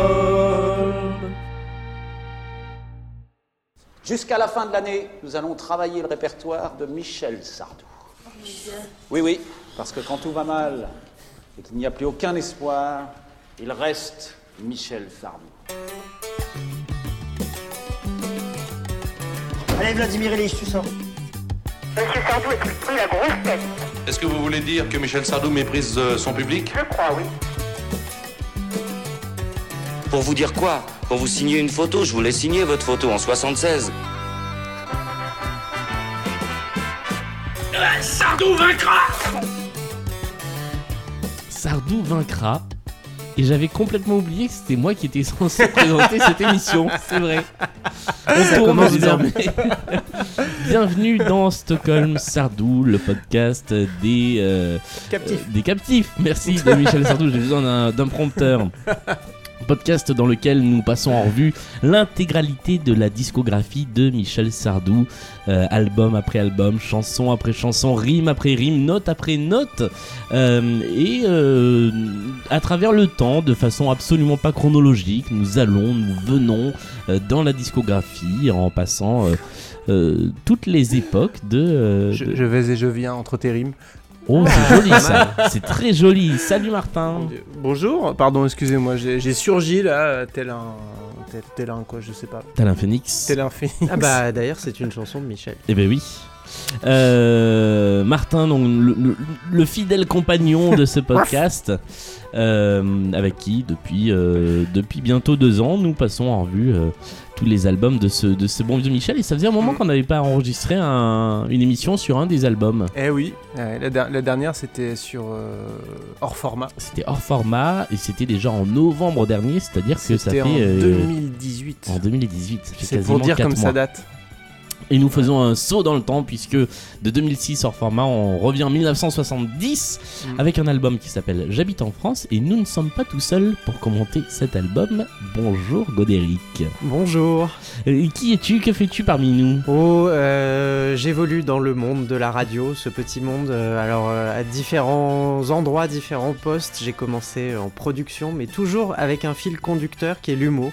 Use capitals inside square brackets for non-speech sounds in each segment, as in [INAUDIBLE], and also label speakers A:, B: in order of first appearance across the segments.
A: Microstodome.
B: Jusqu'à la fin de l'année, nous allons travailler le répertoire de Michel Sardou. Oui, oui, parce que quand tout va mal et qu'il n'y a plus aucun espoir, il reste Michel Sardou.
C: Allez Vladimir Ilyich, tu sors.
D: Monsieur Sardou est pris la grosse tête,
E: Est-ce que vous voulez dire que Michel Sardou méprise euh, son public
D: je crois, oui.
F: Pour vous dire quoi Pour vous signer une photo, je voulais signer votre photo en 76.
G: Sardou vaincra. Et j'avais complètement oublié que c'était moi qui étais censé [LAUGHS] présenter cette émission, c'est vrai. On tourne
H: commence bien.
G: désormais. [LAUGHS] Bienvenue dans Stockholm Sardou, le podcast des, euh,
H: Captif.
G: euh, des captifs. Merci de Michel Sardou, j'ai besoin d'un- d'un prompteur. Podcast dans lequel nous passons en revue l'intégralité de la discographie de Michel Sardou, Euh, album après album, chanson après chanson, rime après rime, note après note, Euh, et euh, à travers le temps, de façon absolument pas chronologique, nous allons, nous venons euh, dans la discographie en passant euh, euh, toutes les époques de. euh,
H: Je,
G: de-
H: je vais et je viens entre tes rimes.
G: Oh, c'est joli ça, c'est très joli. Salut Martin.
H: Euh, Bonjour, pardon, excusez-moi, j'ai j'ai surgi là, euh, tel un. Tel, tel un quoi, je sais pas.
G: T'as un phénix.
H: Tel un phénix.
I: Ah bah d'ailleurs c'est une chanson de Michel.
G: Eh ben oui. Euh, Martin, donc, le, le- le fidèle compagnon
H: [LAUGHS]
G: de ce podcast, euh, avec qui depuis, euh, depuis bientôt deux ans, nous passons en revue euh, tous les albums de ce, de ce bon vieux Michel. Et ça faisait un moment qu'on n'avait pas enregistré un- une émission sur un des albums.
H: [LAUGHS] Eh oui, ouais, la, der- la dernière c'était sur euh, hors format.
G: C'était hors format et c'était déjà en novembre dernier, c'est-à-dire que ça fait
H: C'était en
G: euh,
H: 2018.
G: en 2018. ça fait
H: C'est
G: quasiment
H: pour dire
G: quatre
H: comme
G: mois.
H: ça date.
G: Et nous faisons un saut dans le temps puisque de 2006 hors format, on revient en 1970
H: Mm.
G: avec un album qui s'appelle J'habite en France et nous ne sommes pas tout seuls pour commenter cet album. Bonjour Godéric.
I: Bonjour.
G: Euh, qui es-tu Que fais-tu parmi nous
I: Oh, euh, j'évolue dans le monde de la radio, ce petit monde. euh, alors euh, à différents endroits, différents postes, j'ai commencé en production, mais toujours avec un fil conducteur qui est l'humour.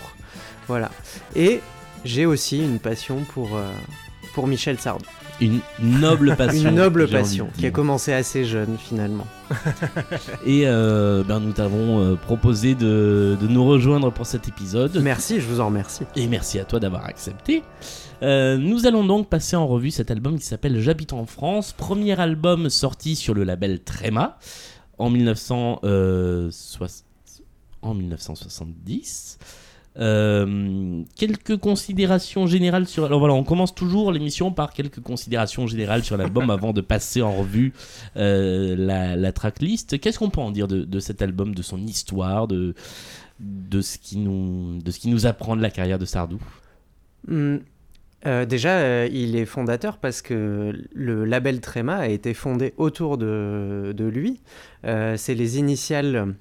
I: Voilà. Et j'ai aussi une passion pour euh, pour Michel Sardou.
G: Une
I: [LAUGHS]
G: noble passion.
I: Une
G: j'ai
I: noble
G: envie de
I: passion qui a
G: dire.
I: commencé assez jeune finalement.
G: Et euh, ben, nous t'avons euh, proposé de, de nous rejoindre pour cet épisode.
I: Merci, je vous en remercie.
G: Et merci à toi d'avoir accepté. Euh, nous allons donc passer en revue cet album qui s'appelle J'habite en France, premier album sorti sur le label Tréma en, 1900, euh, soix- en 1970. Euh, quelques considérations générales sur. Alors voilà, on commence toujours l'émission par quelques considérations générales sur l'album avant de passer en revue euh, la, la tracklist. Qu'est-ce qu'on peut en dire de, de cet album, de son histoire, de, de, ce qui nous, de ce qui nous apprend de la carrière de Sardou
I: Hmm. Euh, déjà, euh, il est fondateur parce que le label Tréma a été fondé autour de, de lui. Euh, c'est les initiales,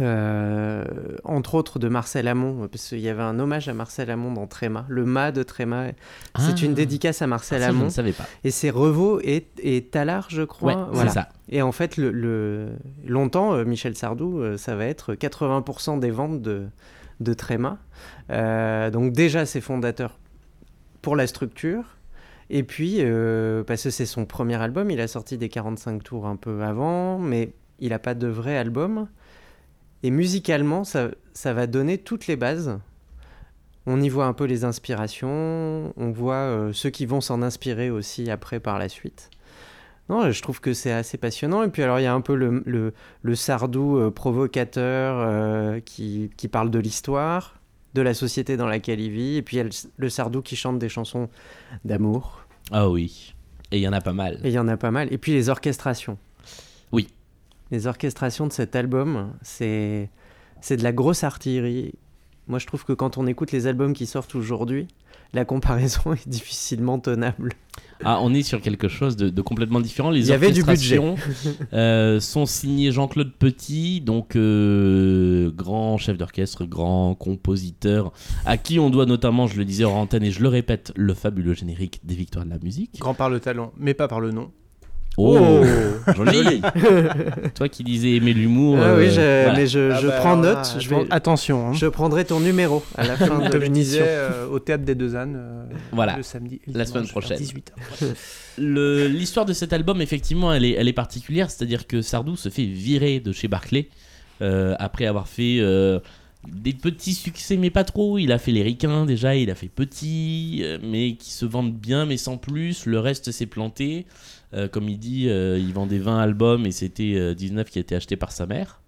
I: euh, entre autres, de Marcel Amont, parce qu'il y avait un hommage à Marcel Amont dans Tréma. Le Ma de Tréma,
G: Ah.
I: c'est une dédicace à
G: Ah,
I: Marcel
G: ça, je
I: Amont.
G: ne savais pas.
I: Et c'est Revaux et, et Talar, je
G: Ouais,
I: crois.
G: c'est
I: Voilà.
G: ça.
I: Et en fait, le, le- longtemps, euh, Michel Sardou, euh, ça va être 80% des ventes de, de Tréma. Euh, donc déjà, c'est fondateur pour la structure. Et puis, euh, parce que c'est son premier album, il a sorti des 45 tours un peu avant, mais il n'a pas de vrai album. Et musicalement, ça, ça va donner toutes les bases. On y voit un peu les inspirations, on voit euh, ceux qui vont s'en inspirer aussi après par la suite. Non, je trouve que c'est assez passionnant. Et puis alors, il y a un peu le, le- le sardou euh, provocateur euh, qui, qui parle de l'histoire, de la société dans laquelle il vit. Et puis, il y a le, le sardou qui chante des chansons d'amour.
G: Ah oui. Et il y en a pas mal.
I: Et il y en a pas mal. Et puis, les orchestrations.
G: Oui.
I: Les orchestrations de cet album, c'est c'est de la grosse artillerie. Moi, je trouve que quand on écoute les albums qui sortent aujourd'hui, la comparaison [LAUGHS] est difficilement tenable.
G: Ah, on est sur quelque chose de, de complètement différent. Les
I: Il y avait du budget.
G: orchestrations, euh, sont signées Jean-Claude Petit, donc euh, grand chef d'orchestre, grand compositeur, à qui on doit notamment, je le disais en antenne et je le répète, le fabuleux générique des Victoires de la musique.
H: Grand par le talent, mais pas par le nom.
G: Oh, joli
I: [LAUGHS]
G: Toi qui disais aimer l'humour.
I: Ah oui,
G: euh,
I: je-
G: voilà.
I: mais je,
H: Ah
I: je
H: bah,
I: prends
H: alors là,
I: note. Je,
H: attends-
I: vais,
H: Attention, hein.
I: je prendrai ton numéro à la [LAUGHS] fin de
H: comme je disais,
I: l'émission.
H: euh, au théâtre des Deux Ânes, euh,
G: Voilà.
H: le samedi. et le
G: La
H: dimanche,
G: semaine prochaine.
H: vers 18.
G: Le- L'histoire de cet album, effectivement, elle est, elle est particulière, c'est-à-dire que Sardou se fait virer de chez Barclay euh, après avoir fait euh, des petits succès, mais pas trop. Il a fait Les Ricains déjà, il a fait Petit, euh, mais qui se vendent bien, mais sans plus. Le reste s'est planté. Euh, comme il dit, euh, il vendait 20 albums et c'était euh, 19 qui a été acheté par sa mère.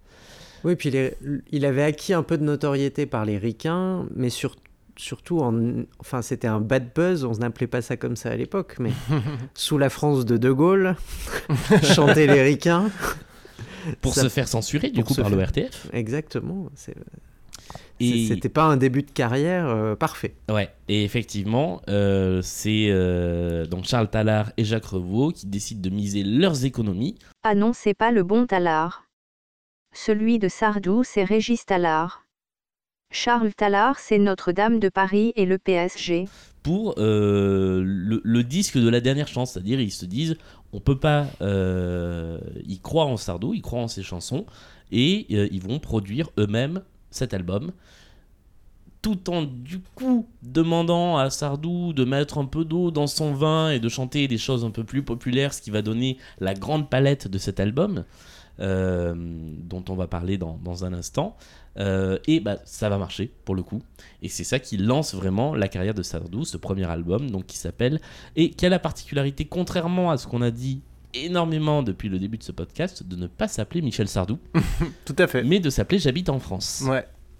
I: Oui, puis les- il avait acquis un peu de notoriété par les ricains, mais sur- surtout, en, enfin, c'était un bad buzz, on n'appelait pas ça comme ça à l'époque, [LAUGHS] mais sous la France de De Gaulle, [LAUGHS] chanter les ricains,
G: Pour
I: Ça-
G: se faire censurer, du
I: pour
G: coup,
I: se
G: par
I: faire-
G: l'ORTF.
I: exactement. c'est- c'est-
G: Et...
I: C'était pas un début de carrière euh, parfait.
G: Ouais, et effectivement, euh, c'est euh, donc Charles Tallard et Jacques Revaux qui décident de miser leurs économies.
A: Ah non, c'est pas le bon Tallard. Celui de Sardou, c'est Régis Tallard. Charles Tallard, c'est Notre-Dame de Paris et le PSG.
G: pour euh, le, le disque de la dernière chance. C'est-à-dire, ils se disent, on peut pas. euh, ils croient en Sardou, ils croient en ses chansons, et euh, ils vont produire eux-mêmes cet album. Tout en du coup demandant à Sardou de mettre un peu d'eau dans son vin et de chanter des choses un peu plus populaires, ce qui va donner la grande palette de cet album, euh, dont on va parler dans, dans un instant. Euh, et bah, ça va marcher pour le coup. Et c'est ça qui lance vraiment la carrière de Sardou, ce premier album donc qui s'appelle et qui a la particularité, contrairement à ce qu'on a dit énormément depuis le début de ce podcast, de ne pas s'appeler Michel Sardou,
H: Tout à fait.
G: mais de s'appeler J'habite en France. [LAUGHS]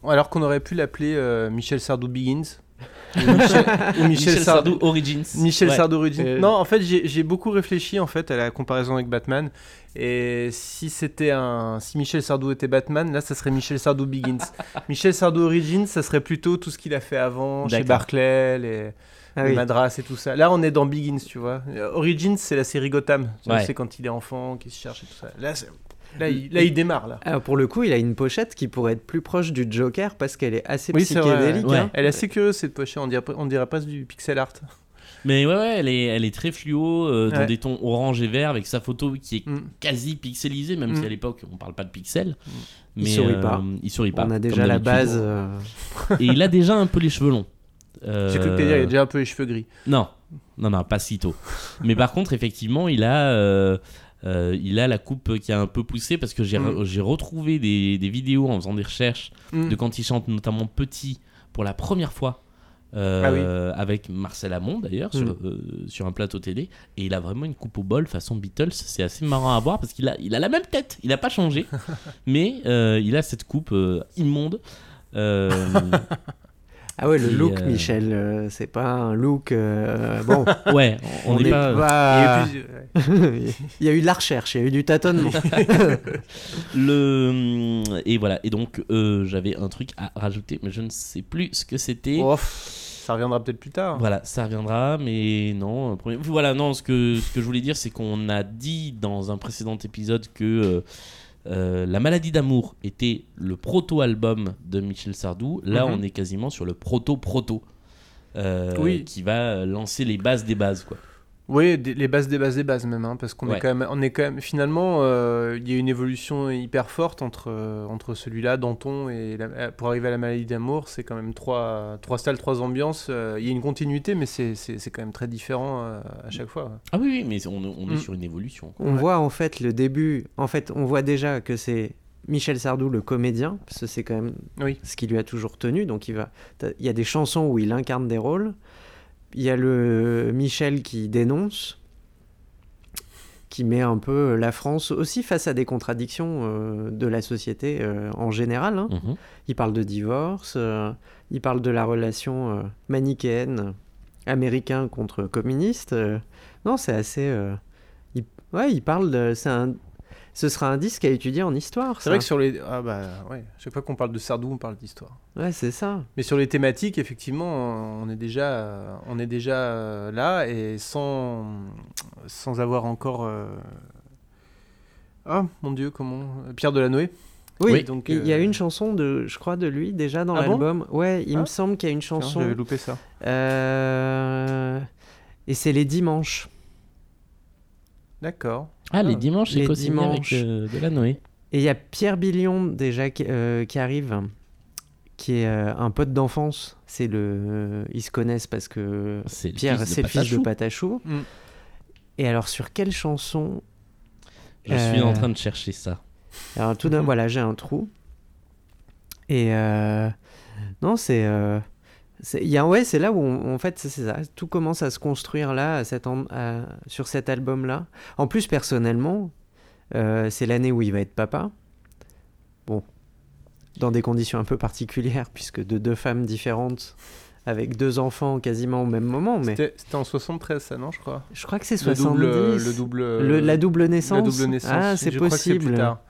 H: Ouais. Alors qu'on aurait pu l'appeler euh, Michel Sardou Begins. Ou Michel, ou Michel
G: Michel, Sardou,
H: Sardou.
G: Origins.
H: Michel
G: Ouais.
H: Sardou Rudin.
I: Euh,
H: Non, en fait, j'ai j'ai beaucoup réfléchi en fait à la comparaison avec Batman. Et si c'était un, si Michel Sardou était Batman, là, ça serait Michel Sardou Begins. [LAUGHS] Michel Sardou Origins, ça serait plutôt tout ce qu'il a fait avant chez
G: D'accord.
H: Barclay, les,
I: Ah
H: les
I: oui.
H: Madras et tout ça. Là, on est dans Begins, tu vois. Euh, Origins, c'est la série Gotham. Tu vois,
G: Ouais.
H: C'est quand il est enfant, qu'il se cherche et tout ça. Là, c'est- là, il, là, il démarre là.
I: Alors pour le coup, il a une pochette qui pourrait être plus proche du Joker parce qu'elle est assez
H: Oui, c'est vrai,
I: psychédélique.
G: ouais.
I: hein.
H: Elle est assez curieuse cette pochette. On dirait, on dirait pas du pixel art.
G: Mais ouais, ouais, elle est, elle est très fluo, euh, dans
H: Ouais.
G: des tons orange et vert, avec sa photo qui est
H: Mm.
G: quasi pixelisée, même
H: Mm.
G: si à l'époque on parle pas de pixels.
I: Il
G: Mais,
I: sourit
G: euh,
I: pas.
G: il sourit pas.
I: On a
G: comme
I: déjà la
G: d'habitude.
I: base. euh,
G: Et il a déjà un peu les cheveux longs. Euh,
H: J'ai cru que t'allais dire, il a déjà un peu les cheveux gris.
G: Non, non, non, pas si tôt. Mais par contre, effectivement, il a, euh, euh, il a la coupe qui a un peu poussé parce que j'ai re- j'ai retrouvé des, des vidéos en faisant des recherches
H: Mm.
G: de quand il chante notamment Petit pour la première fois. euh, Avec Marcel Amont d'ailleurs sur, euh, sur un plateau télé et il a vraiment une coupe au bol façon Beatles c'est assez marrant à voir parce qu'il a, il a la même tête il n'a pas changé mais euh, il a cette coupe euh, immonde euh,
I: Ah ouais, le
G: Qui,
I: look,
G: euh,
I: Michel, euh, c'est pas un look. euh, [LAUGHS] bon,
G: ouais on n'est
I: est
G: pas,
I: pas-
H: Et puis, euh, ouais.
I: [LAUGHS] il y a eu de la recherche, il y a eu du tâtonnement.
G: Le mm, et voilà et donc euh, j'avais un truc à rajouter mais je ne sais plus ce que c'était.
H: Oh, pff, ça reviendra peut-être plus tard.
G: Voilà, ça reviendra mais non, euh, premier- voilà, non, ce que ce que je voulais dire c'est qu'on a dit dans un précédent épisode que euh, euh, La maladie d'amour était le proto-album de Michel Sardou. Là,
H: Mhm.
G: on est quasiment sur le proto-proto euh,
H: Oui.
G: qui va euh, lancer les bases des bases quoi.
H: Oui, des- les bases des bases des bases même, hein, parce qu'on
G: Ouais.
H: est quand même, on est quand même. Finalement, euh, il y a une évolution hyper forte entre euh, entre celui-là, Danton et la- euh, pour arriver à la maladie d'amour, c'est quand même trois trois styles, trois ambiances. euh, il y a une continuité, mais c'est c'est c'est quand même très différent euh, à chaque fois. ouais.
G: Ah oui, oui, mais on, on est
H: Mm.
G: sur une évolution. quoi.
I: On voit en fait le début. En fait, on voit déjà que c'est Michel Sardou le comédien, parce que c'est quand même
H: Oui.
I: ce qui lui a toujours tenu. Donc il va, t'as- il y a des chansons où il incarne des rôles. Il y a le Michel qui dénonce, qui met un peu la France aussi face à des contradictions euh, de la société euh, en général. hein.
G: Mhm.
I: Il parle de divorce, euh, il parle de la relation euh, manichéenne euh, américain contre communiste. euh. non, c'est assez. euh, il, ouais, il parle de. c'est un- ce sera un disque à étudier en histoire.
H: C'est vrai que sur les ah bah ouais, chaque fois qu'on parle de Sardou, on parle d'histoire.
I: Ouais, c'est ça.
H: Mais sur les thématiques, effectivement, on est déjà, euh, on est déjà euh, là et sans, sans avoir encore. euh, Oh mon dieu, comment Pierre Delanoë
I: Oui,
H: Oui, donc,
I: il y a
H: euh,
I: une chanson, de, je crois, de lui déjà dans
H: Ah bon
I: l'album. ouais, il
H: Ah.
I: me semble qu'il y a une
H: Tiens,
I: chanson.
H: J'avais loupé ça.
I: euh, Et c'est Les Dimanches.
H: D'accord.
G: Ah, les
H: Ah,
G: dimanches, c'est
I: les
G: co avec
I: dimanches.
G: euh, Delanoé.
I: Et il y a Pierre Billion déjà qui, euh, qui arrive, qui est euh, un pote d'enfance. C'est le, euh, ils se connaissent parce que
G: C'est le
I: Pierre,
G: fils de
I: c'est le fils de
G: Patachou.
I: Patachou.
H: Mm.
I: Et alors sur quelle chanson
G: Je suis
I: Euh,
G: en train de chercher ça.
I: Alors tout d'un
H: Mhm.
I: voilà, j'ai un trou. Et euh, non, c'est euh, c'est- il y a ouais, c'est là où on- en fait c'est c'est ça, tout commence à se construire là, à cet en- à- sur cet album là. En plus personnellement, euh, c'est l'année où il va être papa. Bon, dans des conditions un peu particulières puisque de deux femmes différentes avec deux enfants quasiment au même moment, mais
H: C'était c'était en 73, ça, non, je crois
I: je crois que c'est
H: Le
I: 70.
H: double, euh, le double, euh,
I: Le- la double
H: la
I: naissance.
H: double naissance.
I: Ah, c'est
H: Je crois que plus
I: possible.
H: tard.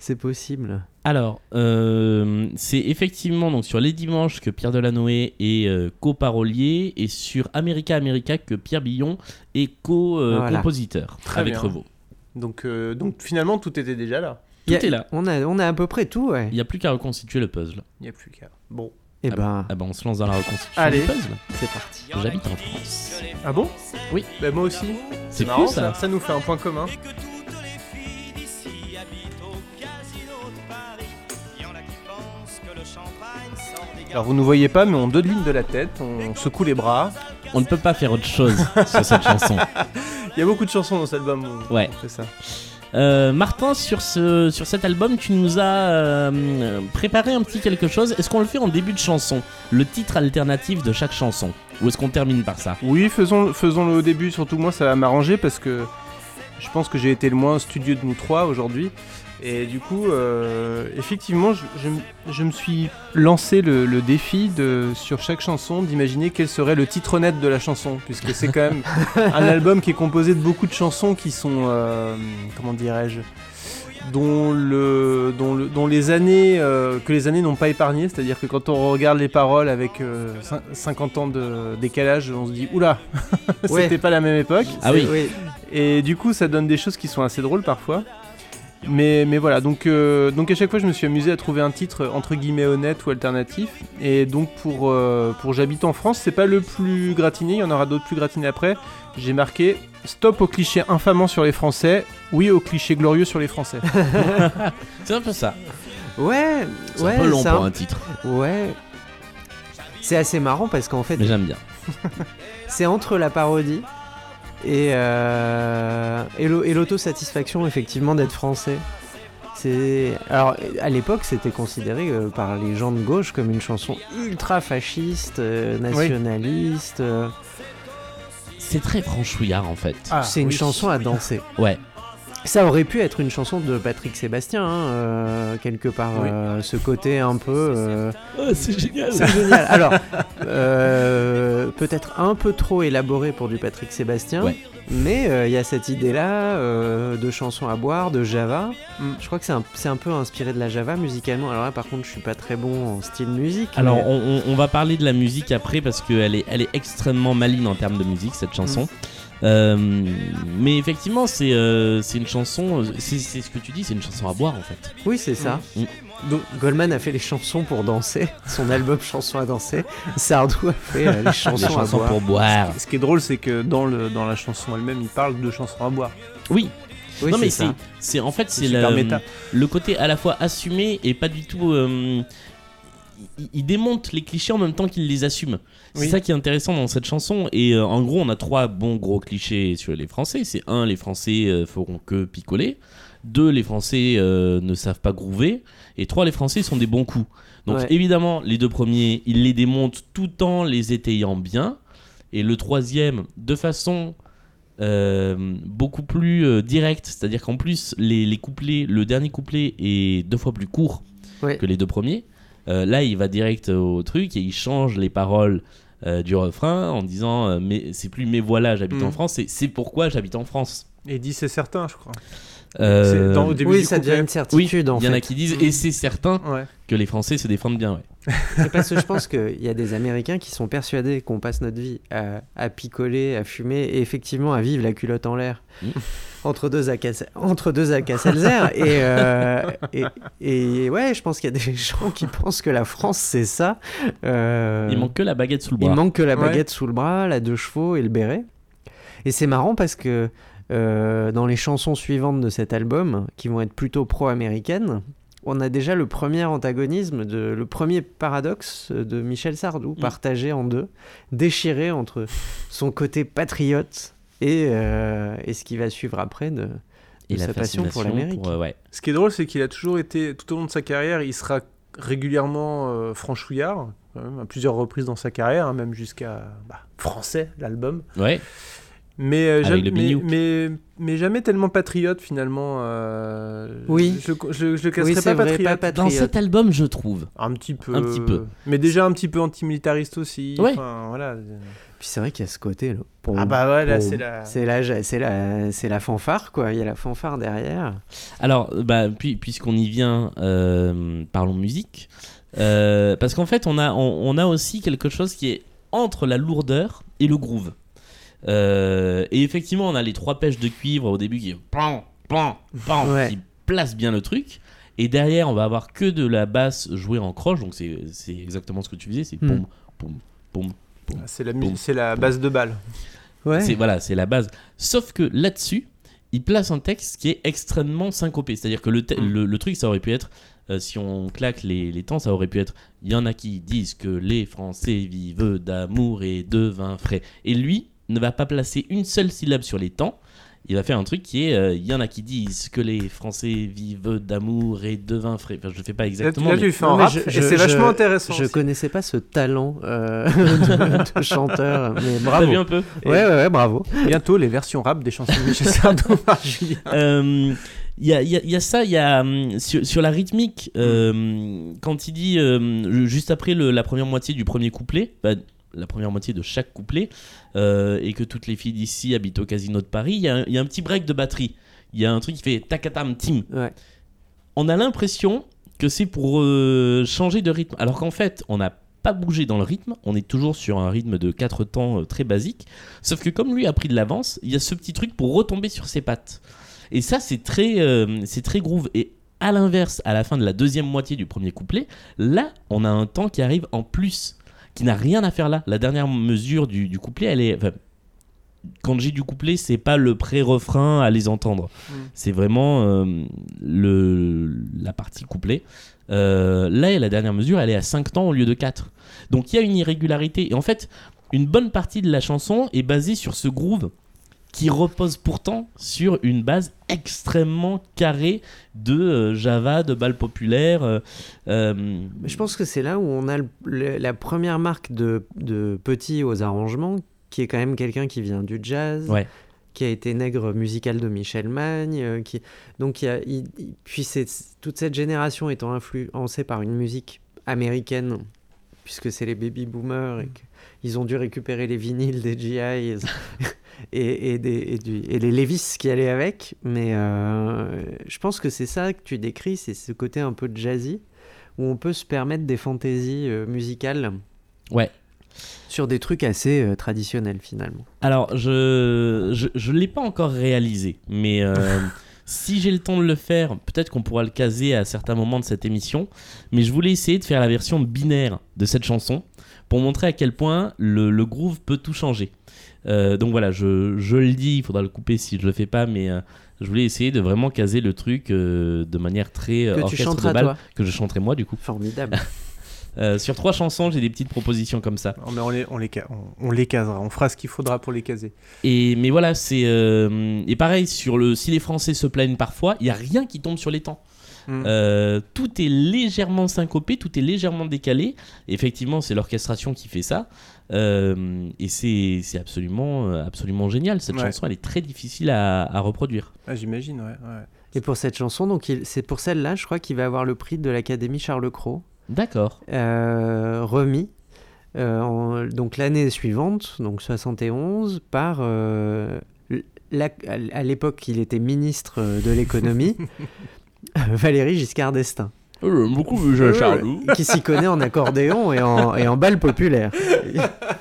I: C'est possible.
G: Alors, euh, c'est effectivement donc sur Les Dimanches que Pierre Delanoé est euh, coparolier et sur America America que Pierre Billon est
I: Voilà.
G: co-compositeur
H: Très
G: avec
H: bien.
G: Revaux.
H: Donc, euh, donc finalement, tout était déjà là.
G: Tout
I: Y a-
G: est là.
I: On a, on a à peu près tout, ouais.
G: Il n'y a plus qu'à reconstituer le puzzle.
H: Il n'y a plus qu'à. Bon.
I: Et
G: Ah
I: ben,
G: Ah bah on se lance dans la reconstitution
H: Allez.
G: du puzzle.
I: c'est parti.
G: J'habite en France.
H: Ah bon
G: Oui.
H: Bah, moi aussi.
G: C'est
H: marrant,
G: fou ça.
H: ça nous fait un point commun. Alors, vous ne nous voyez pas, mais on dodeline de la tête, on secoue les bras.
G: On ne peut pas faire autre chose sur cette chanson.
H: Il y a beaucoup de chansons dans cet album. où
G: Ouais.
H: On fait ça.
G: Euh, Martin, sur, ce, sur cet album, tu nous as euh, préparé un petit quelque chose. Est-ce qu'on le fait en début de chanson Le titre alternatif de chaque chanson Ou est-ce qu'on termine par ça
H: Oui, faisons, faisons-le au début, surtout moi ça va m'arranger parce que je pense que j'ai été le moins studieux de nous trois aujourd'hui. Et du coup, euh, effectivement, je, je m- je me suis lancé le, le défi de, sur chaque chanson d'imaginer quel serait le titre net de la chanson, puisque c'est quand même un album qui est composé de beaucoup de chansons qui sont, euh, comment dirais-je, dont, le, dont, le- dont les années, euh, que les années n'ont pas épargné, c'est-à-dire que quand on regarde les paroles avec euh, cin- 50 ans de décalage, on se dit, oula, [LAUGHS] c'était
I: Ouais.
H: pas la même époque.
G: Ah oui.
H: Et du coup, ça donne des choses qui sont assez drôles parfois. Mais, mais voilà, donc, euh, donc à chaque fois, je me suis amusé à trouver un titre entre guillemets honnête ou alternatif. Et donc pour, euh, pour J'habite en France, c'est pas le plus gratiné, il y en aura d'autres plus gratinés après. J'ai marqué Stop aux clichés infamants sur les Français, oui aux clichés glorieux sur les Français.
G: C'est un peu ça.
I: Ouais,
G: C'est
I: ouais,
G: un peu long
I: ça-
G: pour un titre,
I: ouais. C'est assez marrant parce qu'en fait,
G: mais j'aime bien.
I: c'est entre la parodie et, euh, et l'au- et l'autosatisfaction, effectivement, d'être français. C'est alors à l'époque, c'était considéré euh, par les gens de gauche comme une chanson ultra fasciste, euh, nationaliste. euh,
G: C'est très franchouillard en fait.
I: c'est une
H: oui.
I: chanson à danser.
G: Ah, Ouais.
I: Ça aurait pu être une chanson de Patrick Sébastien, hein, euh, quelque part,
H: Oui.
I: euh, ce côté un peu. euh,
G: oh, c'est génial.
I: C'est génial. Alors, euh, peut-être un peu trop élaboré pour du Patrick Sébastien,
G: Ouais.
I: mais euh, il y a cette idée-là euh, de chansons à boire, de Java.
H: Mm.
I: Je crois que c'est un, c'est un peu inspiré de la Java musicalement. Alors là, par contre, je suis pas très bon en style musique.
G: Alors
I: mais-
G: on, on- on va parler de la musique après parce qu'elle est, elle est extrêmement maligne en termes de musique cette chanson. Euh, mais effectivement c'est euh, c'est une chanson, euh, c'est c'est ce que tu dis, c'est une chanson à boire en fait.
I: oui, c'est ça.
G: Mm.
I: Donc, Goldman a fait les chansons pour danser, son album Chansons à danser. Sardou a fait euh, les chansons
G: Des chansons
I: à boire.
G: pour Ah, boire.
H: Ce qui est drôle, c'est que dans, le, dans la chanson elle-même, il parle de chansons à boire.
G: Oui,
I: Oui,
G: non mais
I: c'est
G: c'est
I: ça.
G: c'est- en fait c'est
H: C'est super
G: la-
H: méta.
G: le côté à la fois assumé et pas du tout euh, il, il démonte les clichés en même temps qu'il les assume. C'est
H: Oui.
G: ça qui est intéressant dans cette chanson et euh, en gros on a trois bons gros clichés sur les Français. C'est un les Français euh, feront que picoler. Deux, les Français euh, ne savent pas groover. Et trois, les Français sont des bons coups. Donc
I: Ouais.
G: évidemment, les deux premiers, il les démonte tout en les étayant bien. Et le troisième, de façon euh, beaucoup plus euh, directe. C'est-à-dire qu'en plus, les, les couplets, le dernier couplet est deux fois plus court
I: Ouais.
G: que les deux premiers. Euh, là, il va direct au truc et il change les paroles euh, du refrain en disant euh, mais c'est plus mais voilà j'habite
H: Mm.
G: en France c'est- c'est pourquoi j'habite en France
H: Et dit c'est certain, je crois.
G: Euh,
H: C'est dans- au début
I: Oui,
H: du
I: ça devient
H: couplet.
I: une
G: oui,
I: certitude
G: il y en
I: en
G: a
I: fait.
G: qui disent, et c'est certain
H: Ouais.
G: que les Français se défendent bien, ouais.
I: C'est parce que je pense qu'il y a des Américains qui sont persuadés qu'on passe notre vie à, à picoler, à fumer et effectivement à vivre la culotte en l'air
G: Mm.
I: entre deux Alka- entre
G: [LAUGHS]
I: deux Alka-Seltzer. et, euh, et, et ouais, je pense qu'il y a des gens qui pensent que la France c'est ça. Euh,
G: Il manque que la baguette sous le
I: il
G: bras.
I: manque que la
H: Ouais.
I: baguette sous le bras, la deux chevaux et le béret. Et c'est marrant parce que euh, dans les chansons suivantes de cet album, qui vont être plutôt pro-américaines, on a déjà le premier antagonisme, de, le premier paradoxe de Michel
H: Mm.
I: Sardou, partagé en deux, déchiré entre son côté patriote et, euh, et ce qui va suivre après de,
G: Et
I: de sa passion pour l'Amérique.
G: euh, ouais.
H: Ce qui est drôle, c'est qu'il a toujours été, tout au long de sa carrière, il sera régulièrement euh, franchouillard, quand même, à plusieurs reprises dans sa carrière, hein, même jusqu'à bah, français, l'album.
G: Ouais.
H: Mais, euh,
G: Avec
H: jamais,
G: le Bignou.
H: mais, mais- mais jamais tellement patriote finalement. euh,
I: Oui.
H: Je, je, je le
I: Oui,
H: classerais
I: c'est
H: pas
I: vrai,
H: patriote.
I: pas
G: Dans
I: patriote.
G: cet album, je trouve.
H: Un petit peu.
G: Un petit peu.
H: Mais déjà un petit peu antimilitariste aussi.
G: Ouais.
H: Enfin, voilà.
I: Puis c'est vrai qu'il y a ce côté là. Pour-
H: Ah bah ouais, là
I: pour-
H: c'est la.
I: C'est la, c'est la, c'est la fanfare quoi. Il y a la fanfare derrière.
G: Alors, euh, bah, puis, puisqu'on y vient, euh, parlons musique. Euh, parce qu'en fait, on a, on, on a aussi quelque chose qui est entre la lourdeur et le groove. Euh, et effectivement, on a les trois pêches de cuivre au début qui, pan, pan, pan,
I: Ouais.
G: qui placent bien le truc. Et derrière, on va avoir que de la basse jouée en croche. Donc, c'est c'est exactement ce que tu faisais c'est
I: Hmm.
G: pom, pom, pom,
H: C'est la,
G: Boum.
H: mu- c'est la base de balle.
I: Ouais.
G: C'est voilà, c'est la base. Sauf que là-dessus, il place un texte qui est extrêmement syncopé. C'est-à-dire que le, te-
I: Mm.
G: le, le truc, ça aurait pu être, euh, si on claque les, les temps, ça aurait pu être, il y en a qui disent que les Français vivent d'amour et de vin frais. Et lui ne va pas placer une seule syllabe sur les temps. Il va faire un truc qui est, euh, il y en a qui disent que les Français vivent d'amour et de vin frais. Enfin, je ne fais pas
H: Là, tu-
G: exactement.
H: là
G: mais-
H: tu fais
I: Non,
H: un
I: mais
H: rap
I: je-
H: et
I: je-
H: c'est
I: je-
H: vachement intéressant.
I: Je
H: aussi.
I: connaissais pas ce talent euh, [LAUGHS]
H: [LAUGHS]
I: de, de chanteur, mais
G: T'as
I: bravo.
G: vu
I: Ouais,
G: un peu
I: ouais, ouais, bravo.
H: Bientôt les versions rap des chansons de [LAUGHS] Michel Sardou par Julien.
G: [LAUGHS] Euh, Il y, a, il y a- il y a ça, il y a hum, sur, sur la rythmique, euh, quand il dit euh, juste après le- la première moitié du premier couplet, bah, la première moitié de chaque couplet, euh, et que toutes les filles d'ici habitent au casino de Paris, il y, a un- il y a un petit break de batterie. Il y a un truc qui fait tacatam tim.
I: Ouais.
G: On a l'impression que c'est pour euh, changer de rythme, alors qu'en fait, on n'a pas bougé dans le rythme, on est toujours sur un rythme de quatre temps euh, très basique, sauf que comme lui a pris de l'avance, il y a ce petit truc pour retomber sur ses pattes. Et ça, c'est très, euh, c'est très groove. Et à l'inverse, à la fin de la deuxième moitié du premier couplet, là, on a un temps qui arrive en plus, qui n'a rien à faire là. La dernière mesure du, du couplet, elle est. enfin, quand j'ai du couplet, c'est pas le pré-refrain à les entendre.
H: Mm.
G: C'est vraiment euh, le, la partie couplet. Euh, là, la dernière mesure, elle est à 5 temps au lieu de 4. Donc il y a une irrégularité. Et en fait, une bonne partie de la chanson est basée sur ce groove qui repose pourtant sur une base extrêmement carrée de euh, Java, de balles populaires. euh, euh,
I: Mais Je pense que c'est là où on a le- le- la première marque de, de petit aux arrangements, qui est quand même quelqu'un qui vient du jazz,
G: Ouais.
I: qui a été nègre musical de Michel Magne, euh, qui donc il y a- il- il- puis c'est toute cette génération étant influencée par une musique américaine, puisque c'est les baby boomers et qu'ils ont dû récupérer les vinyles des GI et, [LAUGHS] et, et des- et du- et les Levis qui allaient avec, mais euh, je pense que c'est ça que tu décris, c'est ce côté un peu jazzy où on peut se permettre des fantaisies euh, musicales.
G: Ouais.
I: Sur des trucs assez euh, traditionnels finalement.
G: Alors, je je, je l'ai pas encore réalisé, mais euh, si j'ai le temps de le faire, peut-être qu'on pourra le caser à certains moments de cette émission. Mais je voulais essayer de faire la version binaire de cette chanson pour montrer à quel point le, le groove peut tout changer. Euh, donc voilà, je, je le dis, il faudra le couper si je le fais pas, mais euh, je voulais essayer de vraiment caser le truc euh, de manière très euh,
I: Que tu
G: orchestre de
I: chanteras
G: bal,
I: toi.
G: que je chanterai moi du coup. [LAUGHS]
I: Formidable.
G: Euh, sur trois chansons, j'ai des petites propositions comme ça.
H: Non, mais on les, on, les, ca- on, on les casera, on fera ce qu'il faudra pour les caser.
G: Et mais voilà, c'est euh, et pareil sur le si les Français se plaignent parfois, il y a rien qui tombe sur les temps.
H: Mm.
G: Euh, tout est légèrement syncopé, tout est légèrement décalé. Effectivement, c'est l'orchestration qui fait ça. Euh, et c'est c'est absolument, euh, absolument génial. Cette
H: Ouais.
G: chanson, elle est très difficile à, à reproduire.
H: Ah, J'imagine, ouais. ouais.
I: Et pour cette chanson, donc il- c'est pour celle-là, je crois qu'il va avoir le prix de l'Académie Charles Cros
G: D'accord.
I: euh, remis. euh, en- donc l'année suivante, donc 71, par euh, l- la- à l'époque il était ministre euh, de
G: [LAUGHS]
I: l'économie, Valérie Giscard d'Estaing.
G: Euh, beaucoup vu [LAUGHS]
I: qui s'y connaît en accordéon et en, et en balle populaire. [LAUGHS]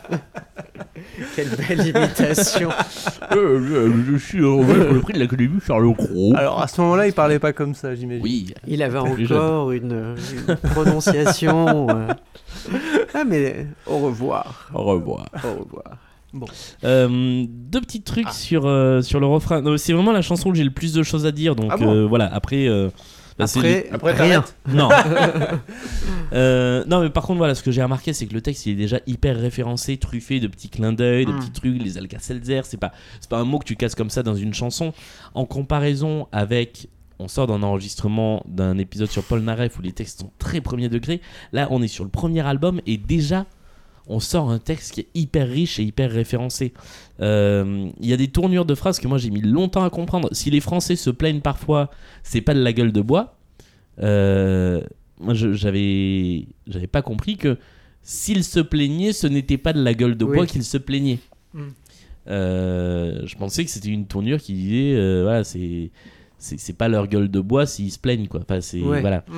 I: Quelle belle imitation.
G: Euh, je suis le prix de l'académie Charles Cros.
H: Alors à ce moment-là, il parlait pas comme ça, j'imagine.
G: Ah Oui.
I: Il avait
G: Plus jeune.
I: encore une, une prononciation. euh. Ah mais au revoir.
G: Au revoir.
I: Au revoir.
H: Bon.
G: Euh, deux petits trucs
H: Ah.
G: sur, euh, sur le refrain. Non, C'est vraiment la chanson où j'ai le plus de choses à dire. Donc
H: Ah bon
G: euh, voilà, après. euh, bah, c'est
I: Après,
H: Après,
I: rien.
H: t'arrêtes. [LAUGHS]
G: Non. Euh, non, mais par contre, voilà, ce que j'ai remarqué, c'est que le texte, il est déjà hyper référencé, truffé de petits clins d'œil, de
H: Mm.
G: petits trucs, les Alka-Seltzer. C'est pas, c'est pas un mot que tu casses comme ça dans une chanson. En comparaison avec. On sort d'un enregistrement d'un épisode sur Paul Naref où les textes sont très premier degré. Là, on est sur le premier album et déjà, on sort un texte qui est hyper riche et hyper référencé. Euh, Il y a des tournures de phrases que moi j'ai mis longtemps à comprendre. Si les Français se plaignent parfois, c'est pas de la gueule de bois. Euh, moi, je- j'avais, j'avais pas compris que s'ils se plaignaient, ce n'était pas de la gueule de
I: Oui.
G: bois qu'ils se plaignaient.
H: Mm.
G: Euh, je pensais que c'était une tournure qui disait, euh, voilà, c'est, c'est, c'est pas leur gueule de bois s'ils se plaignent, quoi. Enfin, c'est,
I: Ouais.
G: voilà.
H: Mm.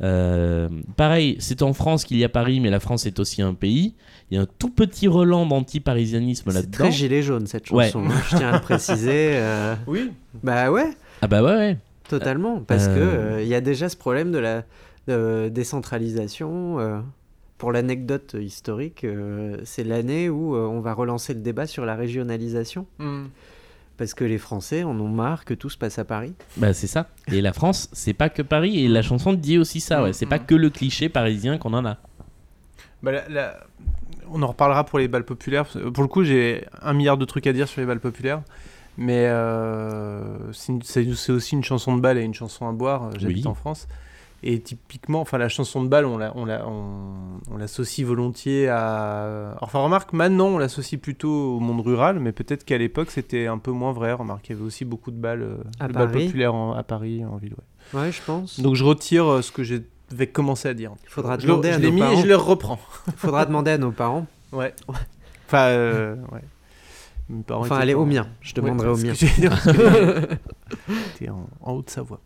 G: Euh, pareil, c'est en France qu'il y a Paris, mais la France est aussi un pays. Il y a un tout petit relent d'anti-parisianisme
I: C'est
G: là-dedans.
I: très gilet jaune cette
G: Ouais.
I: chanson, hein, je tiens à le préciser. euh,
H: Oui.
I: Bah ouais,
G: Ah bah ouais, ouais.
I: totalement, parce que
G: Euh.
I: euh, il y a déjà ce problème de la de- décentralisation. euh, pour l'anecdote historique, euh, c'est l'année où euh, on va relancer le débat sur la régionalisation,
H: Mm.
I: parce que les Français en ont marre que tout se passe à Paris.
G: Bah c'est ça. Et la France, c'est pas que Paris. Et la chanson dit aussi ça. Ouais. C'est pas que le cliché parisien qu'on en a.
H: Bah, la- la- On en reparlera pour les balles populaires. parce que, Pour le coup, j'ai un milliard de trucs à dire sur les balles populaires. Mais euh, c'est une- c'est c'est aussi une chanson de balle et une chanson à boire. euh, J'habite
G: Oui.
H: en France. Et typiquement, enfin, la chanson de balle, on la- on la- on- on l'associe volontiers à. Enfin, remarque, maintenant, on l'associe plutôt au monde rural, mais peut-être qu'à l'époque, c'était un peu moins vrai. Remarque, il y avait aussi beaucoup de balles, euh,
I: À
H: de balles
I: Paris.
H: populaires en- à Paris, en ville. ouais.
I: Ouais, je pense.
H: Donc, je retire euh, ce que j'avais commencé à dire.
I: Il faudra
H: Je, le-
I: demander,
H: je
I: à
H: l'ai
I: nos
H: mis et
I: parents,
H: je le reprends.
I: faudra demander à nos parents,
H: Ouais. Enfin, euh, ouais. Mes parents
I: enfin
H: étaient
I: aller
H: en-
I: aux miens,
H: Ouais,
I: je demanderai
H: c'est
I: aux
H: ce que
I: miens.
H: j'allais dire, parce que T'es en, en Haute-Savoie.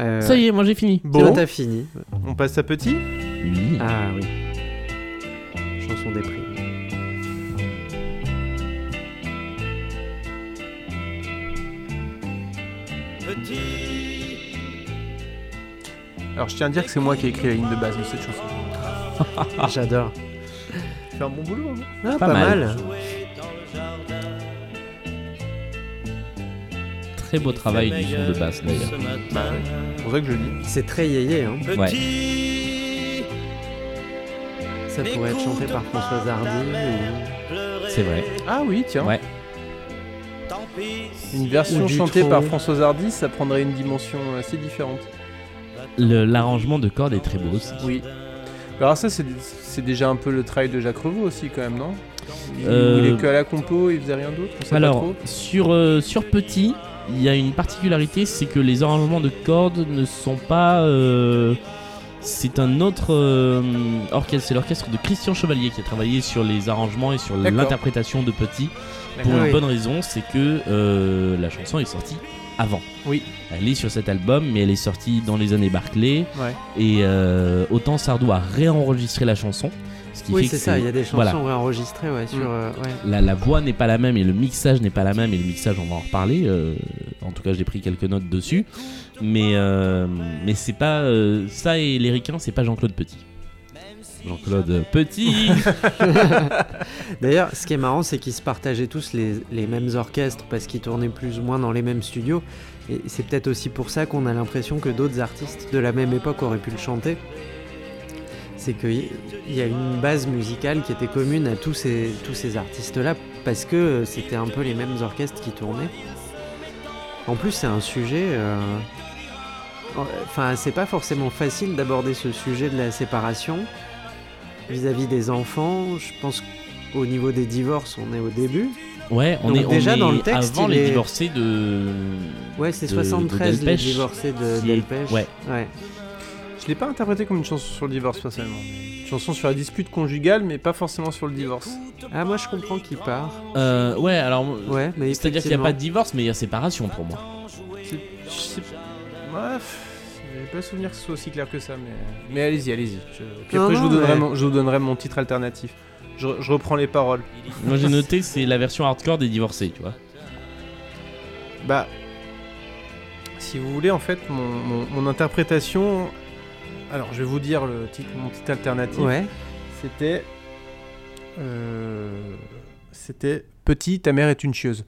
I: Euh,
G: Ça y est, moi j'ai fini.
H: Bon,
I: t'as fini.
H: on passe à Petit.
G: Oui.
I: Ah oui. Chanson des prix.
H: Alors, je tiens à dire que c'est moi qui ai écrit la ligne de base de cette chanson.
I: J'adore.
H: Tu fais un bon boulot, hein
I: Ah,
G: Pas
I: pas,
G: mal.
I: mal.
G: Très beau travail du son de basse d'ailleurs.
H: Bah ouais. C'est pour ça que je le dis.
I: C'est très yéyé. Hein.
G: Ouais.
I: Ça pourrait être chanté par Françoise Hardy. ou-
G: C'est vrai.
H: Ah oui, tiens.
G: Ouais.
H: Une version
I: Ou du
H: chantée
I: tronc.
H: par Françoise Hardy, ça prendrait une dimension assez différente.
G: Le- L'arrangement de cordes est très beau aussi.
H: Oui. Bah, Alors ça, c'est c'est déjà un peu le travail de Jacques Revaux aussi, quand même, non il,
G: Euh,
H: il est que à la compo, il faisait rien d'autre on sait pas
G: Alors,
H: trop.
G: sur, euh, sur Petit, il y a une particularité, c'est que les arrangements de cordes ne sont pas... euh, c'est un autre euh, orchestre, c'est l'orchestre de Christian Chevalier qui a travaillé sur les arrangements et sur
H: D'accord.
G: l'interprétation de Petit, pour
H: D'accord.
G: une
I: oui.
G: bonne raison, c'est que euh, la chanson est sortie avant.
H: Oui.
G: Elle est sur cet album, mais elle est sortie dans les années Barclay,
H: Ouais.
G: et euh, autant Sardou a réenregistré la chanson, ce qui
I: Oui,
G: fait que
I: c'est ça. Il y a des chansons
G: voilà.
I: réenregistrées ouais, sur.
H: Mm.
I: euh, ouais.
G: la, la voix n'est pas la même et le mixage n'est pas la même et le mixage on va en reparler euh, en tout cas j'ai pris quelques notes dessus mais euh, mais c'est pas euh, ça et les ricains c'est pas Jean-Claude Petit Jean-Claude [LAUGHS] Petit
I: D'ailleurs, ce qui est marrant, c'est qu'ils se partageaient tous les, les mêmes orchestres parce qu'ils tournaient plus ou moins dans les mêmes studios. Et c'est peut-être aussi pour ça qu'on a l'impression que d'autres artistes de la même époque auraient pu le chanter. C'est qu'il y a une base musicale qui était commune à tous ces, tous ces artistes-là parce que euh, c'était un peu les mêmes orchestres qui tournaient. En plus, c'est un sujet. euh, en- Enfin, c'est pas forcément facile d'aborder ce sujet de la séparation vis-à-vis des enfants. Je pense au niveau des divorces, on est au début.
G: ouais on
I: Donc
G: est on
I: déjà,
G: est
I: dans le texte,
G: avant
I: il
G: les
I: est-
G: divorcés de
I: Ouais, c'est
G: De-
I: 73
G: de
I: les
G: Delpech,
I: divorcés de
G: qui est-
I: Delpech.
G: ouais.
H: Je l'ai pas interprété comme une chanson sur le divorce personnellement. mais Une chanson sur la dispute conjugale, mais pas forcément sur le divorce.
I: Ah, moi je comprends qu'il part.
G: Euh, ouais alors
I: Ouais, mais
G: c'est-à-dire qu'il n'y a pas de divorce mais il y a séparation pour moi
H: Je sais Bref, j'ai pas souvenir que ce soit aussi clair que ça, mais, mais allez-y, allez-y. Je- Puis
I: Non,
H: après, je,
I: non,
H: vous donnerai
I: mais-
H: mon... je vous donnerai mon titre alternatif. Je, je reprends les paroles.
G: moi j'ai noté c'est la version hardcore des divorcés tu vois
H: Bah, si vous voulez, en fait, mon, mon- mon interprétation. Alors, je vais vous dire le titre, mon titre alternatif.
I: Ouais,
H: C'était euh, c'était Petit, ta mère est une chieuse.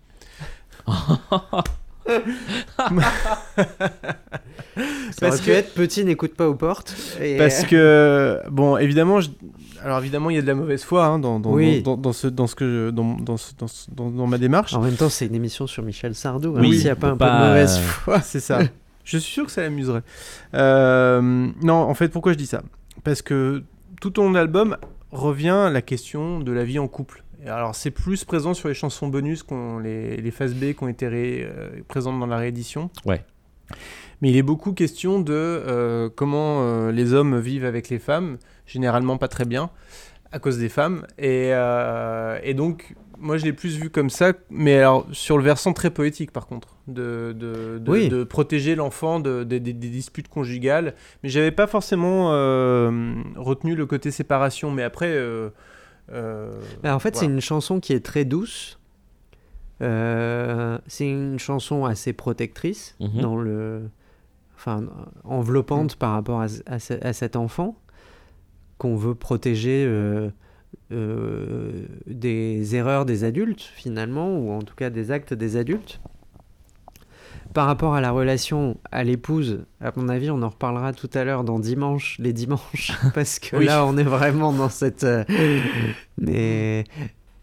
I: Parce
H: Parce
I: que...
H: que-
I: être petit n'écoute pas aux portes. Et...
H: Parce que, bon, évidemment, je- alors évidemment, il y a de la mauvaise foi hein, dans, dans,
I: Oui.
H: dans, dans ce, dans, ce que je- dans, dans, ce- dans, ce- dans- dans ma démarche.
I: euh, En même temps, c'est une émission sur Michel Sardou. hein,
G: Oui,
I: S'il n'y a
G: on
I: pas un
G: peut
I: peu de
G: pas,
I: mauvaise
G: euh,
I: foi.
H: Ouais, c'est ça. je suis sûr que ça l'amuserait. Euh, non, en fait, pourquoi je dis ça Parce que tout au long de l'album revient la question de la vie en couple. Et Alors, c'est plus présent sur les chansons bonus, qu'on, les, les phases B qui ont été ré- euh, présentes dans la réédition.
G: Ouais.
H: Mais il est beaucoup question de euh, comment euh, les hommes vivent avec les femmes, généralement pas très bien, à cause des femmes. Et, euh, et donc, moi, je l'ai plus vu comme ça, mais alors sur le versant très poétique, par contre, de, de, de-
I: Oui.
H: de protéger l'enfant de- des- des- des disputes conjugales. Mais j'avais pas forcément euh, retenu le côté séparation, mais après. euh, euh,
I: Bah, en fait, c'est
H: voilà.
I: une chanson qui est très douce. Euh, c'est une chanson assez protectrice,
G: Mhm.
I: dans le... enfin,
H: Mm.
I: enveloppante par rapport à, à ce- à cet enfant qu'on veut protéger euh, euh, des erreurs des adultes, finalement, ou en tout cas des actes des adultes. Par rapport à la relation à l'épouse, à mon avis, on en reparlera tout à l'heure dans Dimanche, les dimanches, [LAUGHS] parce que
H: Oui.
I: là, on est vraiment dans cette. euh, Mais,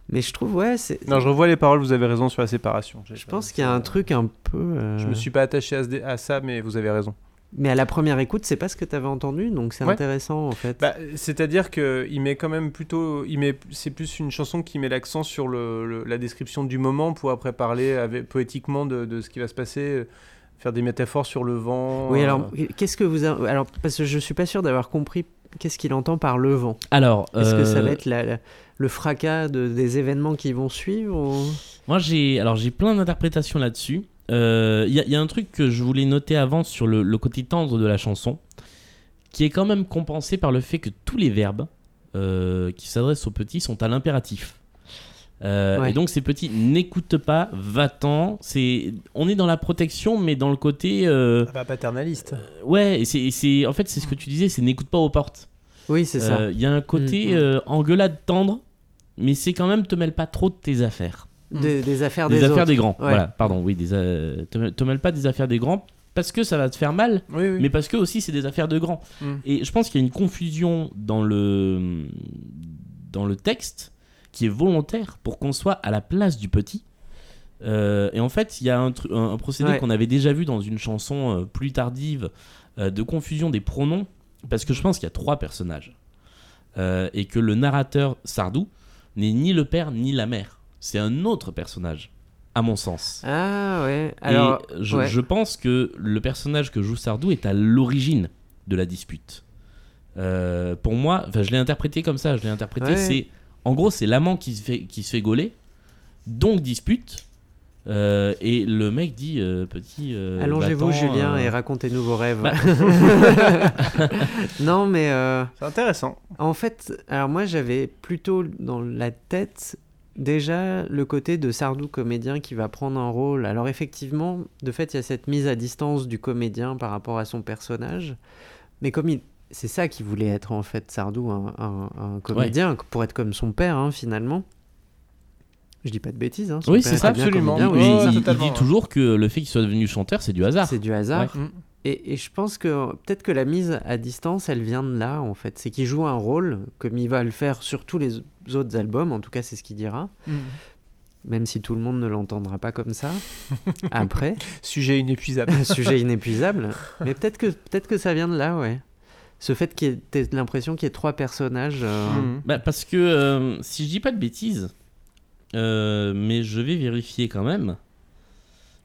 I: mais je trouve, ouais, c'est-
H: Non, je revois les paroles, vous avez raison sur la séparation. J'ai-
I: je pense qu'il y a un truc un peu. euh,
H: Je me suis pas attaché à, ce dé- à ça, mais vous avez raison.
I: Mais à la première écoute, c'est pas ce que t'avais entendu, donc c'est
H: Ouais.
I: intéressant en fait.
H: Bah, C'est-à-dire qu'il met quand même plutôt. il met- C'est plus une chanson qui met l'accent sur le, le- la description du moment pour après parler avec- poétiquement de, de ce qui va se passer, euh, faire des métaphores sur le vent.
I: oui,
H: euh,
I: alors qu'est-ce que vous. a- Alors, parce que je suis pas sûr d'avoir compris qu'est-ce qu'il entend par le vent.
G: Alors,
I: Est-ce que ça
G: euh,
I: va être la- la- le fracas de- des événements qui vont suivre ou-
G: Moi, j'ai alors j'ai plein d'interprétations là-dessus. Euh, Il y, a- il y a un truc que je voulais noter avant sur le, le côté tendre de la chanson, qui est quand même compensé par le fait que tous les verbes euh, qui s'adressent aux petits sont à l'impératif. Euh,
I: Ouais.
G: Et donc ces petits n'écoute pas, va-t'en. C'est on est dans la protection, mais dans le côté euh,
H: pas paternaliste.
G: ouais. et c'est- et c'est en fait c'est ce que tu disais, c'est n'écoute pas aux portes.
I: Oui, c'est ça.
G: Euh, Il y a un côté
I: Mm, mm.
G: euh, engueulade tendre, mais c'est quand même te mêle pas trop de tes affaires.
I: Des- des affaires
G: Des,
I: des,
G: affaires
I: autres.
G: des grands.
I: Ouais.
G: Voilà, pardon, oui, des, euh, te, te mêle pas des affaires des grands parce que ça va te faire mal,
H: Oui, oui.
G: mais parce que aussi c'est des affaires de grands.
H: Mm.
G: Et je pense qu'il y a une confusion dans le, dans le texte qui est volontaire pour qu'on soit à la place du petit. Euh, et en fait, il y a un, tru- un- un procédé
I: Ouais.
G: qu'on avait déjà vu dans une chanson euh, plus tardive euh, de confusion des pronoms, parce que je pense qu'il y a trois personnages. Euh, et que le narrateur Sardou n'est ni le père ni la mère. C'est un autre personnage, à mon sens.
I: Ah ouais.
G: Et
I: Alors,
G: je,
I: ouais.
G: je pense que le personnage que joue Sardou est à l'origine de la dispute. Euh, pour moi, enfin, je l'ai interprété comme ça. Je l'ai interprété,
I: Ouais.
G: c'est en gros, c'est l'amant qui se fait qui se fait gauler, donc dispute. euh, et le mec dit euh, petit. euh,
I: allongez-vous,
G: va-t'en,
I: Julien,
G: euh,
I: et racontez-nous vos rêves.
G: bah-
I: [LAUGHS]
G: [LAUGHS]
I: non, mais. euh,
H: C'est intéressant.
I: En fait, alors moi j'avais plutôt dans la tête déjà le côté de Sardou comédien qui va prendre un rôle. Alors effectivement, de fait, il y a cette mise à distance du comédien par rapport à son personnage. Mais comme il... c'est ça qu'il voulait être en fait, Sardou, un, un- un comédien, pour être comme son père hein, finalement. Je dis pas de bêtises. Hein, son
G: Oui,
I: père
G: c'est
I: était
G: ça,
I: bien
H: absolument.
I: comédien,
G: il-
I: oui,
H: ouais,
G: il,
I: c'est ça.
G: il
H: totalement,
G: dit
H: ouais.
G: toujours que le fait qu'il soit devenu chanteur, c'est du hasard.
I: C'est du hasard.
H: Mm.
I: Et, et je pense que peut-être que la mise à distance, elle vient de là, en fait. C'est qu'il joue un rôle, comme il va le faire sur tous les autres albums, en tout cas c'est ce qu'il dira, même si tout le monde ne l'entendra pas
G: [LAUGHS]
I: comme ça, après,
H: Sujet inépuisable.
I: sujet inépuisable. Mais peut-être que, peut que ça vient de là, ouais. Ce fait qu'il y ait t'aies l'impression qu'il y ait trois personnages... euh,
H: Mm.
G: Bah, parce que euh, si je dis pas de bêtises, euh, mais je vais vérifier quand même.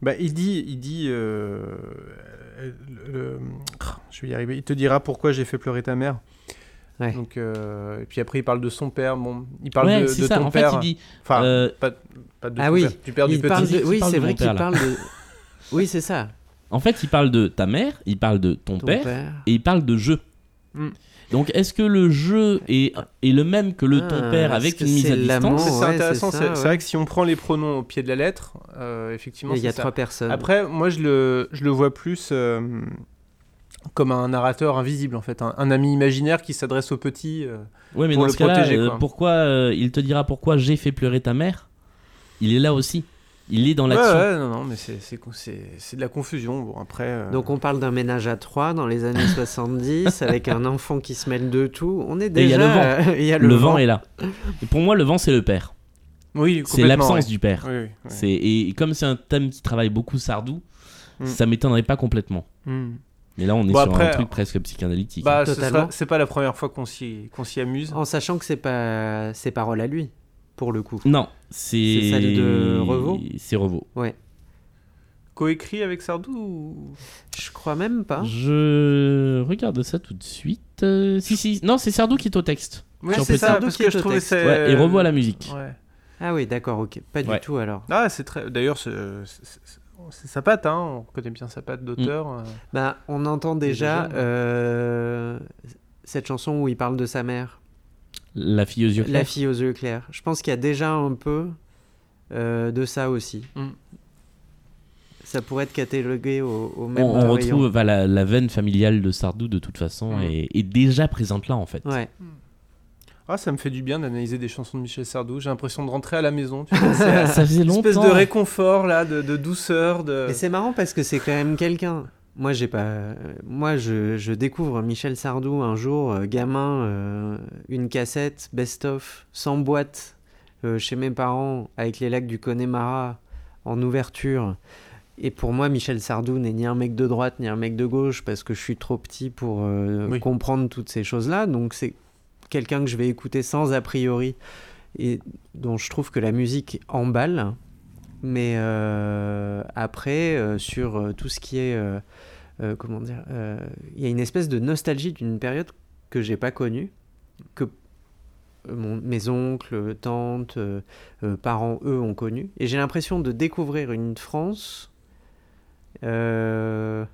H: Bah, il dit, il dit, euh, euh, le- le- je vais y arriver. Il te dira pourquoi j'ai fait pleurer ta mère.
I: Ouais.
H: Donc, euh, et puis après, il parle de son père. Bon, il parle
G: ouais,
H: de,
G: c'est
H: de
G: ça.
H: ton
G: en
H: père. Ah.
G: fait, il dit.
H: Enfin,
G: euh,
H: pas, pas de
I: Ah
H: ton
I: oui,
H: père, du père du
I: il parle
H: petit.
I: de...
G: Il
I: Oui,
G: parle
I: c'est
G: de
I: vrai
G: mon
I: qu'il
G: père, là.
I: parle de... Oui, c'est ça,
G: En fait, il parle de ta mère, il parle de ton,
I: ton
G: père,
I: père.
G: et il parle de jeu.
H: Mm.
G: Donc, est-ce que le jeu est, est le même que le ton
I: Ah,
G: père
I: est-ce
G: avec
I: que
G: une mise
I: c'est
G: à
I: l'amant
G: distance
H: C'est
I: ouais,
H: intéressant.
I: c'est
H: C'est
I: ça, ouais.
H: c'est vrai que si on prend les pronoms au pied de la lettre, euh, effectivement,
I: Il y
H: c'est
I: a
H: ça.
I: trois personnes.
H: Après, moi, je le, je le vois plus. euh, comme un narrateur invisible, en fait, un, un ami imaginaire qui s'adresse aux petits. euh,
G: Ouais, mais
H: Pour
G: dans
H: le
G: ce cas-là,
H: protéger,
G: euh,
H: quoi.
G: pourquoi euh, il te dira pourquoi j'ai fait pleurer ta mère Il est là aussi. Il est dans l'action.
H: Ouais, ouais, non, non, mais c'est- c'est con- c'est- c'est de la confusion. Bon, après. euh,
I: Donc on parle d'un ménage à trois dans
G: [LAUGHS]
I: les années 70 avec un enfant qui se mêle de tout. On est
G: il y
I: déjà.
G: a le
I: euh, il y a
G: Le,
I: le
G: vent est là. Et pour moi, le vent, c'est le père.
H: oui,
G: C'est
H: complètement,
G: l'absence
H: ouais.
G: du père.
H: Oui, oui, oui.
G: C'est et, et comme c'est un thème qui travaille beaucoup Sardou,
H: Mm.
G: ça m'étonnerait pas complètement.
H: Hmm.
G: Mais là, on est
H: Bon,
G: sur un
H: après,
G: truc presque psychanalytique.
H: Bah, ce
I: Totalement. Oh.
H: sera- c'est pas la première fois qu'on s'y qu'on s'y amuse.
I: En sachant que c'est pas ses paroles à lui, pour le coup.
G: non, c'est
I: C'est celle de Revaux
G: C'est Revaux.
H: Coécrit avec Sardou ou-
I: Je crois même pas.
G: Je regarde ça tout de suite. Euh, si si, non, c'est Sardou qui est au texte.
H: Ouais,
G: Sur
H: c'est
G: Petit.
H: ça,
I: Sardou
H: parce
I: qui
H: que
I: est
H: je
I: au
H: trouvais
I: texte.
H: c'est-
G: Ouais, et Revaux à la musique.
H: Ouais.
I: Ah oui, d'accord, ok. Pas
G: Ouais.
I: du tout alors.
H: Ah, c'est très. D'ailleurs, c'est c'est- c'est- c'est sa patte, hein. On connaît bien sa patte d'auteur.
G: Mm.
H: euh.
I: Bah, on entend déjà euh, cette chanson où il parle de sa mère,
G: La fille aux yeux
I: la
G: clairs.
I: fille aux yeux clairs. Je pense qu'il y a déjà un peu euh, de ça aussi.
H: Mm.
I: Ça pourrait être catalogué au, au
G: On,
I: même.
G: on
I: rayon.
G: retrouve bah, la, la veine familiale de Sardou de toute façon
H: Mm.
G: est, est déjà présente là en fait.
I: Ouais.
H: Ah, ça me fait du bien d'analyser des chansons de Michel Sardou. J'ai l'impression de rentrer à la maison. Tu vois, c'est-
G: Ça faisait
H: Une
G: longtemps.
H: espèce de [LAUGHS] réconfort là, de, de douceur, de.
I: Mais c'est marrant parce que c'est quand même quelqu'un. Moi, j'ai pas. euh, Moi, je, je découvre Michel Sardou un jour, euh, gamin, euh, une cassette best-of sans boîte euh, chez mes parents avec les lacs du Connemara en ouverture. Et pour moi, Michel Sardou n'est ni un mec de droite ni un mec de gauche parce que je suis trop petit pour euh,
H: Oui.
I: comprendre toutes ces choses-là. Donc, c'est quelqu'un que je vais écouter sans a priori et dont je trouve que la musique emballe. Mais euh, après, euh, sur euh, tout ce qui est. euh, euh, comment dire euh, Il y a une espèce de nostalgie d'une période que j'ai pas connue, que euh, mon- mes oncles, tantes, euh, euh, parents, eux, ont connue. Et j'ai l'impression de découvrir une France. euh,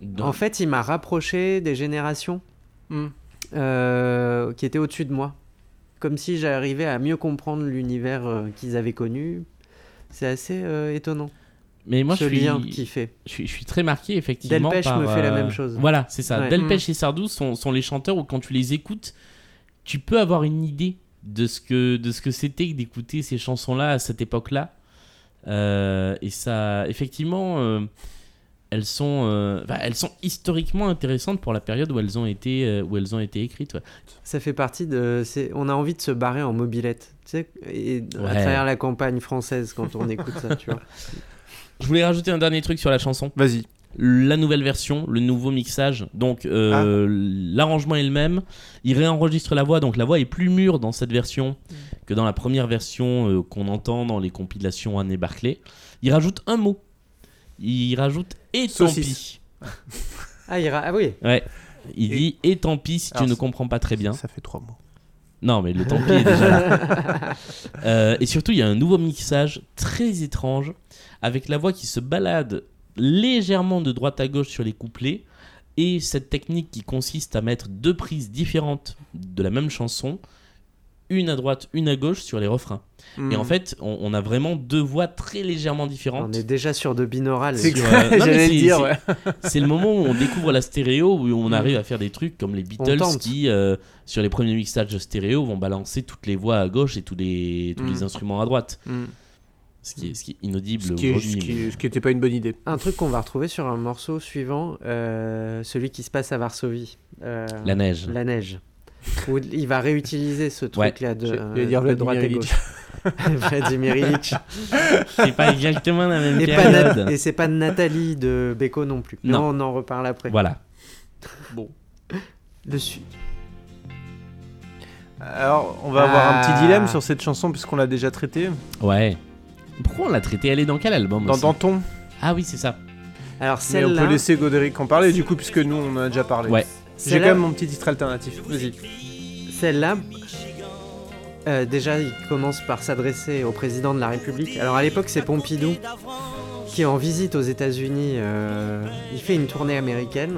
G: Dans-
I: en fait, il m'a rapproché des générations
H: Hmm.
I: euh, qui étaient au-dessus de moi. Comme si j'arrivais à mieux comprendre l'univers euh, qu'ils avaient connu. C'est assez euh, étonnant.
G: Mais moi
I: ce
G: je suis,
I: lien qu'il fait.
G: je suis, je suis très marqué effectivement.
I: Delpech
G: par,
I: me fait la
G: euh,
I: même chose.
G: Voilà, c'est ça.
I: Ouais.
G: Delpech et Sardou sont, sont les chanteurs où quand tu les écoutes, tu peux avoir une idée de ce que de ce que c'était que d'écouter ces chansons-là à cette époque-là. Euh, et ça, effectivement, euh, elles sont euh, enfin, elles sont historiquement intéressantes pour la période où elles ont été euh, où elles ont été écrites. ouais.
I: Ça fait partie de. c'est- On a envie de se barrer en mobilette. Tu sais, et
G: Ouais.
I: à travers la campagne française quand on écoute
G: [LAUGHS]
I: ça, tu vois.
G: Je voulais rajouter un dernier truc sur la chanson.
H: Vas-y.
G: la nouvelle version, le nouveau mixage. Donc
H: Ah.
G: euh, l'arrangement est le même. Il réenregistre la voix, donc la voix est plus mûre dans cette version
H: Mm.
G: que dans la première version euh, qu'on entend dans les compilations Anne et Barclay. Il rajoute un mot. Il rajoute et tant
H: Saucisse.
G: pis.
I: Ah, il ra- ah oui,
G: Ouais. Il
H: Et-
G: dit et tant pis si tu
H: Alors,
G: ne
H: c'est-
G: comprends pas très bien.
H: Ça fait trois mots.
G: Non, mais le tant pis est déjà là.
I: [LAUGHS]
G: Euh, et surtout, il y a un nouveau mixage très étrange avec la voix qui se balade légèrement de droite à gauche sur les couplets et cette technique qui consiste à mettre deux prises différentes de la même chanson, une à droite, une à gauche sur les refrains. Et en
H: Mm.
G: fait, on, on a vraiment deux voix très légèrement différentes.
I: Mm. on est déjà sur de binaural.
H: C'est
G: sur, euh,
H: clair,
G: non, mais
H: j'allais
G: c'est-
H: le dire,
G: c'est-
H: ouais.
G: [LAUGHS]
H: Mm.
G: C'est le moment où on découvre la stéréo, où on arrive à faire des trucs comme les Beatles
I: tente.
G: qui, euh, sur les premiers mixages stéréo, vont balancer toutes les voix à gauche et tous les, tous les
H: Mm.
G: instruments à droite.
H: Mm.
G: Ce qui est, ce qui est inaudible.
H: Ce qui est-
G: aujourd'hui,
H: ce qui
G: mais-
H: est- ce qui était pas une bonne idée.
I: Un truc qu'on va retrouver sur un morceau suivant, euh, celui qui se passe à Varsovie. Euh,
G: La neige.
I: La neige. Où il va réutiliser ce truc-là de,
H: J'ai-
I: euh,
H: j'allais dire
I: de
H: Vladimir
I: droite à
H: Ilitch.
I: gauche. [LAUGHS] Vladimir
G: [LAUGHS]
I: Ilitch.
G: C'est pas exactement la
H: [LAUGHS]
G: même
I: Et, pas Nat-
G: période.
I: et c'est pas Nathalie de Beko non plus. Mais
G: Non.
I: on en reparle après.
G: Voilà.
I: Le su-
H: Alors, on va avoir un petit
I: Ah.
H: dilemme sur cette chanson puisqu'on l'a déjà traitée.
G: Ouais. Pourquoi on l'a traitée Elle est dans quel album
H: Dans
G: aussi
H: Danton.
G: Ah oui, c'est ça.
I: Alors
H: Mais on
I: celle-là,
H: peut laisser Godéric en parler du coup puisque nous on en a déjà parlé.
G: Ouais.
H: J'ai
I: celle-là-
H: quand même mon petit titre alternatif. Vas-y.
I: Celle-là, euh, déjà, il commence par s'adresser au président de la République. Alors à l'époque, c'est Pompidou qui est en visite aux États-Unis. euh, il fait une tournée américaine.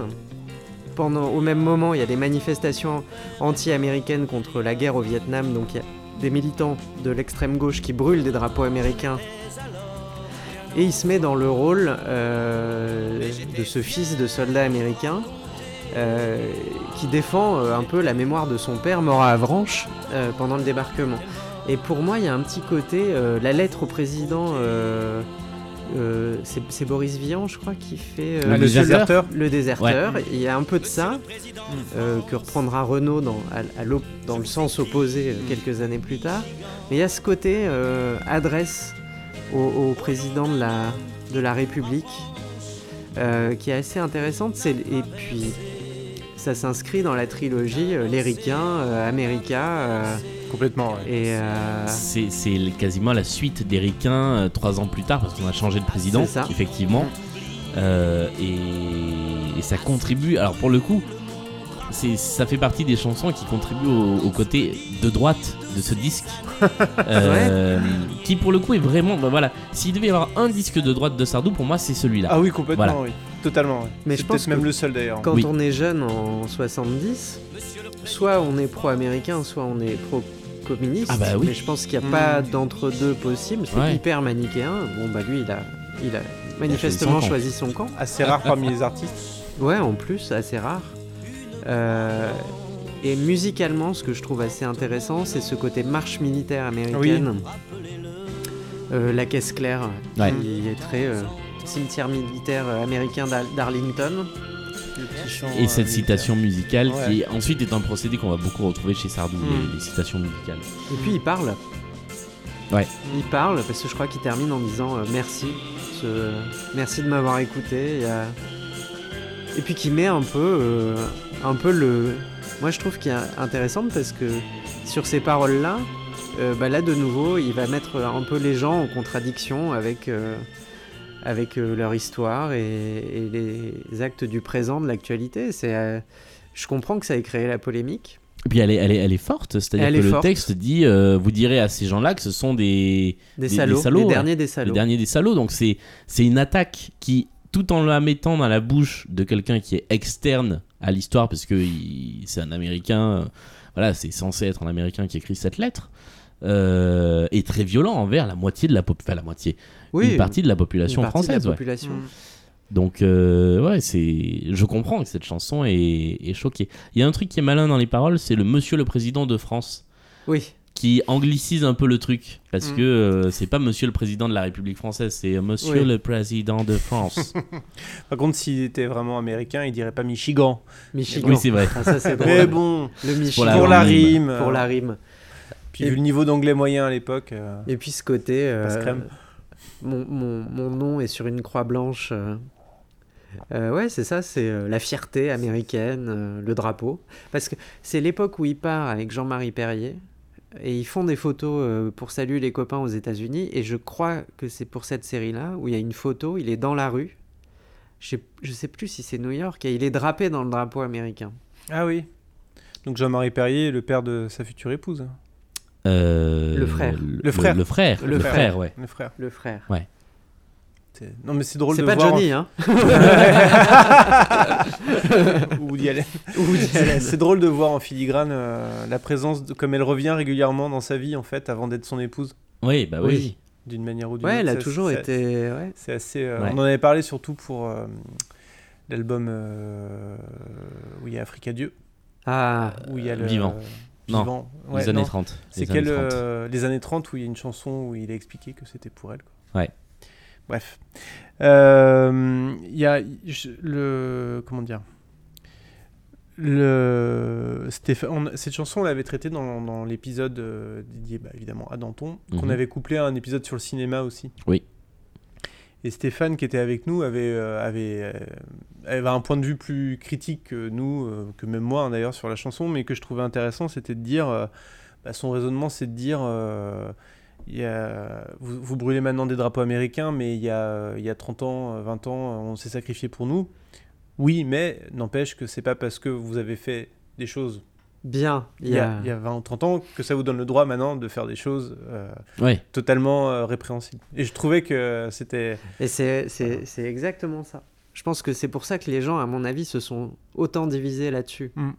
I: Pendant, au même moment, il y a des manifestations anti-américaines contre la guerre au Vietnam. Donc il y a des militants de l'extrême gauche qui brûlent des drapeaux américains. Et il se met dans le rôle euh, de ce fils de soldat américain euh, qui défend euh, un peu la mémoire de son père mort à Avranches euh, pendant le débarquement. Et pour moi, il y a un petit côté, euh, la lettre au président, euh, euh, c'est c'est Boris Vian, je crois, qui fait euh,
G: Ah, le déserteur
I: le déserteur. Il y a un peu de ça euh, que reprendra Renault dans, à- à l'op- dans le sens opposé euh, quelques années plus tard. Mais il y a ce côté euh, adresse au, au président de la, de la République euh, qui est assez intéressante. C'est- Et puis ça s'inscrit dans la trilogie euh, Les Ricains, euh, America euh,
H: Complètement, ouais.
I: et. euh,
G: C'est c'est le- quasiment la suite des Ricains euh, trois ans plus tard parce qu'on a changé de président,
I: C'est ça.
G: effectivement. Euh, et, et ça contribue. Alors pour le coup, c'est- ça fait partie des chansons qui contribuent au, au côté de droite de ce
I: [LAUGHS]
G: disque, Euh, qui pour le coup est vraiment. bah voilà, s'il devait y avoir un disque de droite de Sardou, pour moi c'est celui-là.
H: Ah oui, complètement,
G: Voilà.
H: oui. Totalement, oui.
I: Mais
H: C'est
I: je pense
H: peut-être même
I: que-
H: le seul d'ailleurs.
I: Quand
G: Oui.
I: on est jeune en 70, soit on est pro-américain, soit on est pro-communiste.
G: Ah bah oui.
I: Mais je pense qu'il n'y a
H: Mm.
I: pas d'entre-deux possible. C'est
G: Ouais.
I: hyper manichéen. Bon, bah lui, il a, il a manifestement
G: camp.
I: choisi son camp.
H: Assez rare parmi les artistes.
I: Ouais, en plus, assez rare. Euh, et musicalement, ce que je trouve assez intéressant, c'est ce côté marche militaire américaine. Euh, la caisse claire,
G: Ouais.
I: qui est très euh, cimetière militaire américain d'Ar- d'Arlington.
G: Et
H: euh,
G: cette citation musicale
H: Ouais.
G: qui ensuite est un procédé qu'on va beaucoup retrouver chez Sardou,
H: Mm.
I: Hmm.
G: les, les citations musicales.
I: Et puis il parle.
G: Ouais.
I: Il parle parce que je crois qu'il termine en disant euh, merci, ce- merci de m'avoir écouté. Il y a- Et puis qui met un peu, euh, un peu le. Moi je trouve qu'il est intéressant parce que sur ces paroles là, bah là de nouveau il va mettre un peu les gens en contradiction avec. euh, avec euh, leur histoire et, et les actes du présent, de l'actualité. C'est, euh, je comprends que ça ait créé la polémique.
G: Et puis elle est, elle est, elle est forte, c'est-à-dire
I: Elle
G: que
I: est
G: le
I: forte.
G: texte dit, euh, vous direz à ces gens-là que ce sont des,
I: Des,
G: Des- des
I: salauds,
G: salauds,
I: les
G: ouais.
I: derniers des salauds.
G: le dernier des salauds. Donc c'est c'est une attaque qui, tout en la mettant dans la bouche de quelqu'un qui est externe à l'histoire, parce que il- c'est un Américain, euh, voilà, c'est censé être un Américain qui écrit cette lettre, euh, est très violent envers la moitié de la population, la moitié, une partie de la
I: une
G: population
I: partie de la
G: française. ouais.
I: population.
G: Donc euh, ouais, c'est, je comprends que cette chanson est, est choquée. Il y a un truc qui est malin dans les paroles, c'est le Monsieur le Président de France
I: Oui,
G: qui anglicise un peu le truc parce
H: Mm.
G: que euh, c'est pas monsieur le président de la République française, c'est euh, monsieur
I: Oui.
G: le président de
H: [LAUGHS]
G: France.
H: Par contre, s'il était vraiment américain, il dirait pas Michigan.
I: Michigan.
G: oui, c'est vrai.
I: Ah, ça, c'est drôle.
H: Mais bon,
I: Le
G: Pour
I: Michigan.
G: la
H: pour la
G: rime.
H: rime.
I: Pour la rime.
H: Puis vu le niveau d'anglais moyen à l'époque. euh,
I: Et puis ce côté. euh,
H: Passe crème.
I: mon, mon- mon nom est sur une croix blanche. euh. Euh, ouais, c'est ça, c'est euh, la fierté américaine, euh, le drapeau. Parce que c'est l'époque où il part avec Jean-Marie Perrier. Et ils font des photos euh, pour saluer les copains aux États-Unis. Et je crois que c'est pour cette série-là où il y a une photo, il est dans la rue. Je sais- je sais plus si c'est New York. Et il est drapé dans le drapeau américain.
H: Ah oui. Donc Jean-Marie Perrier est le père de sa future épouse. hein,
G: Euh,
I: Le frère.
H: Le frère.
G: Le frère.
I: Le
G: Le
H: frère.
G: frère, ouais.
H: Le frère.
I: Le frère.
H: C'est- Non mais c'est drôle
I: C'est
H: de
I: pas
H: voir. [LAUGHS]
I: Johnny, hein
H: Woody
I: [LAUGHS]
H: Allen. C'est- C'est drôle de voir en filigrane euh, la présence, de- comme elle revient régulièrement dans sa vie en fait, avant d'être son épouse,
G: Oui, bah oui.
I: Oui.
H: d'une manière ou d'une
I: Ouais,
H: autre.
I: elle a
H: Ça,
I: toujours
H: ça-
I: été. ouais.
H: C'est assez. euh,
G: Ouais.
H: On en avait parlé surtout pour euh, l'album euh, où il y a Africa Dieu,
I: Ah,
H: où il y a le
G: Vivant. Non,
H: Vivant. Ouais,
G: les années
H: non.
G: 30.
H: C'est
G: les
H: quel
G: années 30.
H: euh, les années 30 où il y a une chanson où il a expliqué que c'était pour elle. quoi.
G: Ouais.
H: Bref, Euh, il y a je- le comment dire le Stéphane. on- cette chanson on l'avait traitée dans, dans l'épisode euh, dédié bah, évidemment à Danton qu'on
G: Mhm.
H: avait couplé à un épisode sur le cinéma aussi.
G: Oui.
H: Et Stéphane qui était avec nous avait euh, avait euh, avait un point de vue plus critique que nous euh, que même moi hein, d'ailleurs sur la chanson mais que je trouvais intéressant c'était de dire euh, bah, son raisonnement, c'est de dire euh, il y a- vous, vous brûlez maintenant des drapeaux américains, mais il y a, il y a 30 ans, euh, 20 ans, on s'est sacrifié pour nous. Oui, mais n'empêche que c'est pas parce que vous avez fait des choses
I: bien.
H: il y, a, il y a 20 ou 30 ans que ça vous donne le droit maintenant de faire des choses euh,
G: Ouais.
H: totalement euh, répréhensibles. Et je trouvais que c'était.
I: Et c'est- c'est c'est exactement ça. Je pense que c'est pour ça que les gens, à mon avis, se sont autant divisés là-dessus.
H: Mm.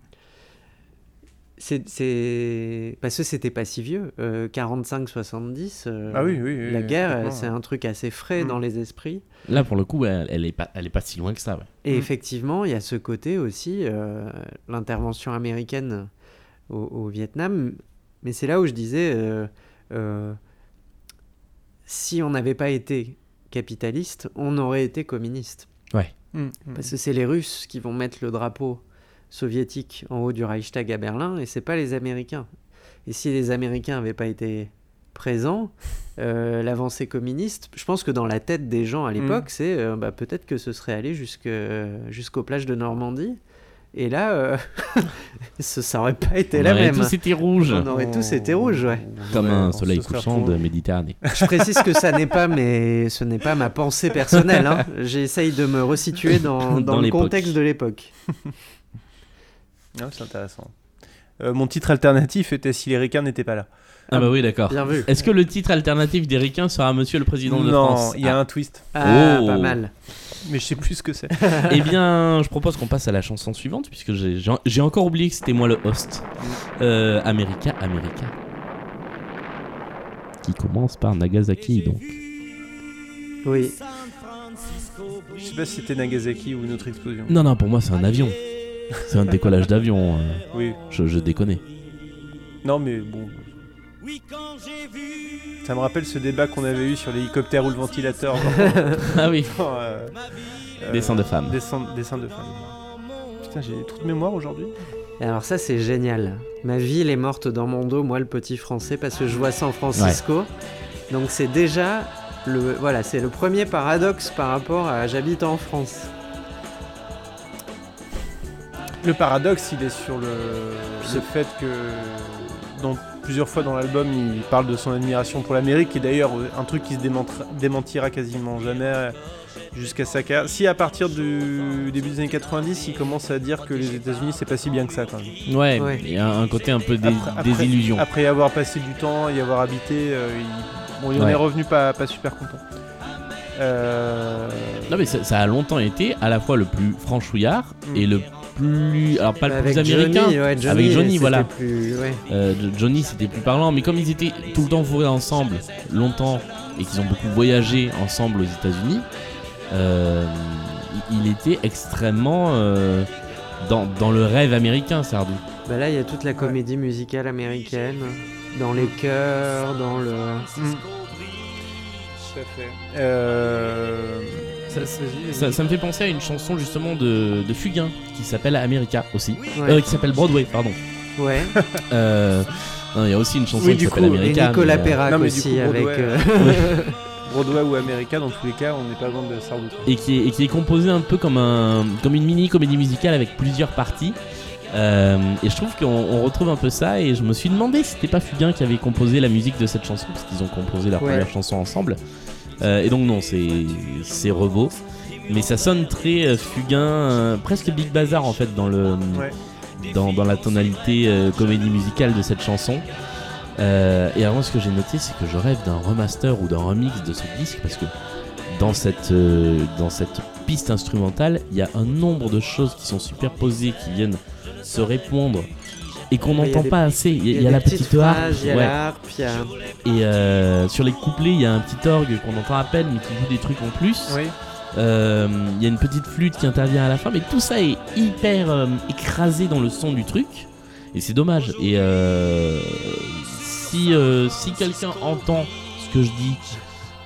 I: c'est- c'est parce que c'était pas si vieux. euh, 45-70, euh,
H: Ah oui, oui, oui,
I: la guerre, euh,
H: complètement,
I: c'est
H: ouais.
I: un truc assez frais
H: Mm.
I: dans les esprits.
G: Là, pour le coup, elle, elle est pas, elle est pas si loin que ça. ouais.
I: Et
H: Mhm.
I: effectivement, il y a ce côté aussi, euh, l'intervention américaine au, au Vietnam. Mais c'est là où je disais, euh, euh, si on n'avait pas été capitaliste, on aurait été communiste.
H: Mm, mm.
I: Parce que c'est les Russes qui vont mettre le drapeau soviétique en haut du Reichstag à Berlin, et c'est pas les Américains. Et si les Américains n'avaient pas été présents, euh, l'avancée communiste, je pense que dans la tête des
G: Mm.
I: gens à l'époque, c'est euh, bah, peut-être que ce serait allé jusque, jusqu'aux plages de Normandie. Et là, euh, [LAUGHS] ce, ça aurait pas été
G: On
I: la
G: aurait
I: même.
G: tous été rouges,
I: On aurait tous été
G: [LAUGHS]
I: rouges, ouais.
G: comme un
H: Oh on se
G: soleil
H: serait
G: couchant de
H: retrouvé.
G: Méditerranée.
I: Je précise que ça n'est pas, mais ce n'est pas ma pensée
G: [LAUGHS]
I: personnelle. hein. J'essaye de me resituer dans, dans
G: Dans
I: le
G: l'époque.
I: contexte de l'époque.
H: Ah, c'est intéressant. Euh, mon titre alternatif était Si les Ricains n'étaient pas là.
G: Ah bah oui,
H: [LAUGHS]
G: d'accord.
I: Bien vu.
G: Est-ce que le titre alternatif des Ricains sera Monsieur le Président de
H: non,
G: France
H: il y a un twist,
I: Ah,
G: Oh.
I: pas mal.
H: mais je sais plus ce que c'est.
G: Ah, Eh bien, je propose qu'on passe à la chanson suivante, puisque j'ai- j'ai j'ai encore oublié que c'était moi le host. Euh, America, America. Qui commence par Nagasaki, donc.
I: Oui.
H: Je sais pas si c'était Nagasaki ou une autre explosion.
G: Non, non, pour moi, c'est un avion. C'est un décollage d'avion. euh,
H: Oui.
G: je, je déconne.
H: Non, mais bon. Ça me rappelle ce débat qu'on avait eu sur l'hélicoptère ou le ventilateur.
G: Ah oui.
H: dans, euh, euh,
G: Dessin de femme.
H: Dessin, dessin de femme. Putain, j'ai trop de mémoire aujourd'hui.
I: Alors ça, c'est génial. Ma ville est morte dans mon dos, moi le petit français, parce que je vois San Francisco. Donc c'est déjà le, voilà, c'est le premier paradoxe par rapport à j'habite en France.
H: Le paradoxe, il est sur le,
I: Ce-
H: le fait que dans, plusieurs fois dans l'album, il parle de son admiration pour l'Amérique, qui est d'ailleurs euh, un truc qui se démentera- démentira quasiment jamais euh, jusqu'à sa carrière. Si à partir du début des années 90, il commence à dire que les États-Unis, c'est pas si bien que ça quand même.
G: Ouais,
I: Ouais.
G: il y a un côté un peu dé-
H: Après- après-
G: désillusion.
H: Après y avoir passé du temps, y avoir habité, euh, il, bon, il en
G: Ouais.
H: est revenu pas, pas super content. Euh,
G: Non, mais ça, ça a longtemps été à la fois le plus franchouillard
H: Mm.
G: et le plus. Alors, pas le plus américain.
I: Johnny, ouais, Johnny,
G: Avec Johnny,
I: c'était
G: voilà.
I: plus- ouais.
G: Euh, Jo- Johnny c'était plus parlant, mais comme ils étaient tout le temps fourrés ensemble, longtemps, et qu'ils ont beaucoup voyagé ensemble aux États-Unis, euh, il il était extrêmement euh, dans, dans le rêve américain, Sardou.
I: Bah là, il y a toute la comédie musicale américaine, dans les chœurs, dans le.
H: euh,
G: Ça, Ça, ça me fait penser à une chanson justement de, de Fugain qui s'appelle America aussi,
I: Ouais.
G: Euh, qui s'appelle Broadway, pardon.
I: ouais.
G: Euh, non, il y a aussi une chanson
I: Oui,
G: qui
I: du coup,
G: s'appelle
I: et
G: America.
I: Nicolas
G: mais, euh,
I: Perrac
H: Non, mais du
I: aussi
H: coup,
I: avec.
H: Broadway,
I: euh, [LAUGHS]
H: Broadway ou America, dans tous les cas, on n'est pas loin de Sardou.
G: et qui est, et qui est composé un peu comme, un, comme une mini comédie musicale avec plusieurs parties. Euh, et je trouve qu'on on retrouve un peu ça et je me suis demandé si c'était pas Fugain qui avait composé la musique de cette chanson parce qu'ils ont composé leur
I: Ouais.
G: première chanson ensemble. Euh, et donc non, c'est c'est Revo, mais ça sonne très euh, Fugain, euh, presque Big Bazar en fait dans le
H: Ouais.
G: dans, dans la tonalité euh, comédie musicale de cette chanson. Euh, et alors ce que j'ai noté, c'est que je rêve d'un remaster ou d'un remix de ce disque parce que dans cette, euh, dans cette piste instrumentale, il y a un nombre de choses qui sont superposées, qui viennent se répondre et qu'on
I: Il y a
G: n'entend
I: des-
G: pas assez. Il y a- il y a
I: des
G: la
I: petites
G: petite harpe,
I: phrases, Il y a
G: ouais.
I: la harpe, il y a.
G: et euh, sur les couplets, il y a un petit orgue qu'on entend à peine mais qui joue des trucs en plus.
H: Oui.
G: Euh, Il y a une petite flûte qui intervient à la fin, mais tout ça est hyper euh, écrasé dans le son du truc. Et c'est dommage. Et euh, si, euh, si quelqu'un entend ce que je dis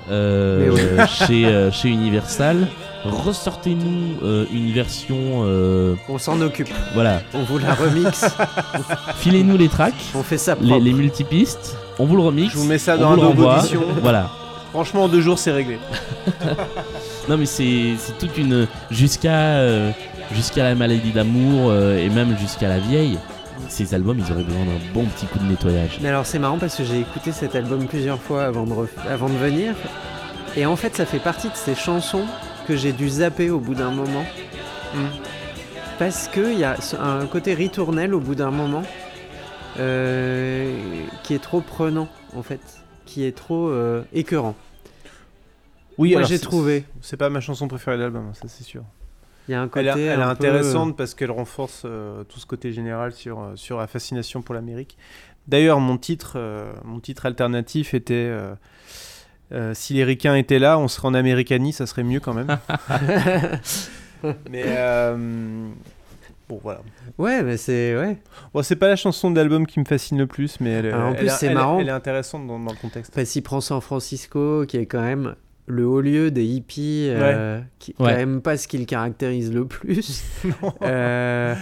G: euh,
I: Mais
G: [LAUGHS]
I: ouais.
G: chez, euh, chez Universal, ressortez-nous euh, une version. euh,
I: On s'en occupe.
G: voilà,
I: On vous la remixe.
G: filez-nous les tracks,
I: on fait ça propre.
G: les, les multipistes, on vous le remixe.
H: Je vous mets ça
G: on
H: dans
G: vous
H: un
G: le
H: Adobe
G: renvoie.
H: Audition.
G: Voilà.
H: Franchement, en deux jours, c'est réglé.
G: Non mais c'est c'est toute une jusqu'à euh, jusqu'à la maladie d'amour euh, et même jusqu'à la vieille. Ces albums, ils auraient besoin d'un bon petit coup de nettoyage.
I: Mais alors c'est marrant parce que j'ai écouté cet album plusieurs fois avant de, ref- avant de venir. Et en fait ça fait partie de ces chansons que j'ai dû zapper au bout d'un moment.
H: Hmm.
I: Parce qu'il y a ce- un côté ritournel au bout d'un moment euh, qui est trop prenant en fait. Qui est trop euh, écœurant.
H: Oui,
I: Moi
H: alors,
I: j'ai
H: c'est-
I: trouvé.
H: C'est pas ma chanson préférée de l'album, ça c'est sûr.
I: Il Il y a un
H: Elle,
I: côté
H: est- elle est
I: un peu-
H: intéressante parce qu'elle renforce euh, tout ce côté général sur, euh, sur la fascination pour l'Amérique. D'ailleurs, mon titre, euh, mon titre alternatif était euh, euh, Si les Ricains étaient là, on serait en Américanie, ça serait mieux quand
I: [LAUGHS]
H: même. Mais euh, bon, voilà.
I: euh, Ouais, mais c'est ouais.
H: Bon, c'est pas la chanson d'album qui me fascine le plus, mais elle, est-
I: Ah, en
H: elle
I: plus,
H: est-
I: c'est
H: elle est-
I: marrant.
H: Elle est intéressante dans, dans le contexte.
I: Enfin, s'il prend San Francisco, qui est quand même le haut lieu des hippies, euh, qui est quand
G: Ouais.
I: même pas ce qui le caractérise
G: [LAUGHS]
I: le plus. Euh,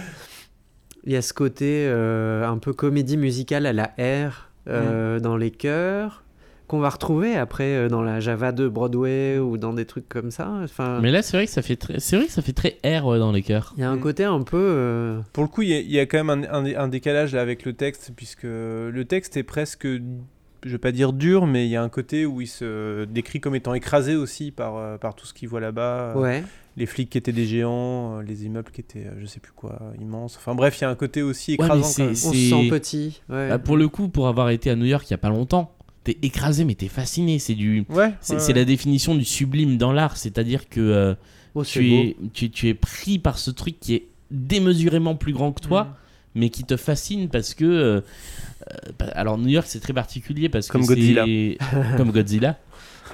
I: Il y a ce côté euh, un peu comédie musicale à la R euh,
G: Mm.
I: dans les chœurs, qu'on va retrouver après euh, dans la Java de Broadway ou dans des trucs comme ça. Enfin,
G: Mais là, c'est vrai que ça fait très, c'est vrai que ça fait très air ouais, dans les cœurs.
I: il y a un côté un peu. euh,
H: Pour le coup, il y, a- il y a quand même un, un- un décalage là avec le texte, puisque le texte est presque, je vais pas dire dur, mais il y a un côté où il se décrit comme étant écrasé aussi par, euh, par tout ce qu'il voit
G: Ah.
H: là-bas.
I: Ouais.
H: Les flics qui étaient des géants, euh, les immeubles qui étaient, euh, je sais plus quoi, immenses. Enfin bref, il y a un côté aussi
G: Ouais, mais
H: écrasant.
G: c'est-
H: quand même.
I: On se sent petit. ouais.
G: Bah, pour le coup, pour avoir été à New York il y a pas longtemps, t'es écrasé mais t'es fasciné. C'est du,
H: Ouais,
G: c'est,
H: ouais,
G: c'est
H: ouais.
G: la définition du sublime dans l'art, c'est-à-dire que euh,
I: Oh, c'est
G: tu
I: beau.
G: es, tu, tu es pris par ce truc qui est démesurément plus grand que toi, mais qui te fascine parce que. euh, euh, bah, alors, New York, c'est très particulier parce
H: Comme
G: que.
H: Godzilla.
G: c'est- [LAUGHS] Comme Godzilla.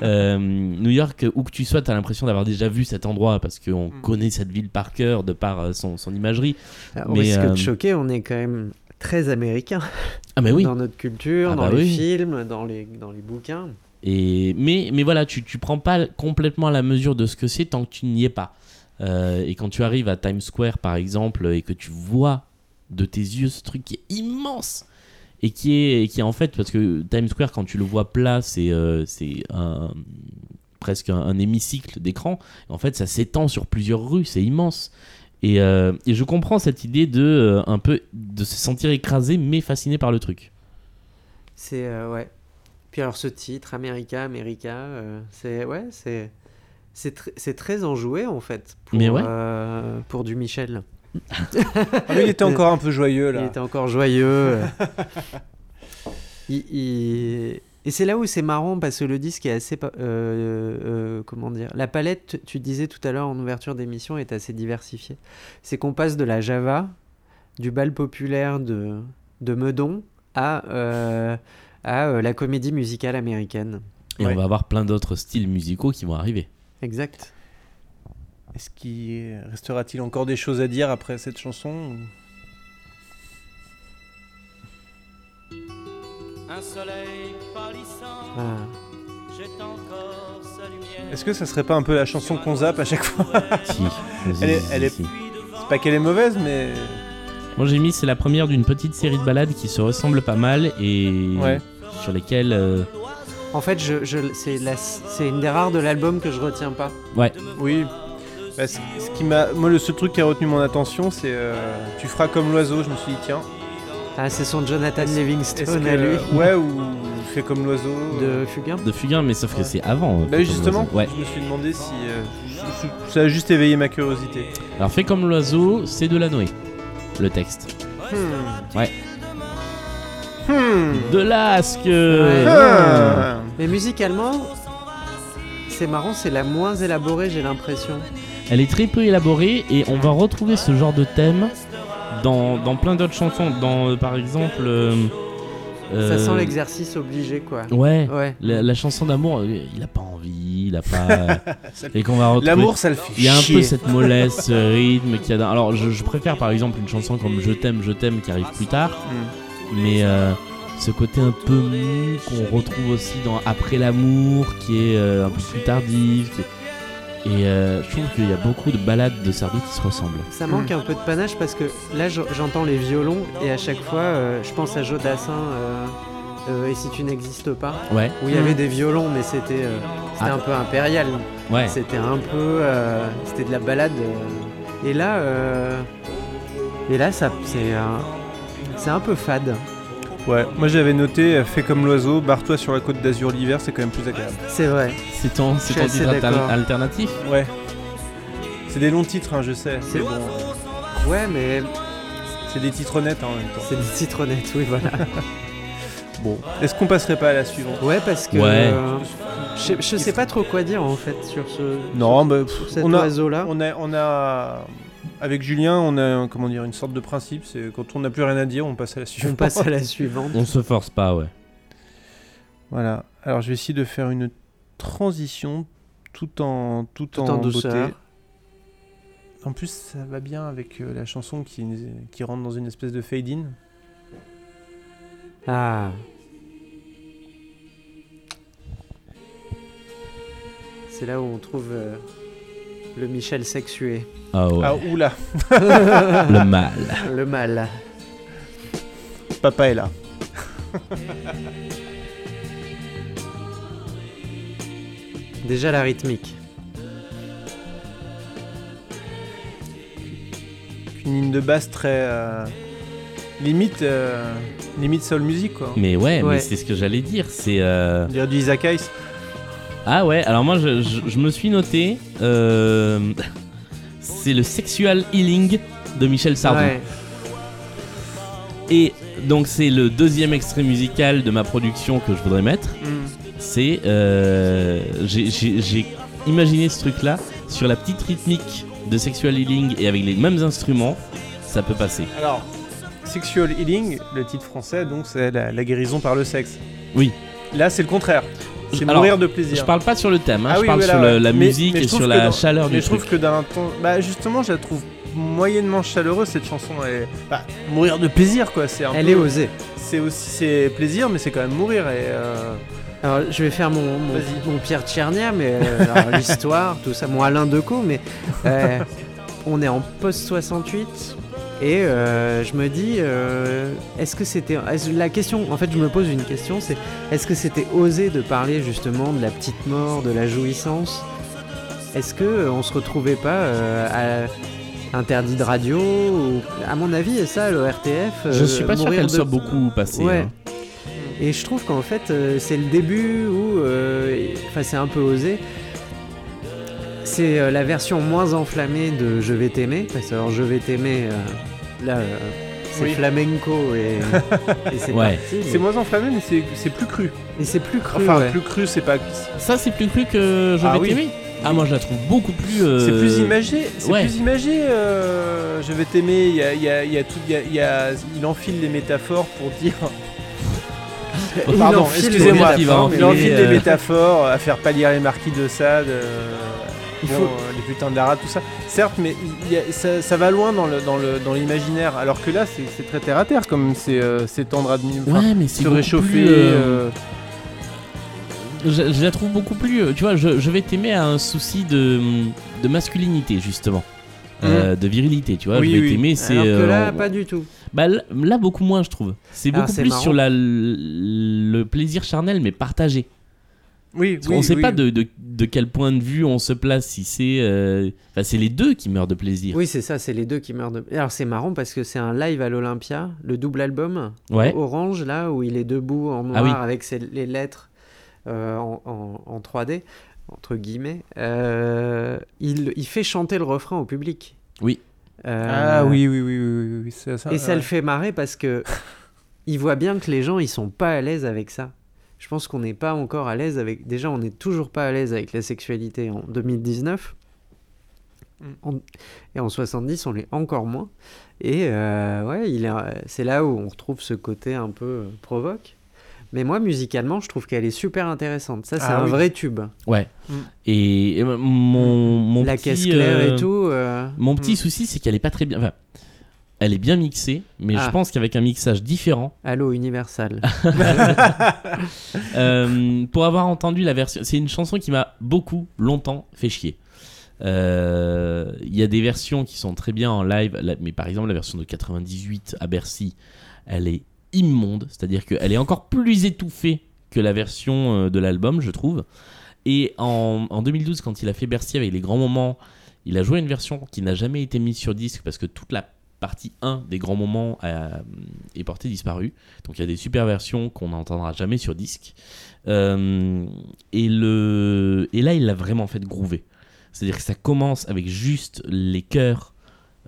G: Euh, New York, où que tu sois, tu as l'impression d'avoir déjà vu cet endroit parce qu'on
H: Mm.
G: connaît cette ville par cœur de par euh, son, son imagerie.
I: Alors, Ah, on
G: mais,
I: risque
G: euh,
I: de choquer, on est quand même très américain.
G: Ah, mais oui.
I: dans notre culture,
G: Ah
I: dans
G: bah
I: les
G: oui.
I: films, dans les, dans les bouquins.
G: Et, mais, mais voilà, tu, tu prends pas complètement la mesure de ce que c'est tant que tu n'y es pas. Euh, et quand tu arrives à Times Square, par exemple, et que tu vois de tes yeux ce truc qui est immense, et qui est, et qui est en fait, parce que Times Square, quand tu le vois plat, c'est euh, c'est un- presque un, un hémicycle d'écran. En fait, ça s'étend sur plusieurs rues, c'est immense. Et, euh, et je comprends cette idée de euh, un peu de se sentir écrasé mais fasciné par le truc.
I: C'est euh, ouais. Puis alors ce titre, America, America, euh, c'est ouais, c'est c'est tr- c'est très enjoué en fait pour
G: Mais ouais.
I: euh, pour du Michel.
H: Ah, mais il
I: [LAUGHS]
H: était encore un peu joyeux
I: Il
H: là.
I: était encore
H: [LAUGHS]
I: joyeux. euh. Il- il- Et c'est là où c'est marrant parce que le disque est assez pa- euh, euh, comment dire la palette tu- tu disais tout à l'heure en ouverture d'émission est assez diversifiée. C'est qu'on passe de la Java du bal populaire de de Meudon à euh, à euh, la comédie musicale américaine.
G: Et
H: Ouais.
G: on va avoir plein d'autres styles musicaux qui vont arriver.
I: Exact.
H: Est-ce qu'il restera-t-il encore des choses à dire après cette chanson ou-
J: Un soleil pâlissant
I: Ah.
J: jette encore sa lumière.
H: Est-ce que ça serait pas un peu la chanson qu'on zappe à chaque fois [LAUGHS]
G: Si, si,
H: Elle est-
G: si,
H: elle
G: si,
H: est-
G: si.
H: C'est pas qu'elle est mauvaise, mais
G: Moi j'ai mis c'est la première d'une petite série de balades qui se ressemblent pas mal et
H: Ouais.
G: sur lesquelles euh,
I: En fait, je, je- c'est la- c'est une des rares de l'album que je retiens pas.
H: Oui. Bah, ce, ce qui m'a, moi, le seul truc qui a retenu mon attention, c'est euh, tu feras comme l'oiseau. Je me suis dit tiens,
I: Ah, c'est son Jonathan
H: Est-ce- est-ce
I: Livingston
H: que-
I: à lui
H: ouais ou fais comme l'oiseau euh.
I: de Fugain.
G: de Fugain, mais sauf que c'est avant. euh,
H: Bah
G: Fais
H: oui,
G: comme
H: justement,
G: l'oiseau. Ouais.
H: je me suis demandé si euh, je- je- ça a juste éveillé ma curiosité.
G: Alors fait comme l'oiseau, c'est de la Noé. Le texte. Ouais.
H: Hmm.
G: De l'asque.
H: Ah.
I: Mais musicalement, c'est marrant, c'est la moins élaborée, j'ai l'impression.
G: Elle est très peu élaborée et on va retrouver ce genre de thème dans, dans plein d'autres chansons. Dans euh, par exemple. euh,
I: Ça
G: euh,
I: sent l'exercice obligé, quoi.
G: Ouais.
I: Ouais.
G: La, la chanson d'amour, euh, il a pas envie, il a
H: [LAUGHS]
G: pas.
H: Ça-
G: et qu'on va retrouver.
H: L'amour, ça le fait
G: Il y a un
H: chier.
G: peu cette mollesse, ce rythme qu'il y a dans... Alors, je, je préfère par exemple une chanson comme Je t'aime, je t'aime qui arrive plus tard,
H: Hmm.
G: mais euh, ce côté un peu mou qu'on retrouve aussi dans Après l'amour, qui est euh, un peu plus tardive. qui est- Et euh, je trouve qu'il y a beaucoup de balades de Sardou qui se ressemblent.
I: Ça manque un peu de panache parce que là, je- j'entends les violons et à chaque fois, euh, je pense à Joe Dassin euh, euh, et si tu n'existes pas,
G: Ouais,
I: où il y avait des violons, mais c'était euh, c'était
G: Mm. Ah.
I: un peu impérial.
G: ouais.
I: C'était un peu, euh, c'était de la balade. euh. et là, euh, et là, ça, c'est un, c'est un peu fade.
H: Ouais, moi j'avais noté euh, fais comme l'oiseau, barre-toi sur la côte d'Azur l'hiver, c'est quand même plus agréable.
I: C'est vrai.
G: C'est ton, c'est
I: Je suis
G: ton
I: assez
G: titre alter-
I: d'accord.
G: alternatif
H: Ouais. C'est des longs titres, hein, je sais. C'est bon.
I: Ouais, mais
H: C'est des titres honnêtes hein, en même temps.
I: [LAUGHS] c'est des citronnette, oui, voilà.
H: Bon, est-ce qu'on passerait pas à la suivante
I: Ouais, parce que.
G: Ouais.
I: euh, je sais- je sais pas trop quoi dire en fait sur ce.
H: Non, bah, pff,
I: sur cet
H: on a,
I: oiseau-là.
H: on a, on a, avec Julien, on a, un- comment dire, une sorte de principe, c'est quand on n'a plus rien à dire, on passe à la suivante.
I: On passe à la suivante.
G: On se force pas, ouais.
H: [LAUGHS] Voilà. Alors, je vais essayer de faire une transition tout en, tout,
I: Tout
H: en,
I: en
H: beauté.
I: douceur.
H: En plus, ça va bien avec euh, la chanson qui, qui rentre dans une espèce de fade-in.
I: Ah. C'est là où on trouve euh, le Michel sexué,
G: Ah ouais.
H: Ah, oula,
G: Le mal.
I: le mal.
H: papa est là.
I: Déjà la rythmique.
H: Une ligne de basse très. euh, limite. euh, limite soul music, quoi.
G: Mais ouais, mais
I: Ouais.
G: c'est ce que j'allais dire. C'est. euh,
H: On dirait du Isaac Hayes.
G: Ah ouais, alors moi je, je- je me suis noté. euh, [LAUGHS] C'est le Sexual Healing de Michel Sardou.
I: Ouais.
G: Et donc c'est le deuxième extrait musical de ma production que je voudrais mettre.
I: Mm.
G: C'est euh, j'ai- j'ai j'ai imaginé ce truc là sur la petite rythmique de Sexual Healing et avec les mêmes instruments, ça peut passer.
H: Alors, Sexual Healing, le titre français, donc c'est la, la guérison par le sexe.
G: Oui.
H: Là, c'est le contraire. C'est
G: Alors,
H: mourir de plaisir.
G: Je parle pas sur le thème, hein,
H: Ah
G: je
H: oui,
G: parle
H: oui, là,
G: sur le-
H: ouais.
G: la
H: Mais-
G: musique
H: mais je
G: et
H: trouve
G: sur
H: que
G: la
H: dans-
G: chaleur
H: Mais
G: du
H: je trouve
G: truc.
H: que d'un ton. Bah, justement, je la trouve moyennement chaleureuse cette chanson. Et... Bah, mourir de plaisir, quoi. C'est un
I: Elle
H: peu-
I: est osée.
H: C'est aussi c'est plaisir, mais c'est quand même mourir. Et, euh,
I: Alors je vais faire mon, mon,
H: Vas-y.
I: mon Pierre Tchernia, mais euh, alors, l'histoire, tout ça, mon Alain Decaux, mais euh, on est en post 68 et euh, je me dis, euh, est-ce que c'était est-ce- la question En fait, je me pose une question, c'est est-ce que c'était osé de parler justement de la petite mort, de la jouissance Est-ce que euh, on se retrouvait pas euh, à interdit de radio ou- À mon avis, et ça, le RTF.
G: Je suis
H: euh,
G: pas sûr
I: euh, mourir
G: qu'elle
I: de-
G: soit beaucoup passée.
I: Ouais.
G: hein.
I: Et je trouve qu'en fait, euh, c'est le début où. euh, Enfin, c'est un peu osé. C'est euh, la version moins enflammée de Je vais t'aimer. Parce que, alors, Je vais t'aimer, euh, là, euh, c'est
H: Oui. [LAUGHS]
I: flamenco et, et c'est
G: Ouais.
I: parti,
H: C'est
I: mais-
H: moins enflammé, mais c'est c'est plus cru.
I: Et c'est plus cru.
H: Enfin,
I: ouais.
H: plus cru, c'est pas.
G: Ça c'est plus cru que je
H: Ah
G: vais
H: oui.
G: t'aimer. Ah moi je la trouve beaucoup plus. euh,
H: C'est plus imagé, c'est
G: ouais.
H: plus imagé. euh, je vais t'aimer. Il y a, il y a- il y a tout, il y a- il y a- il enfile les métaphores pour
G: [LAUGHS]
H: dire.
I: Il
H: Pardon,
I: enfile les
H: excusez-moi.
G: métaphores, mais
H: Il enfile
G: euh,
H: des métaphores à faire pâlir les marquis de Sade, euh,
I: Il
H: bon,
I: faut-
H: euh, les putains de la rate, tout ça. Certes, mais il y a- ça, ça va loin dans le dans le dans l'imaginaire. Alors que là, c'est c'est très terre à terre, comme c'est euh, c'est tendre à demi. enfin,
G: Ouais, mais c'est
H: se
G: beaucoup
H: réchauffer.
G: plus, euh,
H: euh,
G: Je, je la trouve beaucoup plus. euh, Tu vois, je, je vais t'aimer à un souci de, de masculinité, justement. Euh, de virilité, tu vois.
H: Hum. Oui,
G: je vais
H: oui.
G: t'aimer, c'est.
I: Alors que
G: euh,
I: là,
G: on-
I: pas du tout.
G: bah, là- là, beaucoup moins, je trouve. C'est
I: Ah,
G: beaucoup
I: c'est
G: plus
I: marrant.
G: sur la, le le plaisir charnel, mais partagé.
H: Oui,
G: on
H: oui,
G: sait
H: oui.
G: pas de, de, de quel point de vue on se place, si c'est. euh, Enfin, c'est les deux qui meurent de plaisir.
I: Oui, c'est ça, c'est les deux qui meurent de. Alors, c'est marrant parce que c'est un live à l'Olympia, le double album.
G: Ouais.
I: orange là où il est debout en noir
G: Ah oui.
I: avec ses- les lettres euh, en, en- en 3D entre guillemets euh, il, il fait chanter le refrain au public
G: Oui.
I: Euh,
H: Ah oui, oui, oui, oui, oui, oui, c'est ça. euh,
I: et ça
H: Ah, ouais.
I: le fait marrer parce
H: [LAUGHS]
I: que il voit bien que les gens ils sont pas à l'aise avec ça je pense qu'on n'est pas encore à l'aise avec déjà on n'est toujours pas à l'aise avec la sexualité en 2019
H: Mm.
I: En- et en 70 on l'est encore moins et euh, ouais, il est- euh, c'est là où on retrouve ce côté un peu euh, provoque. Mais moi, musicalement, je trouve qu'elle est super intéressante. Ça, c'est
H: Ah
I: un
H: oui.
I: vrai tube.
G: Ouais.
H: Mm.
G: Et, et mon, mon
I: Mm. La
G: petit,
I: caisse claire
G: euh,
I: et tout. euh,
G: Mon petit
H: Mm.
G: souci, c'est qu'elle est pas très bien. Enfin, elle est bien mixée, mais je
I: Ah.
G: pense qu'avec un mixage différent, [LAUGHS]
I: Allô, Universal.
G: Euh, pour avoir entendu la version, c'est une chanson qui m'a beaucoup longtemps fait chier. Euh, Il y a des versions qui sont très bien en live, la- mais par exemple la version de 98 à Bercy, elle est immonde, c'est-à-dire qu'elle est encore plus étouffée que la version euh, de l'album, je trouve. Et en, en 2012, quand il a fait Bercy avec les grands moments, il a joué une version qui n'a jamais été mise sur disque parce que toute la partie 1 des grands moments a- est portée disparue. Donc il y a des super versions qu'on n'entendra jamais sur disque. Euh, et, le, et là, il l'a vraiment fait groover. C'est-à-dire que ça commence avec juste les chœurs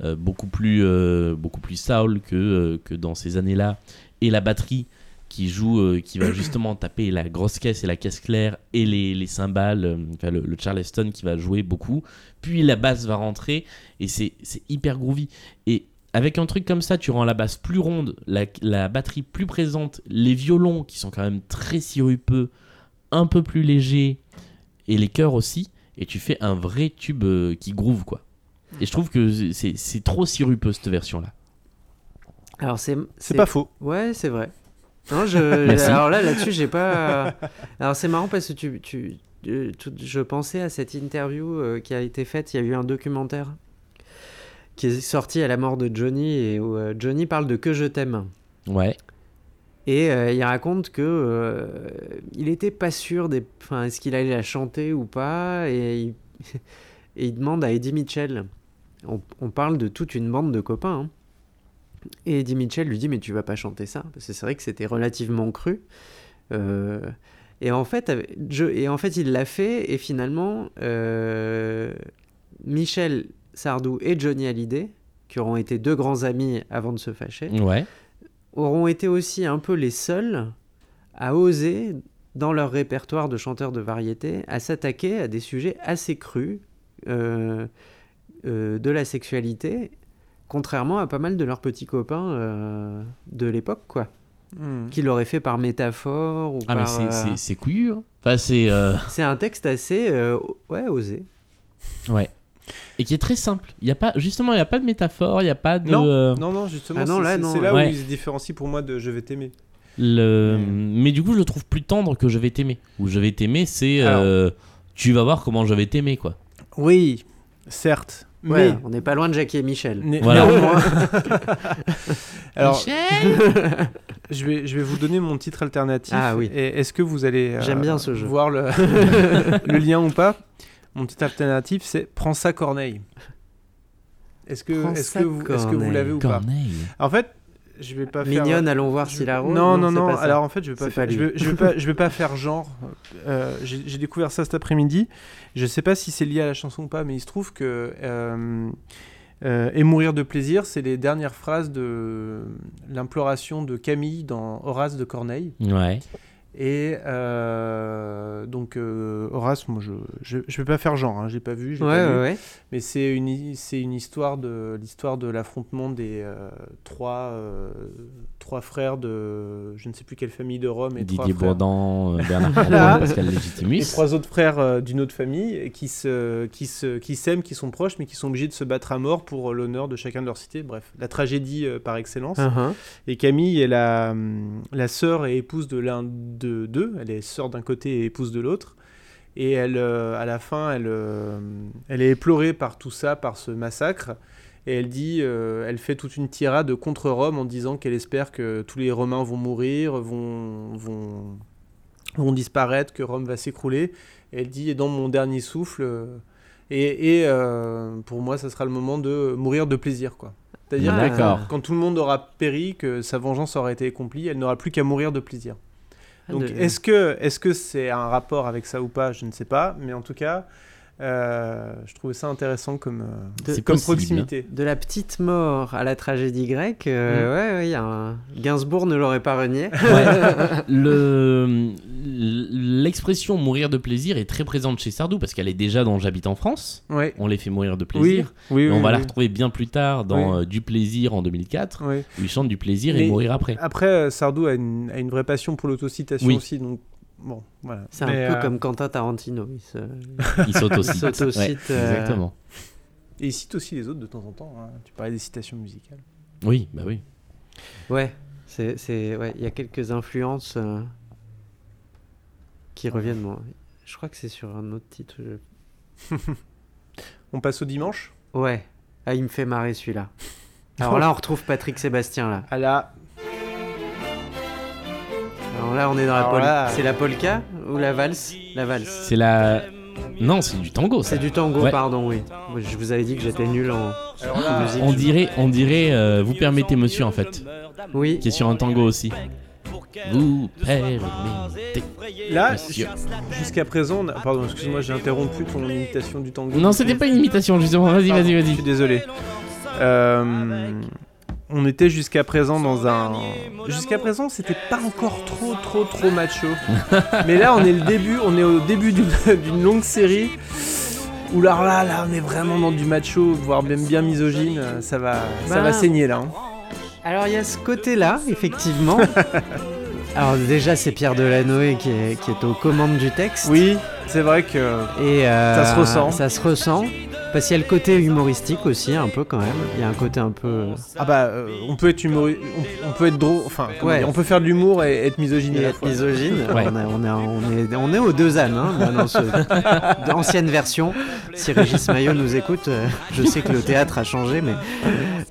G: euh, beaucoup plus euh, beaucoup plus soul que, euh, que dans ces années-là et la batterie qui joue, euh, qui va justement taper la grosse caisse et la caisse claire et les, les cymbales, euh, enfin, le, le charleston qui va jouer beaucoup, puis la basse va rentrer et c'est c'est hyper groovy. Et avec un truc comme ça, tu rends la basse plus ronde, la, la batterie plus présente, les violons qui sont quand même très sirupeux, un peu plus légers et les chœurs aussi, et tu fais un vrai tube euh, qui groove quoi. Et je trouve que c'est c'est trop sirupeux cette version là.
I: Alors c'est
H: C'est pas faux.
I: Ouais, c'est vrai. Non, je...
G: Merci.
I: Alors là, là-dessus, j'ai pas. Alors c'est marrant parce que tu, tu, euh, tout- je pensais à cette interview euh, qui a été faite. Il y a eu un documentaire qui est sorti à la mort de Johnny et où euh, Johnny parle de Que je t'aime.
G: Ouais.
I: Et euh, il raconte que euh, il était pas sûr des, enfin, est-ce qu'il allait la chanter ou pas, et il, [LAUGHS] et il demande à Eddie Mitchell. On, on parle de toute une bande de copains. hein. Et Eddie Mitchell lui dit mais tu vas pas chanter ça parce que c'est vrai que c'était relativement cru. Euh, et en fait, avec- je, et en fait il l'a fait et finalement euh, Michel Sardou et Johnny Hallyday, qui auront été deux grands amis avant de se fâcher
G: Ouais.
I: auront été aussi un peu les seuls à oser, dans leur répertoire de chanteurs de variété, à s'attaquer à des sujets assez crus euh, euh, de la sexualité, contrairement à pas mal de leurs petits copains euh, de l'époque, quoi.
H: Hmm.
I: Qui l'auraient fait par métaphore ou
G: Ah mais
I: par,
G: c'est-
I: euh,
G: c'est c'est couillu. hein. Enfin c'est euh,
I: C'est un texte assez euh, ouais osé.
G: et qui est très simple. Il y a pas justement il y a pas de métaphore, il y a pas de
H: Non,
G: euh,
H: Non, non, justement,
I: Ah non,
H: c'est-
I: là,
H: c'est
I: non.
H: c'est là
G: Ouais.
H: où il se différencie pour moi de Je vais t'aimer.
G: le
H: Mm.
G: mais du coup je le trouve plus tendre que je vais t'aimer. Ou je vais t'aimer c'est
H: Alors.
G: euh, tu vas voir comment je vais t'aimer quoi.
H: Oui, certes.
I: Ouais, on n'est pas loin de Jackie et Michel. [LAUGHS]
H: Né-
G: Voilà.
H: néanmoins- [LAUGHS] Alors, je vais, je vais vous donner mon titre alternatif.
I: Ah oui.
H: Et est-ce que vous allez euh,
I: J'aime bien ce jeu.
H: voir
I: [LAUGHS]
H: le, le lien ou pas Mon titre alternatif, c'est Prends ça, Corneille. Est-ce que,
I: Prends
H: est-ce
I: ça,
H: que vous, est-ce que vous
I: Corneille.
H: l'avez ou pas
G: Corneille.
H: En fait, je vais pas faire. euh,
I: Mignonne, allons voir si la rose.
H: Non, non,
I: c'est
H: non.
I: pas ça.
H: Alors en fait, je vais pas,
I: C'est
H: faire,
I: pas
H: je
I: lui.
H: vais, je vais pas, je vais
I: [LAUGHS]
H: pas faire genre. Euh, J'ai j'ai découvert ça cet après-midi. Je sais pas si c'est lié à la chanson ou pas, mais il se trouve que euh, euh, et mourir de plaisir, c'est les dernières phrases de l'imploration de Camille dans Horace de Corneille.
G: Ouais.
H: Et euh, donc euh, Horace, moi je, je je vais pas faire genre. Hein, J'ai pas vu. j'ai
I: ouais,
H: pas lu.
I: ouais, ouais.
H: Mais c'est une, hi- c'est une histoire de l'histoire de l'affrontement des euh, trois, euh, trois frères de je ne sais plus quelle famille de Rome et trois
G: Didier
H: frères-
G: Bourdon, euh,
H: [LAUGHS]
G: Bernard Pivot, Pascal Légitimus.
H: et trois autres frères euh, d'une autre famille et qui se qui se qui s'aiment, qui sont proches mais qui sont obligés de se battre à mort pour euh, l'honneur de chacun de leur cité. Bref, la tragédie euh, par excellence.
I: Uh-huh.
H: Et Camille est la, hum, la sœur et épouse de l'un de deux. Elle est sœur d'un côté et épouse de l'autre. Et elle, euh, à la fin, elle, euh, elle est éplorée par tout ça, par ce massacre. Et elle dit, euh, elle fait toute une tirade contre Rome en disant qu'elle espère que tous les Romains vont mourir, vont, vont, vont disparaître, que Rome va s'écrouler. Et elle dit, et dans mon dernier souffle, euh, et, et, euh, pour moi, ça sera le moment de mourir de plaisir, quoi. C'est-à-dire
I: Ah.
H: que quand tout le monde aura péri, que sa vengeance aura été accomplie, elle n'aura plus qu'à mourir de plaisir.
I: Ah,
H: Donc
I: de-
H: est-ce que est-ce que c'est un rapport avec ça ou pas Je ne sais pas, mais en tout cas, euh, je trouvais ça intéressant comme euh,
I: de-
G: C'est
H: comme
G: possible. hein.
H: proximité.
I: De la petite mort à la tragédie grecque,
H: Mm.
I: euh, ouais, ouais, il y a un... Gainsbourg ne l'aurait pas renié.
G: Ouais. Le- L'expression mourir de plaisir est très présente chez Sardou parce qu'elle est déjà dans J'habite en France.
H: Ouais.
G: On les fait mourir de plaisir.
H: Oui, oui,
G: Et
H: oui,
G: on va la
H: oui.
G: retrouver bien plus tard dans
H: Oui.
G: euh, Du plaisir en 2004,
H: Oui.
G: où il chante Du plaisir et
H: Mais-
G: mourir après.
H: Après, euh, Sardou a une, a une vraie passion pour l'autocitation
G: Oui.
H: aussi, donc bon, voilà.
I: C'est un
H: Mais,
I: peu
H: euh,
I: comme Quentin Tarantino. Il se-
G: Il saute
H: [LAUGHS]
G: aussi.
I: Il saute aussi, euh,
G: Exactement.
H: Et il cite aussi les autres de temps en temps. hein. Tu parlais des citations musicales.
G: Oui, bah oui.
I: Ouais, c'est, c'est- ouais, il y a quelques influences euh, qui reviennent. moi. Je crois que c'est sur un autre titre. je-
H: On passe au dimanche.
I: Ouais, ah, il me fait marrer celui-là. Alors là, on retrouve Patrick Sébastien là.
H: À la
I: Alors là, on est dans la
H: Alors
I: polka.
H: là-
I: C'est la polka ou la valse La valse.
G: C'est la. Non, c'est du tango. ça.
I: C'est du tango,
G: Ouais.
I: pardon, oui. Moi, Je vous avais dit que j'étais nul en
H: Alors là,
I: musique.
G: On dirait, on dirait euh, Vous permettez monsieur en fait,
I: Oui.
G: qui est sur un tango aussi. Vous permettez.
H: là
G: Monsieur.
H: jusqu'à présent, on a- pardon, excuse-moi, j'ai interrompu ton imitation du tango.
G: Non, c'était pas une imitation justement. Vas-y,
H: Pardon,
G: vas-y,
H: Je
G: vas-y.
H: suis désolé. Euh, on était jusqu'à présent dans un. Jusqu'à présent, c'était pas encore trop, trop, trop macho.
I: [LAUGHS]
H: Mais là, on est le début, on est au début d'une d'une longue série. Ouh là là, là, on est vraiment dans du macho, voire même bien misogyne. Ça va, ça
I: Bah.
H: va saigner là. hein.
I: Alors il y a ce côté-là,
H: [LAUGHS]
I: effectivement. Alors déjà c'est Pierre Delanoë qui est, qui est aux commandes du texte.
H: Oui, c'est vrai que.
I: Et euh,
H: Ça se ressent.
I: Ça se ressent. Parce qu'il y a le côté humoristique aussi, un peu quand même. Il y a un côté un peu.
H: Ah bah, euh, on peut être humoriste, on, on peut être drôle, enfin, comment
I: Ouais.
H: dire, on peut faire de l'humour et être misogyne à la
I: être
H: fois.
I: misogyne.
G: Ouais.
I: On, a- on a- on est, on est aux deux ânes, hein, moi, dans ce- dans l'ancienne version. Si Régis Maillot nous écoute, euh, je sais que le théâtre a changé, mais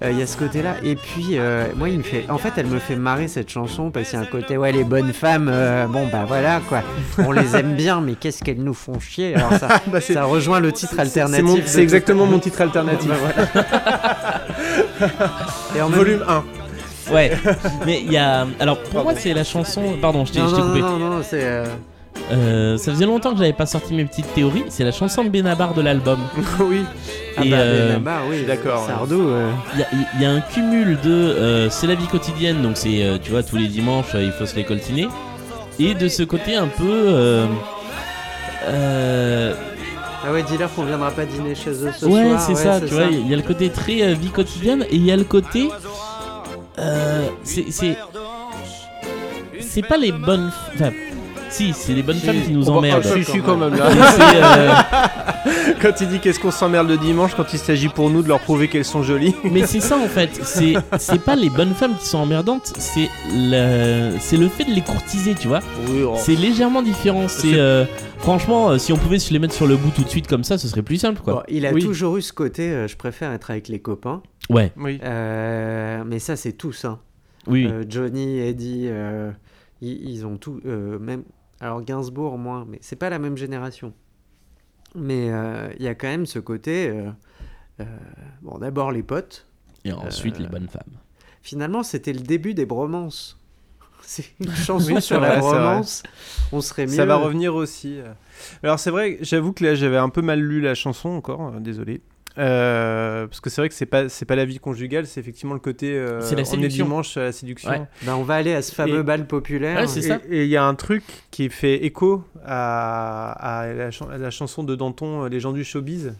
I: euh, il y a ce côté-là. Et puis, euh, moi, il me fait. En fait, elle me fait marrer cette chanson parce qu'il y a un côté, ouais, les bonnes femmes, euh, bon, bah voilà, quoi. On les aime bien, mais qu'est-ce qu'elles nous font chier Alors, ça,
H: Bah, c'est-
I: ça rejoint le titre
H: C'est
I: alternatif.
H: mon-
I: de Bah,
H: c'est
I: tout-
H: exactement mon titre
I: [LAUGHS]
H: alternatif. [LAUGHS]
I: Et en même-
H: Volume
I: [LAUGHS]
H: 1.
G: Ouais, mais il y a. Alors pour moi, c'est la chanson. Pardon, je t'ai
I: Non,
G: je t'ai
I: non,
G: coupé.
I: non, non, non, c'est. euh,
G: Euh, ça faisait longtemps que j'avais pas sorti mes petites théories. C'est la chanson de Benabar de l'album.
H: oui.
I: Ah
G: Et,
I: bah,
G: euh,
I: Benabar, oui,
H: d'accord,
I: Sardou. euh,
G: Il y a- il y, a un cumul de euh, c'est la vie quotidienne, donc c'est euh, tu vois tous les dimanches euh, il faut se les coltiner, et de ce côté un peu euh, euh,
I: Ah ouais, dis-leur qu'on viendra pas dîner chez eux ce soir.
G: ouais c'est ça, tu vois il y a le côté très euh, vie quotidienne et il y a le côté euh, c'est c'est c'est pas les bonnes f- enfin si c'est les bonnes femmes qui nous emmerdent.
H: Je suis quand même
G: [LAUGHS]
H: là. [LAUGHS]
G: Mais c'est, euh,
H: Quand il dit qu'est-ce qu'on s'emmerde le dimanche, quand il s'agit pour nous de leur prouver qu'elles sont
G: [LAUGHS]
H: jolies.
G: Mais c'est ça en fait, c'est c'est pas les bonnes femmes qui sont emmerdantes, c'est le c'est le fait de les courtiser, tu vois.
H: Oui,
G: C'est légèrement différent. C'est
H: C'est-
G: euh, franchement, euh, si on pouvait se les mettre sur le bout tout de suite comme ça, ce serait plus simple,
I: Bon,
G: quoi.
I: il a
H: Oui.
I: toujours eu ce côté, euh, je préfère être avec les copains.
G: Ouais,
H: oui.
I: Euh, mais ça, c'est tous. Hein.
G: oui,
I: Euh, Johnny, Eddie, euh, ils, ils ont tout. euh, même... Alors Gainsbourg, moins, mais c'est pas la même génération. Mais euh, il y a quand même ce côté. euh, euh, bon, d'abord les potes.
G: et ensuite les bonnes femmes.
I: Finalement, c'était le début des bromances. [LAUGHS] C'est
G: [LAUGHS]
I: une chanson
H: Oui, c'est
I: sur
H: vrai,
I: la
H: c'est vrai.
I: bromance. On serait
G: Eh,
I: mieux.
H: Ça va revenir aussi. Alors c'est vrai, j'avoue que là j'avais un peu mal lu la chanson encore, euh, désolé. Euh, parce que c'est vrai que c'est pas c'est pas la vie conjugale, c'est effectivement le côté euh,
G: C'est la
H: on est
G: séduction.
H: dimanche à la séduction.
G: Ouais.
I: Ben, on va aller à ce fameux
H: Et-
I: bal populaire.
G: Ouais, Ah, c'est ça.
H: Et et il y a un truc qui fait écho à, à la, chan- à la chanson de Danton, euh, Les gens du showbiz,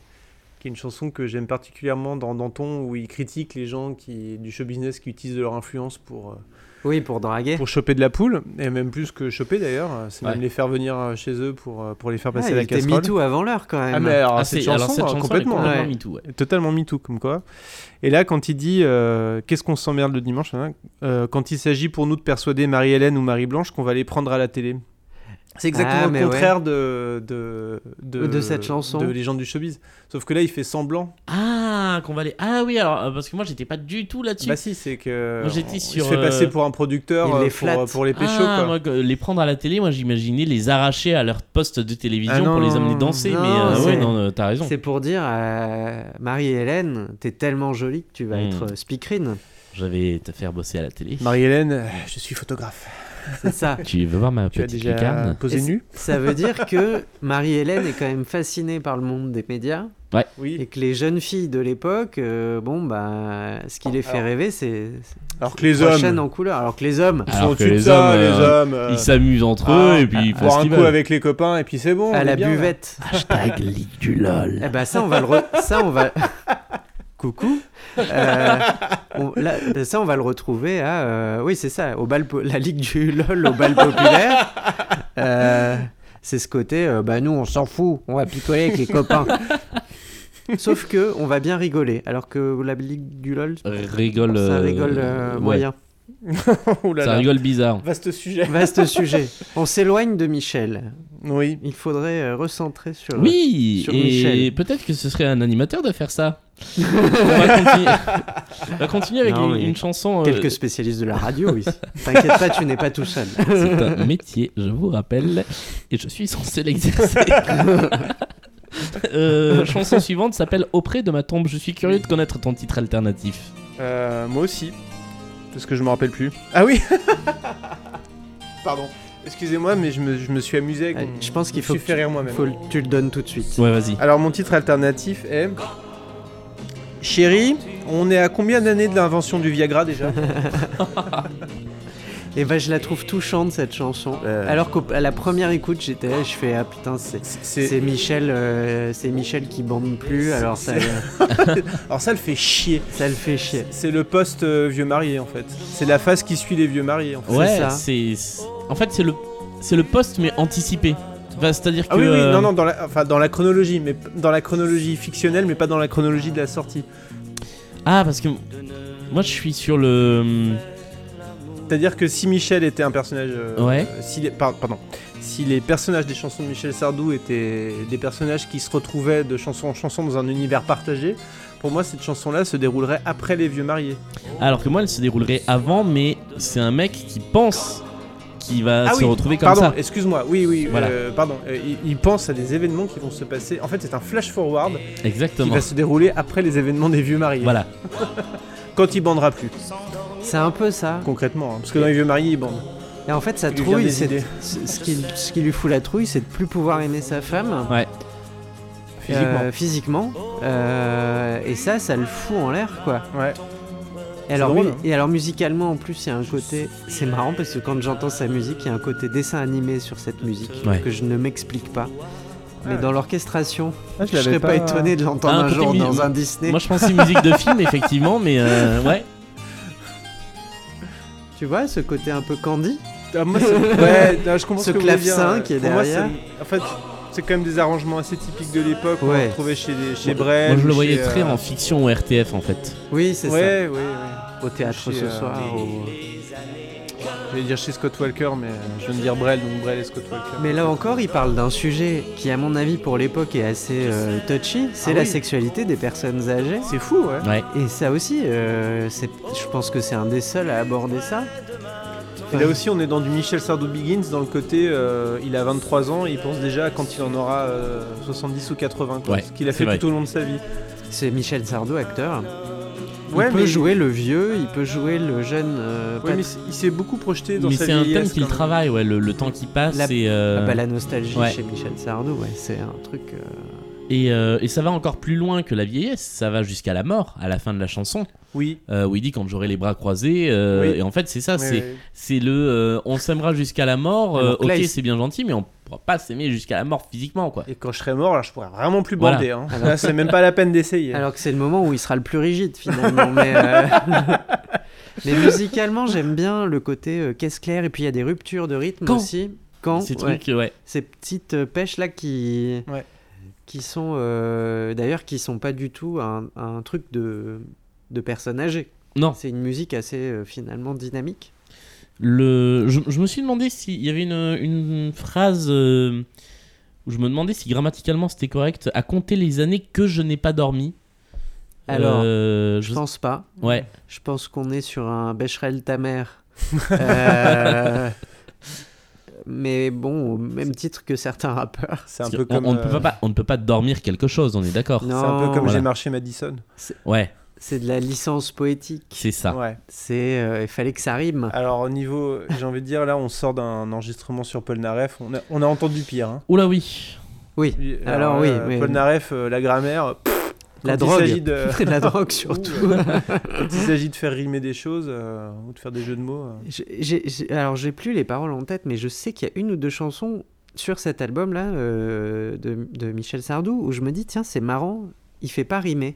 H: qui est une chanson que j'aime particulièrement dans Danton, où il critique les gens qui, du show business qui utilisent de leur influence pour, euh,
I: Oui, pour draguer.
H: pour choper de la poule, et même plus que choper d'ailleurs, euh, c'est
G: Ouais.
H: même les faire venir euh, chez eux pour, euh, pour les faire
I: Ah,
H: passer
I: il
H: la
I: était
H: casserole.
I: MeToo avant l'heure quand même.
H: Ah, mais alors, cette,
G: c'est-
H: chanson,
G: alors, cette
H: euh,
G: chanson, elle est
H: complètement,
I: complètement-
G: Me Too, ouais.
H: totalement MeToo comme quoi. Et là, quand il dit euh, Qu'est-ce qu'on s'emmerde le dimanche hein, euh, Quand il s'agit pour nous de persuader Marie-Hélène ou Marie-Blanche qu'on va les prendre à la télé. C'est exactement
I: Ah,
H: le
I: mais
H: contraire de, de,
I: De cette chanson.
H: De Légende du showbiz. Sauf que là, il fait semblant.
G: Ah, qu'on va aller. Ah oui, alors euh, parce que moi j'étais pas du tout là-dessus.
H: Bah si, c'est que.
G: Moi, j'étais
H: on- Il
G: sur,
H: se fait
G: euh,
H: passer pour un producteur
I: Il
H: euh,
I: les
H: pour,
I: flatte.
H: pour les
G: Ah,
H: péchos. quoi.
G: moi, que- les prendre à la télé, moi j'imaginais les arracher à leur poste de télévision
H: Ah, non,
G: pour les
H: non,
G: amener
H: non.
G: danser.
I: Non,
G: mais euh,
I: c'est-
G: ouais, non, euh, t'as raison.
I: C'est pour dire à Marie-Hélène, t'es tellement jolie que tu vas
G: Mm.
H: Hmm.
I: être euh, speakerine.
G: J'avais te faire bosser à la télé.
H: Marie-Hélène, euh, je suis photographe.
I: C'est ça.
G: Tu veux voir ma
H: Tu as
G: petite
H: déjà
G: lucarne
H: posé
I: Et
H: nu
I: Ça veut dire que Marie-Hélène est quand même fascinée par le monde des médias
H: Oui.
I: et que les jeunes filles de l'époque, euh, bon, bah, ce qui les fait rêver, c'est
H: Alors que les hommes.
I: prochaine en couleur. Alors que les hommes,
H: ils
G: Alors
H: sont
G: que
H: au-dessus de
G: les
H: ça,
G: hommes,
H: les
G: euh,
H: hommes. euh,
G: Ils s'amusent entre
H: ah,
G: eux et puis ils font
H: boire
G: ce
H: un
G: qu'ils
H: coup
G: veulent.
H: avec les copains et puis c'est bon. on
I: à
H: est
I: la
H: bien, là.
I: buvette.
G: Hashtag Ligue du LOL.
I: Eh ben ça, on va le re- ça,
G: [LAUGHS]
I: on va. Coucou. Euh, on- là, ça, on va le retrouver à. euh, oui, c'est ça, au bal po- la Ligue du LOL au bal
G: [LAUGHS]
I: populaire. Euh, c'est ce côté, euh, bah nous, on s'en fout, on va
G: [LAUGHS]
I: picoler avec les copains. Sauf que on va bien rigoler, alors que la Ligue du LOL,
G: rigole.
I: ça
G: euh,
I: rigole euh,
G: ouais.
I: moyen.
H: Ouh là
G: Ça
H: là.
G: rigole bizarre.
H: Vaste sujet.
G: [LAUGHS]
I: Vaste sujet. On s'éloigne de Michel.
H: Oui.
I: Il faudrait euh, recentrer sur.
G: Oui,
I: Sur
G: et
I: Michel.
G: peut-être que ce serait un animateur de faire
I: [LAUGHS]
G: ça. on, va continuer, on va continuer avec
I: Non,
G: une,
I: mais
G: une chanson. euh,
I: Quelques spécialistes de la
G: [LAUGHS]
I: radio, oui. T'inquiète pas, tu n'es pas tout seul.
G: C'est un métier, je vous rappelle, et je suis censé
I: [LAUGHS]
G: l'exercer. Euh, chanson suivante s'appelle Auprès de ma tombe. Je suis curieux de connaître ton titre alternatif.
H: Euh, moi aussi. Parce que je me rappelle plus. Ah oui [LAUGHS] Pardon. Excusez-moi, mais je me, je me suis amusé avec.
I: Allez,
H: mon-
I: je pense qu'il
H: me
I: faut
H: suis
I: que
H: fait rire moi-même.
I: Faut le- tu le donnes tout de suite.
G: Ouais, vas-y.
H: Alors, mon titre alternatif est. Chérie, On est à combien d'années de l'invention du Viagra déjà
I: Et ben je la trouve touchante cette chanson.
H: Euh.
I: Alors qu'à la première écoute j'étais, là, je fais ah putain c'est
H: C'est-
I: c'est Michel, euh, c'est Michel qui bande plus. Alors ça,
H: Alors ça le fait chier.
I: [LAUGHS] ça le fait chier.
H: C'est le post euh, vieux marié en fait. C'est la phase qui suit les vieux mariés en fait.
I: C'est
G: Ouais,
I: ça.
G: c'est. c'est- En fait, c'est le, c'est le poste, mais anticipé. Enfin, C'est-à-dire que.
H: Ah oui, oui,
G: euh,
H: non, non, dans la, enfin, dans la chronologie, mais p- dans la chronologie fictionnelle, mais pas dans la chronologie de la sortie.
G: Ah, parce que. Moi, je suis sur le.
H: C'est-à-dire que si Michel était un personnage. euh,
G: Ouais.
H: si les, par- pardon. Si les personnages des chansons de Michel Sardou étaient des personnages qui se retrouvaient de chanson en chanson dans un univers partagé, pour moi, cette chanson-là se déroulerait après les vieux mariés.
G: Alors que moi, elle se déroulerait avant, mais c'est un mec qui pense qu'il va se retrouver comme
H: Ah pardon,
G: ça.
H: excuse-moi, oui, oui,
G: Voilà.
H: euh, pardon. Euh, il, il pense à des événements qui vont se passer. En fait, c'est un flash-forward qui
G: Exactement.
H: va se dérouler après les événements des vieux mariés.
G: Voilà.
H: Quand il bandera plus,
I: C'est un peu ça.
H: concrètement. hein, parce que dans les vieux mariés, il bande.
I: Et en fait, ça
H: Il lui vient
I: trouille,
H: des
I: c'est-
H: idées.
I: ce, ce qui, ce qui lui fout la trouille, c'est de plus pouvoir aimer sa femme
G: Ouais.
H: Physiquement.
I: euh, physiquement. Euh, et ça, ça le fout en l'air, quoi.
H: Euh, Ouais.
I: Et alors,
H: drôle,
I: mu-
H: hein.
I: et alors musicalement, en plus, il y a un côté. C'est marrant parce que quand j'entends sa musique, il y a un côté dessin animé sur cette musique
G: Ouais.
I: que je ne m'explique pas. Mais
H: ouais.
I: dans l'orchestration,
H: Ah,
I: je serais pas, étonné de l'entendre
G: Ah, un
I: un
G: côté
I: jour
G: mi-
I: dans un Disney.
G: Moi, je pensais musique de film, effectivement, mais
H: [LAUGHS]
G: euh, ouais.
I: Tu vois, ce côté un peu candy.
H: Ah, moi, c'est-
I: [LAUGHS]
H: ouais, non, je comprends
I: Ce
H: que vous voulez dire,
I: clavecin
H: euh,
I: qui est
H: pour moi,
I: derrière.
H: c'est- en fait, c'est quand même des arrangements assez typiques de l'époque. qu'on
I: Ouais.
H: retrouvait chez, les- chez
G: Moi,
H: Brel.
G: Moi, je le
H: chez,
G: voyais très
H: euh,
G: en fiction ou RTF, en fait.
I: Oui, c'est
H: Ouais, ouais, ouais.
I: ça. Au théâtre
H: chez,
I: ce
H: euh,
I: soir. au-
H: J'allais dire chez Scott Walker, mais euh, je viens de dire Brel, donc Brel et Scott Walker.
I: Mais là encore, il parle d'un sujet qui, à mon avis, pour l'époque, est assez euh, touchy. C'est
H: Ah
I: la
H: oui.
I: sexualité des personnes âgées.
H: C'est fou, ouais.
G: Ouais.
I: Et ça aussi, euh, c'est- je pense que c'est un des seuls à aborder ça.
H: Et là aussi, on est dans du Michel Sardou Begins, dans le côté, euh, il a 23 ans et il pense déjà à quand il en aura euh, 70 ou 80, quoi,
G: Ouais,
H: ce qu'il a
G: c'est
H: fait
G: vrai.
H: tout au long de sa vie.
I: C'est Michel Sardou, acteur. Il
H: Ouais,
I: peut
H: mais-
I: jouer le vieux, il peut jouer le jeune. euh,
H: Ouais,
I: pas-
H: mais c'est- il s'est beaucoup projeté dans
G: Mais
H: sa
G: c'est un thème
H: vieillesse,
G: qu'il
H: quand même.
G: travaille, ouais, le, le temps qui passe.
I: La-
G: et, euh,
I: Ah bah, la nostalgie
G: ouais.
I: chez Michel Sardou, ouais, c'est un truc. euh,
G: et, euh, et ça va encore plus loin que la vieillesse, ça va jusqu'à la mort, à la fin de la chanson,
H: Oui.
G: euh, où il dit quand j'aurai les bras croisés. euh,
H: Oui.
G: Et en fait, c'est ça,
H: Ouais,
G: c'est
H: ouais.
G: c'est le euh, on s'aimera jusqu'à la mort, euh,
I: Alors que là,
G: ok,
I: il-
G: c'est bien gentil, mais on pourra pas s'aimer jusqu'à la mort physiquement, quoi.
H: Et quand je serai mort, là, je pourrais vraiment plus
G: Voilà.
H: bander. hein. Là, [LAUGHS] c'est même pas la peine d'essayer.
I: Alors que c'est le moment où il sera le plus rigide finalement. mais, euh, mais musicalement, j'aime bien le côté euh, caisse claire et puis il y a des ruptures de rythme
G: Quand
I: aussi. Quand
G: Ces
I: ouais.
G: trucs, ouais.
I: ces petites euh, pêches là qui
H: Ouais.
I: qui sont euh, d'ailleurs qui sont pas du tout un, un truc de de personne âgée.
G: Non.
I: C'est une musique assez euh, finalement dynamique.
G: Le, je, je me suis demandé s'il y avait une, une phrase euh, où je me demandais si grammaticalement c'était correct à compter les années que je n'ai pas dormi.
I: Alors,
G: Euh,
I: Je pense pas.
G: Ouais.
I: Je pense qu'on est sur un Becherel
H: [LAUGHS]
I: ta mère. Euh, Mais bon, au même titre que certains rappeurs.
H: C'est un
G: Parce
H: peu
G: qu'on-
H: comme.
G: on, ne
H: euh,
G: peut pas- pas, on ne peut pas dormir quelque chose, on est
I: [LAUGHS]
G: d'accord.
H: C'est un peu
I: Non,
H: comme
G: voilà.
H: J'ai marché Madison.
G: Ouais,
I: C'est de la licence poétique.
G: c'est ça.
H: Ouais.
I: C'est, euh, il fallait que ça rime.
H: Alors, au niveau. J'ai envie de dire, là, on sort d'un enregistrement sur Polnareff. On a, on a entendu pire. hein.
G: Oula oui.
I: Oui. Alors, oui,
H: euh,
I: oui.
H: Polnareff, euh, la grammaire. pff,
I: La
H: quand
I: drogue.
H: Il s'agit
I: [LAUGHS]
H: de,
I: de la drogue surtout.
H: [LAUGHS] quand il s'agit de faire rimer des choses euh, ou de faire des jeux de mots. euh.
I: J'ai- j'ai- j'ai- alors j'ai plus les paroles en tête, mais je sais qu'il y a une ou deux chansons sur cet album là de, de Michel Sardou où je me dis tiens c'est marrant, il fait pas rimer.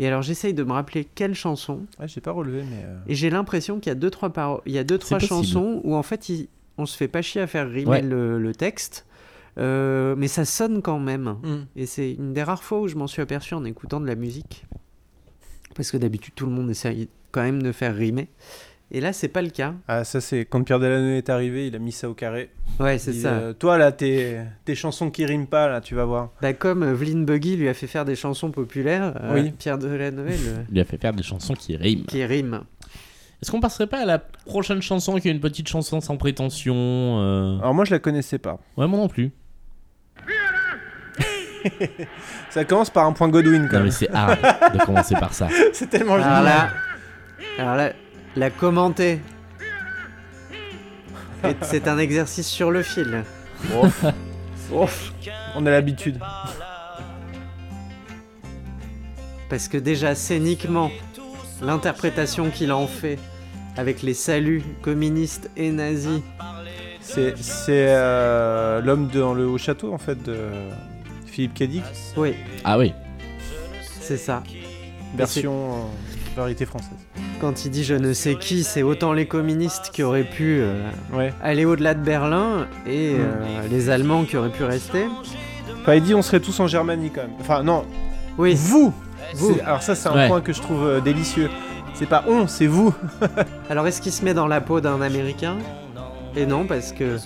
I: Et alors j'essaye de me rappeler quelle chanson.
H: Ouais, j'ai pas relevé, mais. euh,
I: Et j'ai l'impression qu'il y a deux trois paroles, il y a deux trois
G: possible.
I: chansons où en fait il- on se fait pas chier à faire rimer
G: Ouais.
I: le, le texte, euh, mais ça sonne quand même. Et c'est une des rares fois où je m'en suis aperçu en écoutant de la musique, parce que d'habitude tout le monde essaye quand même de faire rimer. Et là c'est pas le cas.
H: Ah, ça, c'est quand Pierre Delano est arrivé, il a mis ça au carré.
I: Ouais
H: Il
I: c'est
H: dit,
I: ça.
H: euh, Toi, là, tes tes chansons qui riment pas, là, tu vas voir.
I: Bah, comme euh, Vlyn Buggy lui a fait faire des chansons populaires, euh,
H: Oui.
I: Pierre Delanoë le-
G: Il lui a fait faire des chansons qui riment.
I: qui rime.
G: Est-ce qu'on passerait pas à la prochaine chanson qui est une petite chanson sans prétention euh,
H: Alors, moi, je la connaissais pas.
G: Ouais, moi non plus.
H: Ça commence par un point Godwin,
G: Non,
H: quand
G: mais
H: même.
G: c'est hard de commencer par ça.
H: [LAUGHS] C'est tellement
I: Alors
H: génial.
I: Ah, là, alors là, la commenter. Et C'est un exercice sur le fil.
H: Ouf, on a l'habitude.
I: Parce que déjà scéniquement, l'interprétation qu'il en fait avec les saluts communistes et nazis,
H: C'est, c'est, euh, l'homme dans le haut château, en fait, de Philippe Kedic,
I: oui,
G: Ah oui.
I: c'est ça.
H: version euh, variété française.
I: Quand il dit je ne sais qui, c'est autant les communistes qui auraient pu euh,
H: Ouais.
I: aller au-delà de Berlin et
H: Hmm.
I: euh, les Allemands qui auraient pu rester.
H: Enfin, il dit on serait tous en Germanie quand même. Enfin, non,
I: Oui,
H: vous,
I: Vous.
H: C'est- Alors, ça, c'est un
G: Ouais.
H: point que je trouve euh, délicieux. C'est pas on, c'est vous.
I: alors est-ce qu'il se met dans la peau d'un Américain Et non, parce que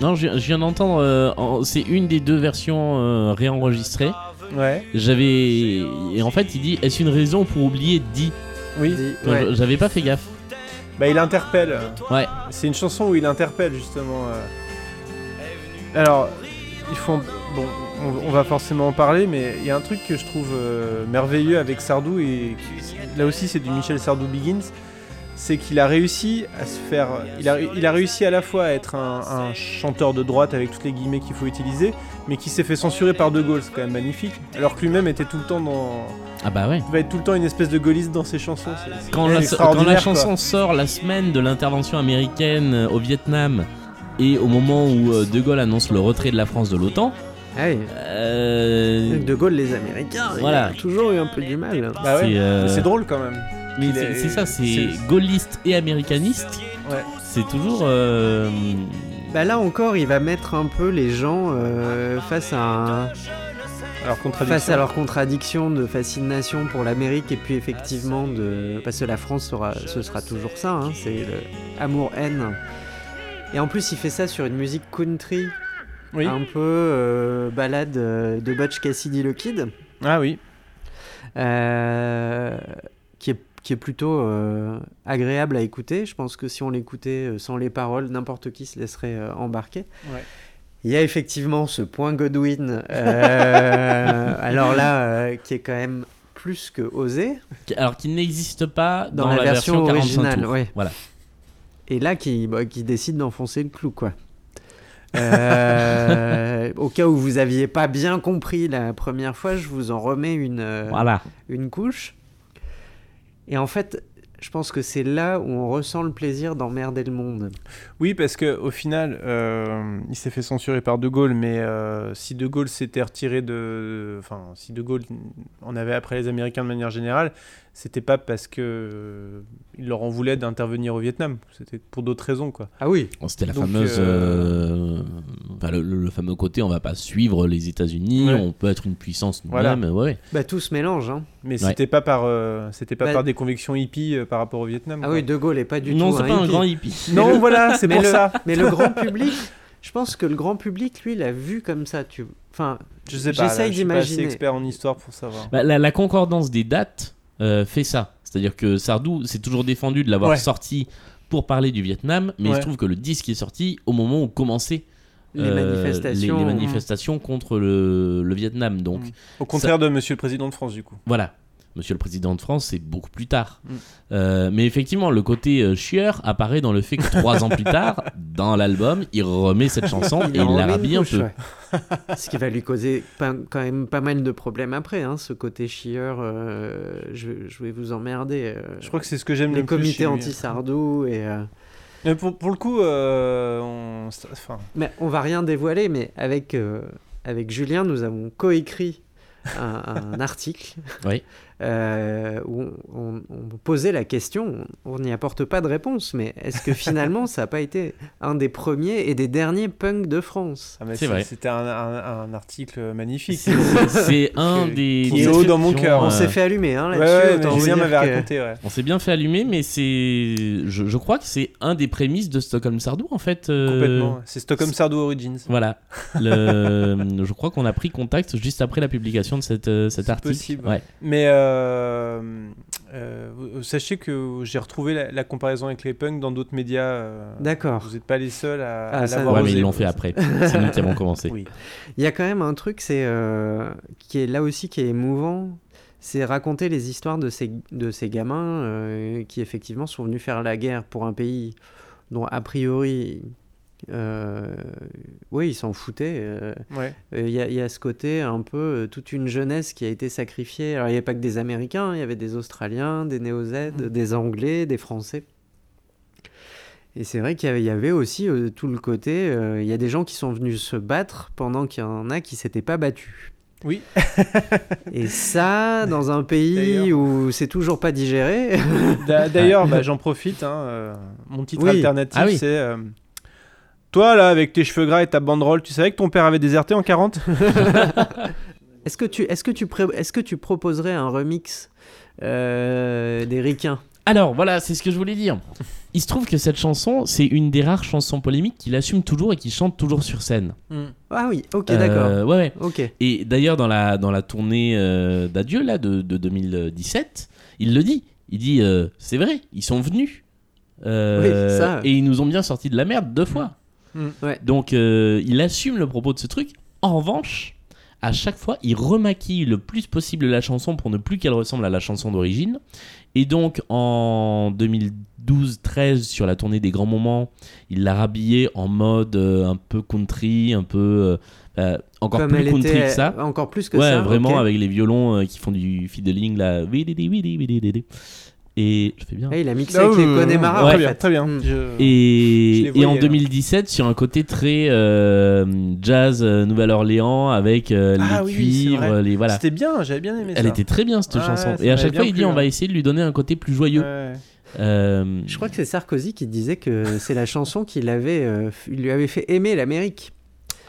G: Non, je, je viens d'entendre. euh, en- c'est une des deux versions euh, réenregistrées.
H: Ouais,
G: J'avais. Et en fait, il dit Est-ce une raison pour oublier dit
H: oui. Euh,
I: dit-
G: Quand
I: ouais.
G: je- J'avais pas fait gaffe.
H: Bah, il interpelle.
G: Ouais.
H: C'est une chanson où il interpelle, justement. euh. Alors, il faut. Bon, on, on va forcément en parler, mais il y a un truc que je trouve euh, merveilleux avec Sardou, et qui- là aussi, c'est du Michel Sardou Begins. C'est qu'il a réussi à se faire. Il a, il a réussi à la fois à être un, un chanteur de droite avec toutes les guillemets qu'il faut utiliser, mais qui s'est fait censurer par De Gaulle, c'est quand même magnifique. Alors que lui-même était tout le temps dans,
G: Ah bah ouais.
H: Il va être tout le temps une espèce de gaulliste dans ses chansons. c'est- c'est
G: Quand la, quand
H: extraordinaire,
G: la
H: quoi.
G: chanson sort la semaine de l'intervention américaine euh, au Vietnam et au moment où euh, De Gaulle annonce le retrait de la France de l'OTAN,
I: Ah oui,
G: euh,
I: De Gaulle, les Américains,
G: Voilà.
I: il a toujours eu un peu du mal.
H: Bah ouais,
G: c'est, euh,
H: mais c'est drôle quand même.
G: mais
H: Il
G: c'est
H: est-
G: c'est ça, c'est
H: c'est-
G: gaulliste et américaniste.
H: Ouais.
G: C'est toujours. euh,
I: Bah là encore, il va mettre un peu les gens euh, face à un-
H: Alors contradiction.
I: face à leur contradiction de fascination pour l'Amérique et puis effectivement de parce que la France sera ce sera toujours ça, hein, c'est le amour haine. Et en plus, il fait ça sur une musique country,
H: Oui.
I: un peu euh, balade euh, de Butch Cassidy le Kid,
H: Ah oui.
I: euh, qui est qui est plutôt euh, agréable à écouter. Je pense que si on l'écoutait euh, sans les paroles, n'importe qui se laisserait euh, embarquer. Il y a effectivement ce point Godwin, [LAUGHS] euh, alors là, euh, qui est quand même plus que osé,
G: qui- alors qu'il n'existe pas dans,
I: Dans la version
G: 45
I: originale,
G: tours.
I: ouais.
G: Voilà.
I: et là qui, bah, qui décide d'enfoncer le clou, [LAUGHS] quoi. Euh, au cas où vous aviez pas bien compris la première fois, je vous en remets une, euh,
G: Voilà.
I: une couche. Et en fait, je pense que c'est là où on ressent le plaisir d'emmerder le monde.
H: Oui, parce que au final, euh, il s'est fait censurer par De Gaulle, mais euh, si De Gaulle s'était retiré de, enfin, si De Gaulle en avait après les Américains de manière générale, c'était pas parce que euh, il leur en voulait d'intervenir au Vietnam. C'était pour d'autres raisons, quoi.
I: Ah oui,
G: Bon, Oh, C'était la
H: Donc,
G: fameuse.
H: euh,
G: euh, enfin, le, le- le fameux côté, on va pas suivre les États-Unis,
H: Ouais.
G: on peut être une puissance
H: Voilà.
G: nous-mêmes. ouais, ouais.
I: bah tout se mélange. Hein.
H: Mais
G: Ouais.
H: c'était pas par, euh, c'était pas
I: Bah-
H: par des convictions hippies euh, par rapport au Vietnam.
I: Ah
H: quoi.
I: oui, De Gaulle est pas du
G: non,
I: tout.
G: c'est pas un
I: hippie.
G: grand hippie.
H: Non,
I: Mais le-
H: voilà, c'est
I: mais
H: pour
I: le-
H: ça.
I: [LAUGHS] Mais le grand public, je pense que le grand public, lui, l'a vu comme ça. Tu... Enfin,
H: Je sais pas. là,
I: J'essaye
H: je suis pas assez
I: d'imaginer.
H: expert en histoire pour savoir.
G: Bah, la, la concordance des dates euh, fait ça. C'est-à-dire que Sardou s'est toujours défendu de l'avoir
H: Ouais.
G: sorti pour parler du Vietnam, mais il
H: Ouais.
G: se trouve que le disque est sorti au moment où commençaient
I: les
G: euh,
I: manifestations.
G: les- les manifestations contre le, le Vietnam. Donc
H: Mm. Au contraire de Monsieur le Président de France, du coup.
G: voilà, Monsieur le Président de France, c'est beaucoup plus tard.
H: Mm.
G: Euh, mais effectivement, le côté euh, chieur apparaît dans le fait que trois ans plus tard, dans l'album, il remet cette chanson et il
I: en
G: la
I: remet une
G: rhabille un
I: couche,
G: peu.
I: ouais. [LAUGHS] Ce qui va lui causer pas- quand même pas mal de problèmes après, hein, ce côté chieur, euh, je, je vais vous emmerder. euh,
H: Je crois que c'est ce que j'aime
I: les
H: le plus. chez
I: comités
G: hein.
H: lui.
I: anti-Sardou et... euh,
H: Mais pour, pour le coup, euh, on... c'est- enfin,
I: Mais on va rien dévoiler, mais avec, euh, avec Julien, nous avons coécrit un, un article
G: Oui.
I: euh, où on, on- on posait la question, on n'y apporte pas de réponse, mais est-ce que finalement ça n'a pas été un des premiers et des derniers punks de France
H: ah, mais
G: C'est vrai.
H: C'était un, un- un article magnifique.
G: C'est- C'est un
I: Qui
G: des.
H: est
G: des
H: haut dans mon
G: exceptions,
H: cœur.
I: On
G: euh,
I: s'est fait allumer hein,
H: Ouais,
I: là-dessus.
H: ouais, mais
I: autant vous
H: Julien
I: dire
H: m'avait
I: que-
H: raconté, ouais.
G: On s'est bien fait allumer, mais c'est. Je, je crois que c'est un des prémices de Stockholm Sardou, en fait. euh,
H: Complètement. C'est Stockholm Sardou Origins.
G: Voilà. Le... [LAUGHS] je crois qu'on a pris contact juste après la publication de cette, euh, cet
H: C'est
G: article.
H: possible.
G: Ouais.
H: Mais euh, euh, vous- sachez que j'ai retrouvé la, la comparaison avec les punks dans d'autres médias. euh,
I: D'accord.
H: Vous n'êtes pas les seuls à,
I: Ah,
H: à
I: ça,
H: l'avoir
G: Ouais, mais
H: osé.
G: ils l'ont fait après. C'est nous qui avons commencé.
H: Oui.
I: Il y a quand même un truc, c'est euh, qui est là aussi qui est émouvant, c'est raconter les histoires de ces de ces gamins euh, qui effectivement sont venus faire la guerre pour un pays dont a priori euh, oui, ils s'en foutaient. euh,
H: Ouais.
I: euh, Il y, a- il y a ce côté un peu euh, toute une jeunesse qui a été sacrifiée. Alors il n'y avait pas que des Américains, hein, il y avait des Australiens, des Néo-Z, des Anglais, des Français. Et c'est vrai qu'il y avait- il y avait aussi euh, tout le côté, euh, il y a des gens qui sont venus se battre pendant qu'il y en a qui s'étaient pas battus.
H: Oui.
I: Et ça, dans un pays
H: D'ailleurs.
I: où c'est toujours pas digéré, [LAUGHS]
H: D'a- D'ailleurs, bah, j'en profite. hein, euh, mon titre
I: Oui.
H: alternatif,
G: Ah oui.
H: c'est. euh, toi, là, avec tes cheveux gras et ta banderole, tu savais que ton père avait déserté en 40
I: est-ce que, tu, est que, tu pré- est-ce que tu proposerais un remix euh, des Ricains
G: Alors voilà, c'est ce que je voulais dire. Il se trouve que cette chanson, c'est une des rares chansons polémiques qu'il assume toujours et qu'il chante toujours sur scène.
I: Ah oui, ok,
G: Euh,
I: d'accord.
G: Ouais, ouais.
I: Ok.
G: Et d'ailleurs, dans la, dans la tournée euh, d'adieu là, de, de 2017, il le dit. Il dit euh, C'est vrai, ils sont venus. Euh,
I: Oui, ça.
G: Et ils nous ont bien sorti de la merde deux fois.
H: Mm.
I: Ouais.
G: Donc, euh, il assume le propos de ce truc. En revanche, à chaque fois, il remaquille le plus possible la chanson pour ne plus qu'elle ressemble à la chanson d'origine. Et donc, en 2012-13, sur la tournée des grands moments, il l'a rhabillée en mode euh, un peu country, un peu. euh, euh, encore
I: Comme
G: plus
I: elle
G: country
I: était-
G: que
H: euh,
G: ça
I: Encore plus que
G: ouais,
I: ça.
G: vraiment
I: ok.
G: avec les violons euh, qui font du fiddling là. Wididi, wididi, wididi. Et je fais bien.
I: Ah, il a mixé avec les Connemara.
G: ouais.
H: Très
I: en
H: bien,
I: fait.
H: très bien.
I: Mm.
H: Je- je
G: Et,
H: les
G: et
H: voyais, hein.
G: en
H: là.
G: 2017, sur un côté très euh, jazz euh, Nouvelle-Orléans avec euh,
H: Ah
G: les
H: oui,
G: cuivres,
H: c'est vrai.
G: les voilà.
H: C'était bien, j'avais bien aimé
G: Elle
H: ça.
G: était très bien cette
H: Ouais,
G: chanson.
H: ça
G: Et à
H: m'avait
G: chaque
H: bien
G: fois, il
H: plu,
G: dit on
H: hein.
G: va essayer de lui donner un côté plus joyeux.
H: Ouais.
G: Euh,
I: Je crois que c'est Sarkozy qui disait [LAUGHS] que c'est la chanson qui l'avait, euh, f- lui avait fait aimer l'amérique.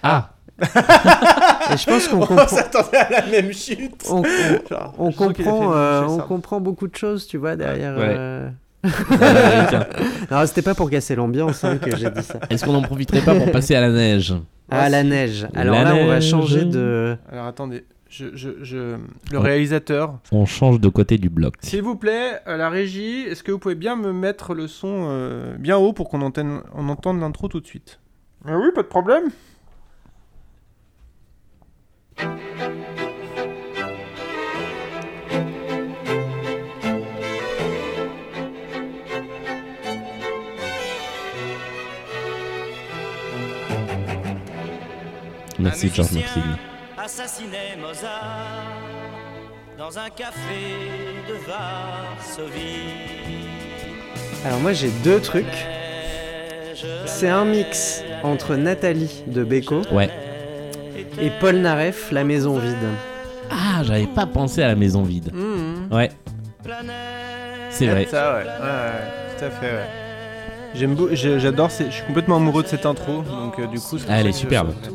G: Ah,
I: Et je pense qu'on [LAUGHS]
H: On
I: comprend,
H: s'attendait à la même chute.
I: on, on-
H: [LAUGHS] Genre,
I: on
H: je sens qu'il a fait
I: comprend,
H: le
I: euh,
H: Michel
I: on
H: Sardou.
I: comprend beaucoup de choses, tu vois, derrière.
G: Ouais.
I: euh,
G: euh, tiens.
I: Non, c'était pas pour casser l'ambiance hein, que j'ai dit ça.
G: Est-ce qu'on n'en profiterait pas pour passer à la neige
I: [LAUGHS] Ah, la neige. Alors
G: La
I: là, on va
G: neige.
I: changer de.
H: Alors attendez, je, je, je... le réalisateur.
G: On change de côté du bloc.
H: S'il vous plaît, euh, la régie, est-ce que vous pouvez bien me mettre le son euh, bien haut pour qu'on entende, on entende l'intro tout de suite Ah oui, pas de problème.
G: Merci,
J: Un
G: George
J: musicien
G: Martin.
J: assassinait Mozart dans un café de Varsovie.
I: Alors moi, j'ai deux trucs.
J: Neige,
I: C'est un mix entre Nathalie de Beko
G: Ouais.
I: et Paul Naref, La Maison Vide.
G: Ah, j'avais pas pensé à la maison vide.
I: Mmh.
H: Hmm.
G: Ouais. C'est vrai.
H: Ça, ouais. Ouais, ouais, tout à fait, ouais. J'aime beau- j'ai- j'adore, c'est- je suis complètement amoureux de cette intro, donc euh, du coup. c'est pour
G: Ah, elle
H: ça
G: est
H: que
G: superbe.
H: je-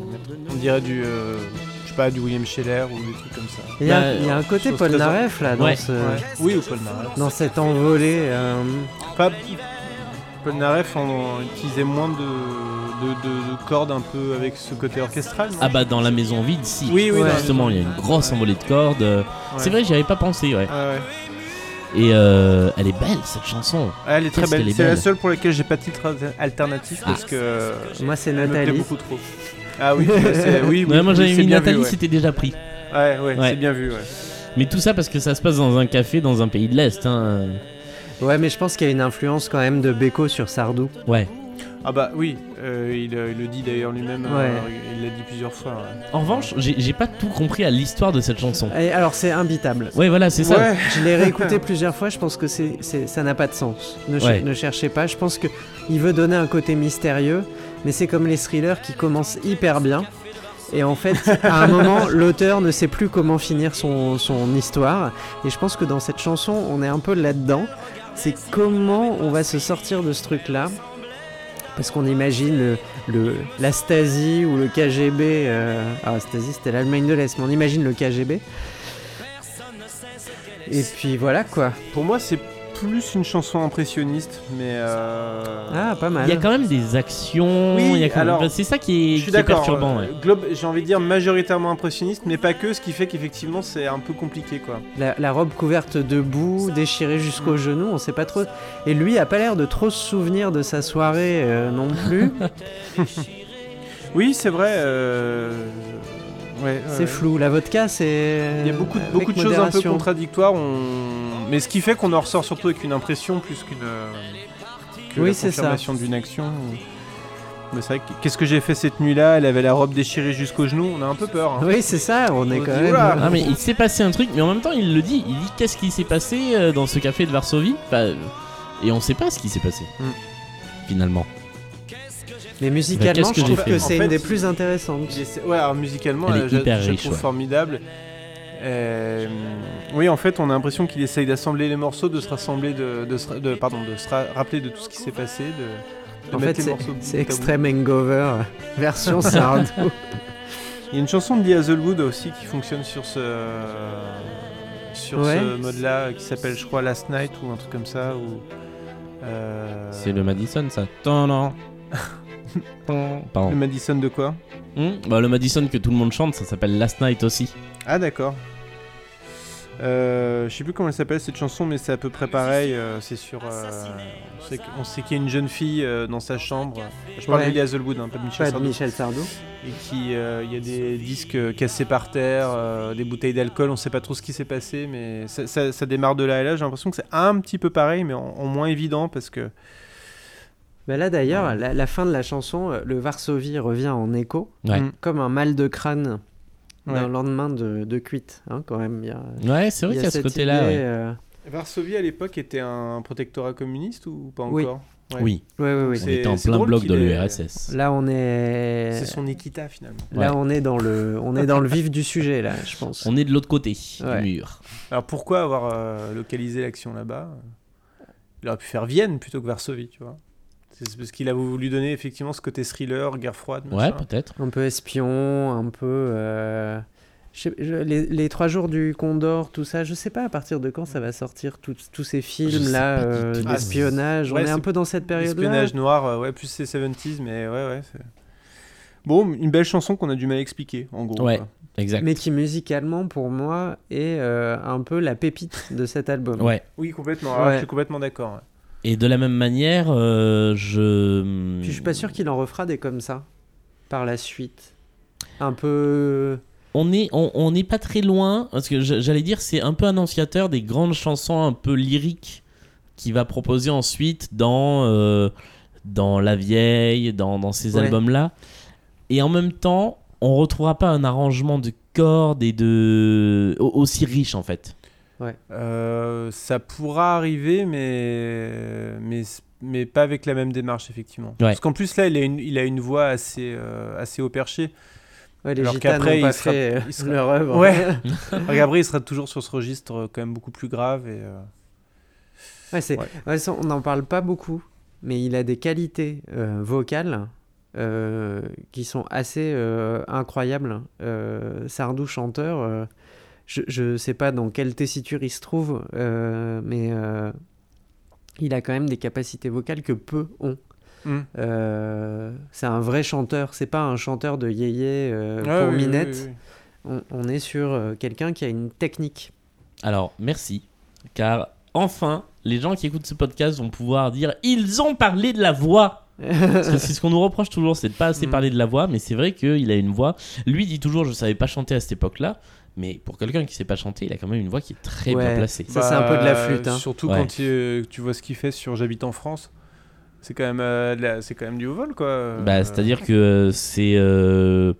H: On dirait du, euh, je sais pas, du William Scheller ou des trucs comme ça.
I: Il y a,
G: Bah,
I: il y a un côté
H: chose
I: Paul
H: Ben, très-
I: Naref là dans,
G: Ouais.
I: ce-
H: Ouais. Oui, ou Paul Naref.
I: dans cette envolée. euh,
H: Pas- Paul Naref en, en utilisait moins de, de, de- de cordes un peu avec ce côté orchestral. non
G: Ah bah dans la maison vide, si.
H: Oui, oui,
I: Ouais.
H: non,
G: Justement, il y a une grosse envolée de cordes. euh,
H: ouais.
G: C'est vrai, j'y avais pas pensé, ouais.
H: Ouais, Ah ouais.
G: Et euh, elle est belle cette chanson.
H: Ah, elle est très
G: Qu'est-ce qu'elle
H: belle.
G: est
H: C'est la
G: belle. Ah.
H: seule pour laquelle j'ai pas de titre al- alternatif parce que euh,
I: Moi, c'est
H: elle me plaît
I: Nathalie.
H: beaucoup trop. Ah oui, c'est-
G: [LAUGHS]
H: oui, oui,
G: Ouais, moi
H: oui,
G: j'avais
H: c'est
G: mis
H: bien
G: Nathalie,
H: vu, ouais.
G: c'était déjà pris.
H: Ouais, ouais,
G: Ouais.
H: c'est bien vu. Ouais.
G: Mais tout ça parce que ça se passe dans un café dans un pays de l'Est. Hein.
I: Ouais, mais je pense qu'il y a une influence quand même de Beko sur Sardou.
G: Ouais.
H: Ah bah oui, euh, il, euh, il le dit d'ailleurs lui-même. euh,
I: Ouais.
H: il l'a dit plusieurs fois. hein. ouais.
G: En revanche, j'ai j'ai pas tout compris à l'histoire de cette chanson.
I: Et alors, c'est imbitable.
G: Ouais, voilà, c'est ça.
H: Ouais.
I: Je l'ai réécouté plusieurs fois, je pense que c'est, c'est- ça n'a pas de sens. Ne, cher-
G: Ouais.
I: ne cherchez pas. Je pense que il veut donner un côté mystérieux, mais c'est comme les thrillers qui commencent hyper bien. Et en fait, à un moment, l'auteur ne sait plus comment finir son, son histoire. Et je pense que dans cette chanson, on est un peu là-dedans. C'est comment on va se sortir de ce truc-là. Parce qu'on imagine le, le- la Stasi ou le KGB. euh, Ah, Stasi, c'était l'Allemagne de l'Est, mais on imagine le KGB. Et puis voilà quoi.
H: Pour moi, c'est plus une chanson impressionniste, mais. euh,
I: Ah, pas mal.
G: Il y a quand même des actions.
H: Oui,
G: il y a quand même-
H: alors,
G: c'est ça qui est,
H: Je suis
G: qui est
H: d'accord.
G: perturbant.
H: euh,
G: ouais.
H: globe- J'ai envie de dire majoritairement impressionniste, mais pas que, ce qui fait qu'effectivement c'est un peu compliqué quoi.
I: La, la robe couverte de boue, déchirée jusqu'aux genoux, on sait pas trop. Et lui a pas l'air de trop se souvenir de sa soirée euh, non plus.
H: Oui, c'est vrai. euh, ouais,
I: c'est
H: ouais.
I: flou. La vodka, c'est.
H: Il y a beaucoup,
I: avec
H: beaucoup de choses un peu
I: modération.
H: contradictoires, on- mais ce qui fait qu'on en ressort surtout avec une impression plus qu'une. euh, que
I: Oui,
H: la
I: c'est ça.
H: confirmation d'une action. Mais c'est vrai que- qu'est-ce que j'ai fait cette nuit-là Elle avait la robe déchirée jusqu'aux genoux, on a un peu peur. hein.
I: Oui, c'est ça, on est
H: On
I: quand
H: dit,
I: même.
H: oula.
G: Ah mais il s'est passé un truc, mais en même temps il le dit, il dit qu'est-ce qui s'est passé euh, dans ce café de Varsovie Enfin, euh, Et on sait pas ce qui s'est passé,
H: Hmm.
G: finalement.
I: Mais musicalement,
G: qu'est-ce que
I: je
G: j'ai
I: trouve
G: fait,
I: que
G: moi
I: c'est
H: En fait,
I: une des plus intéressantes.
H: Il essaie- Ouais, alors musicalement,
G: Elle
H: euh,
G: est
H: je,
G: hyper
H: je
G: riche,
H: trouve
G: ouais.
H: formidable. Euh, oui, en fait, on a l'impression qu'il essaye d'assembler les morceaux, de se rassembler, de, de, se ra- de- pardon, de se ra- rappeler de tout ce qui s'est passé, de, de
I: En
H: mettre
I: fait,
H: les
I: c'est-
H: morceaux bout
I: c'est
H: à bout. [LAUGHS]
I: Extreme Hangover euh, version Sardou.
H: Il y a une chanson de Lee Hazelwood aussi qui fonctionne sur ce sur
I: Ouais.
H: ce mode-là euh, qui s'appelle, je crois, Last Night ou un truc comme ça. Ou euh,
G: C'est le Madison ça. Tan, nan. Tan. Pardon.
H: le Madison de quoi
G: Hmm bah, le Madison que tout le monde chante, ça s'appelle Last Night aussi.
H: Ah d'accord. Euh, je sais plus comment elle s'appelle cette chanson, mais c'est à peu près pareil. euh, c'est sur. euh, on sait qu'- on sait qu'il y a une jeune fille euh, dans sa chambre. Je parle
I: Ouais.
H: de Lee Hazelwood, hein, pas de Michel
I: Pas de
H: Sardou.
I: Michel Sardou.
H: Et qui, euh, il y a des disques euh, cassés par terre, euh, des bouteilles d'alcool. On sait pas trop ce qui s'est passé, mais ça, ça- ça démarre de là et là. J'ai l'impression que c'est un petit peu pareil, mais en, en moins évident parce que.
I: Bah là d'ailleurs, la, la fin de la chanson, euh, le Varsovie revient en écho,
G: Ouais.
H: Mm.
I: comme un mal de crâne
H: Ouais.
I: d'un lendemain de, de cuite, hein, quand même. Il y a,
G: Ouais, c'est vrai qu'il
I: il y a
G: Ah y a ce
I: cette
G: côté-là.
I: idée,
G: ouais.
I: euh,
H: Varsovie à l'époque était un protectorat communiste ou pas
I: Oui.
H: encore ouais.
G: Oui,
I: ouais, ouais, ouais.
G: on
H: C'est-
G: était en
H: c'est
G: plein
H: drôle
G: bloc de
H: qu'il ait-
G: l'URSS.
I: Là on est,
H: C'est son Nikita finalement.
I: là
G: Ouais.
I: on est dans le, on est dans le vif du sujet là, je pense.
G: On est de l'autre côté
I: Ouais.
G: du mur.
H: Alors pourquoi avoir euh, localisé l'action là-bas Il aurait pu faire Vienne plutôt que Varsovie, tu vois. C'est parce qu'il a voulu donner effectivement ce côté thriller, guerre froide.
G: Ouais,
H: machin.
G: peut-être.
I: Un peu espion, un peu. euh, je sais- je- les, les trois jours du Condor, tout ça, je sais pas à partir de quand ça va sortir, tous- tous ces films là
G: sais pas du tout. Ah,
I: d'espionnage.
H: Ouais,
I: on est
H: c'est-
I: un peu dans cette période-là.
H: Espionnage noir, euh, ouais, plus c'est 70s, mais ouais, ouais. c'est- Bon, une belle chanson qu'on a du mal à expliquer, en gros.
G: Ouais.
H: quoi.
G: Exact.
I: mais qui musicalement pour moi est euh, un peu la pépite de cet album.
G: Ouais.
H: Oui, complètement. Ah,
I: Ouais.
H: Je suis complètement d'accord. ouais.
G: Et de la même manière, euh, je.
I: Puis je suis pas sûr qu'il en refera des comme ça par la suite. Un peu
G: On est, on, on n'est pas très loin, parce que j- j'allais dire, c'est un peu annonciateur des grandes chansons un peu lyriques qu'il va proposer ensuite dans, euh, dans La Vieille, dans, dans ces
I: Ouais.
G: albums-là. Et en même temps, on retrouvera pas un arrangement de cordes et de. au- aussi riche en fait.
H: Euh, ça pourra arriver, mais... mais mais pas avec la même démarche, effectivement.
G: Ouais.
H: Parce qu'en plus, là, il a une, il a une voix assez, euh, assez haut perché.
I: ouais, les
H: Alors
I: gitanes
H: qu'après,
I: n'ont pas
H: il sera-
I: fait euh,
H: il sera-
I: leur œuvre.
H: Ouais. Alors qu'après, il sera toujours sur ce registre euh, quand même beaucoup plus grave. Et, euh,
I: [LAUGHS] Ouais, c'est-
H: Ouais.
I: ouais, ça, on n'en parle pas beaucoup, mais il a des qualités euh, vocales euh, qui sont assez euh, incroyables. Euh, Sardou chanteur, euh, je- je ne sais pas dans quelle tessiture il se trouve, euh, mais euh, il a quand même des capacités vocales que peu ont.
H: Mm.
I: Euh, c'est un vrai chanteur, c'est pas un chanteur de yéyé euh,
H: Ah,
I: pour
H: oui, oui,
I: minette.
H: oui,
I: On, on est sur euh, quelqu'un qui a
H: [LAUGHS]
I: une technique.
G: Alors, merci, car enfin, les gens qui écoutent ce podcast vont pouvoir dire Ils ont parlé de la voix Parce que c'est ce qu'on nous reproche toujours, c'est de pas assez
H: Mm.
G: parler de la voix, mais c'est vrai qu'il a une voix. Lui dit toujours Je savais pas chanter à cette époque-là, mais pour quelqu'un qui sait pas chanter, il a quand même une voix qui est très bien
I: Ouais.
G: placée.
I: Ça, c'est un peu de la flûte, hein.
H: Bah, Surtout
G: Ouais.
H: quand il- euh, tu vois ce qu'il fait sur J'habite en France. C'est quand, même, euh, de la- c'est quand même du haut vol, quoi. Euh,
G: Bah, c'est-à-dire que euh, c'est. euh,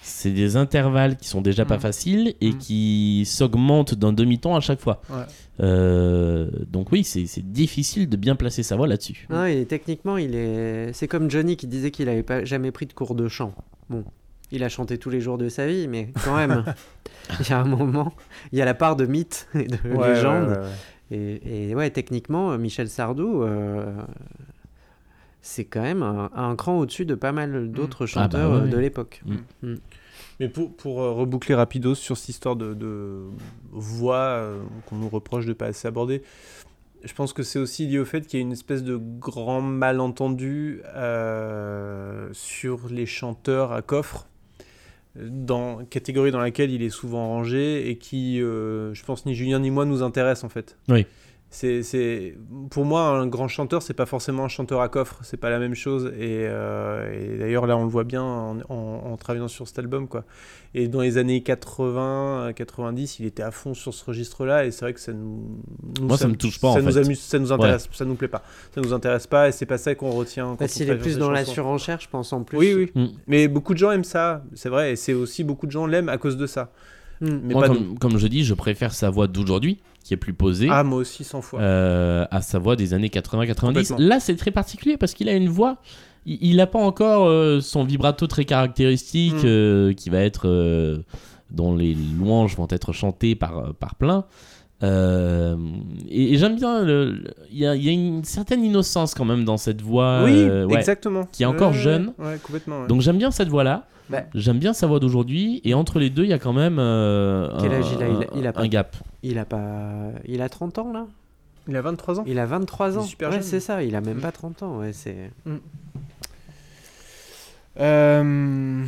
G: C'est des intervalles qui sont déjà pas
H: Mm.
G: faciles et
H: Mm.
G: qui s'augmentent d'un demi-temps à chaque fois.
H: Ouais.
G: Euh, donc oui, c'est c'est difficile de bien placer sa voix là-dessus.
I: Non, et techniquement, il est. C'est comme Johnny qui disait qu'il n'avait pas jamais pris de cours de chant. Bon, il a chanté tous les jours de sa vie, mais quand
H: [LAUGHS]
I: même, il y a un moment, il y a la part de mythe et de
H: Euh, Ouais,
I: légende.
H: ouais, ouais, ouais.
I: Et, et ouais, techniquement, euh, Michel Sardou, euh, c'est quand même un, un cran au-dessus de pas
H: Hmm.
I: mal
H: Ah bah
I: d'autres chanteurs
G: ouais,
I: euh,
G: ouais.
I: de l'époque.
H: Mais pour, pour euh, reboucler rapidos sur cette histoire de, de voix euh, qu'on nous reproche de pas assez aborder, je pense que c'est aussi lié au fait qu'il y a une espèce de grand malentendu euh, sur les chanteurs à coffre, dans catégorie dans laquelle il est souvent rangé et qui, euh, je pense, ni Julien ni moi nous intéresse en fait.
G: Oui.
H: c'est, c'est pour moi un grand chanteur, c'est pas forcément un chanteur à coffre, c'est pas la même chose. Et, euh, et d'ailleurs là, on le voit bien en, en- en travaillant sur cet album, quoi. Et dans les années 80, euh, 90, il était à fond sur ce registre-là, et c'est vrai que ça nous, nous,
G: Moi, ça me touche pas,
H: ça
G: en
H: nous
G: fait.
H: amuse, ça nous intéresse, ça nous plaît pas, ça nous intéresse pas, et c'est pas ça qu'on retient. quand
I: Bah,
H: on
I: S'il est
H: travaille
I: plus
H: sur
I: dans
H: ces
I: la
H: chansons.
I: surenchère, je pense en plus.
H: Oui, oui.
G: Mm.
H: Mais beaucoup de gens aiment ça, c'est vrai, et c'est aussi beaucoup de gens l'aiment à cause de ça.
I: Mm.
H: Mais
G: Moi,
H: pas
G: comme, comme je dis, je préfère sa voix d'aujourd'hui, qui est plus posée,
H: de- Ah, moi aussi, 100 fois.
G: euh, à sa voix des années 80-90.
H: Complètement.
G: Là, c'est très particulier parce qu'il a une voix. il- Il n'a pas encore euh, son vibrato très caractéristique
H: Mm.
G: euh, qui va être. euh, dont les louanges vont être chantées par, par plein. Euh, et et j'aime bien. le- le- Il y, a- il y a une certaine innocence quand même dans cette voix.
H: oui,
G: euh, ouais.
H: exactement.
G: qui est encore
H: Ouais,
G: jeune.
H: Ouais, complètement. ouais.
G: Donc j'aime bien cette voix-là.
I: Ouais.
G: J'aime bien sa voix d'aujourd'hui. Et entre les deux, il y a quand même euh,
I: Quel
G: un,
I: âge il a Il a- il a
G: un
I: pas-
G: gap.
I: Il a pas. Il a 30 ans là
H: il a 23 ans.
I: Il a 23
H: Il est
I: ans.
H: super
I: ouais,
H: jeune. Hmm.
I: c'est ça, il a même pas 30 ans. Ouais, c'est.
H: Euh,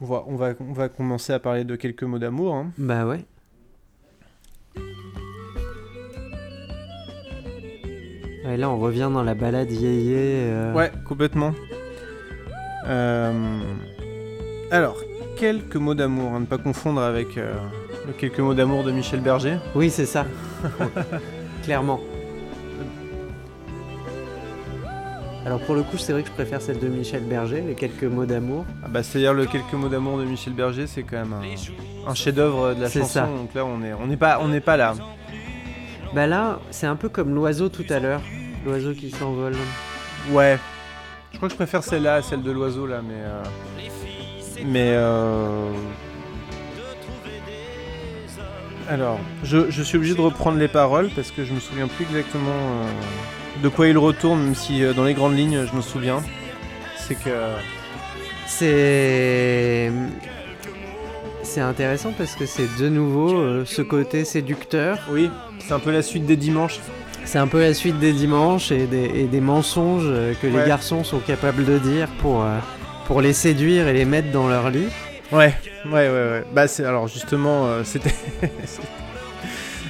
H: On va, on, va, on va commencer à parler de quelques mots d'amour. hein.
I: Bah ouais. Ouais, là, on revient dans la balade yéyé.
G: Ah.
I: euh,
H: Ouais, complètement. Euh, Alors, quelques mots d'amour, à ne pas confondre avec euh, le quelques mots d'amour de Michel Berger.
I: Oui, c'est [LAUGHS] ça. Clairement. Alors pour le coup, c'est vrai que je préfère celle de Michel Berger, les quelques mots d'amour.
H: Ah bah, C'est-à-dire le quelques mots d'amour de Michel Berger, c'est quand même un, un chef-d'œuvre de la
I: C'est
H: chanson.
I: ça.
H: Donc là, on n'est on n'est pas, on n'est pas là.
I: Bah là, c'est un peu comme l'oiseau tout à l'heure, l'oiseau qui s'envole.
H: Ouais. Je crois que je préfère celle-là à celle de l'oiseau, là, mais... euh, Mais... euh, Alors, je, je suis obligé de reprendre les paroles parce que je me souviens plus exactement euh, de quoi il retourne, même si euh, dans les grandes lignes, je me souviens. C'est que...
I: C'est c'est intéressant parce que c'est de nouveau euh, ce côté séducteur.
H: Oui, c'est un peu la suite des dimanches.
I: C'est un peu la suite des dimanches et des, et des mensonges euh, que
H: Ouais.
I: les garçons sont capables de dire pour, euh, pour les séduire et les mettre dans leur lit. [LAUGHS]
H: Ouais, ouais, ouais, ouais. Bah, c'est... Alors, justement, euh, c'était... [LAUGHS]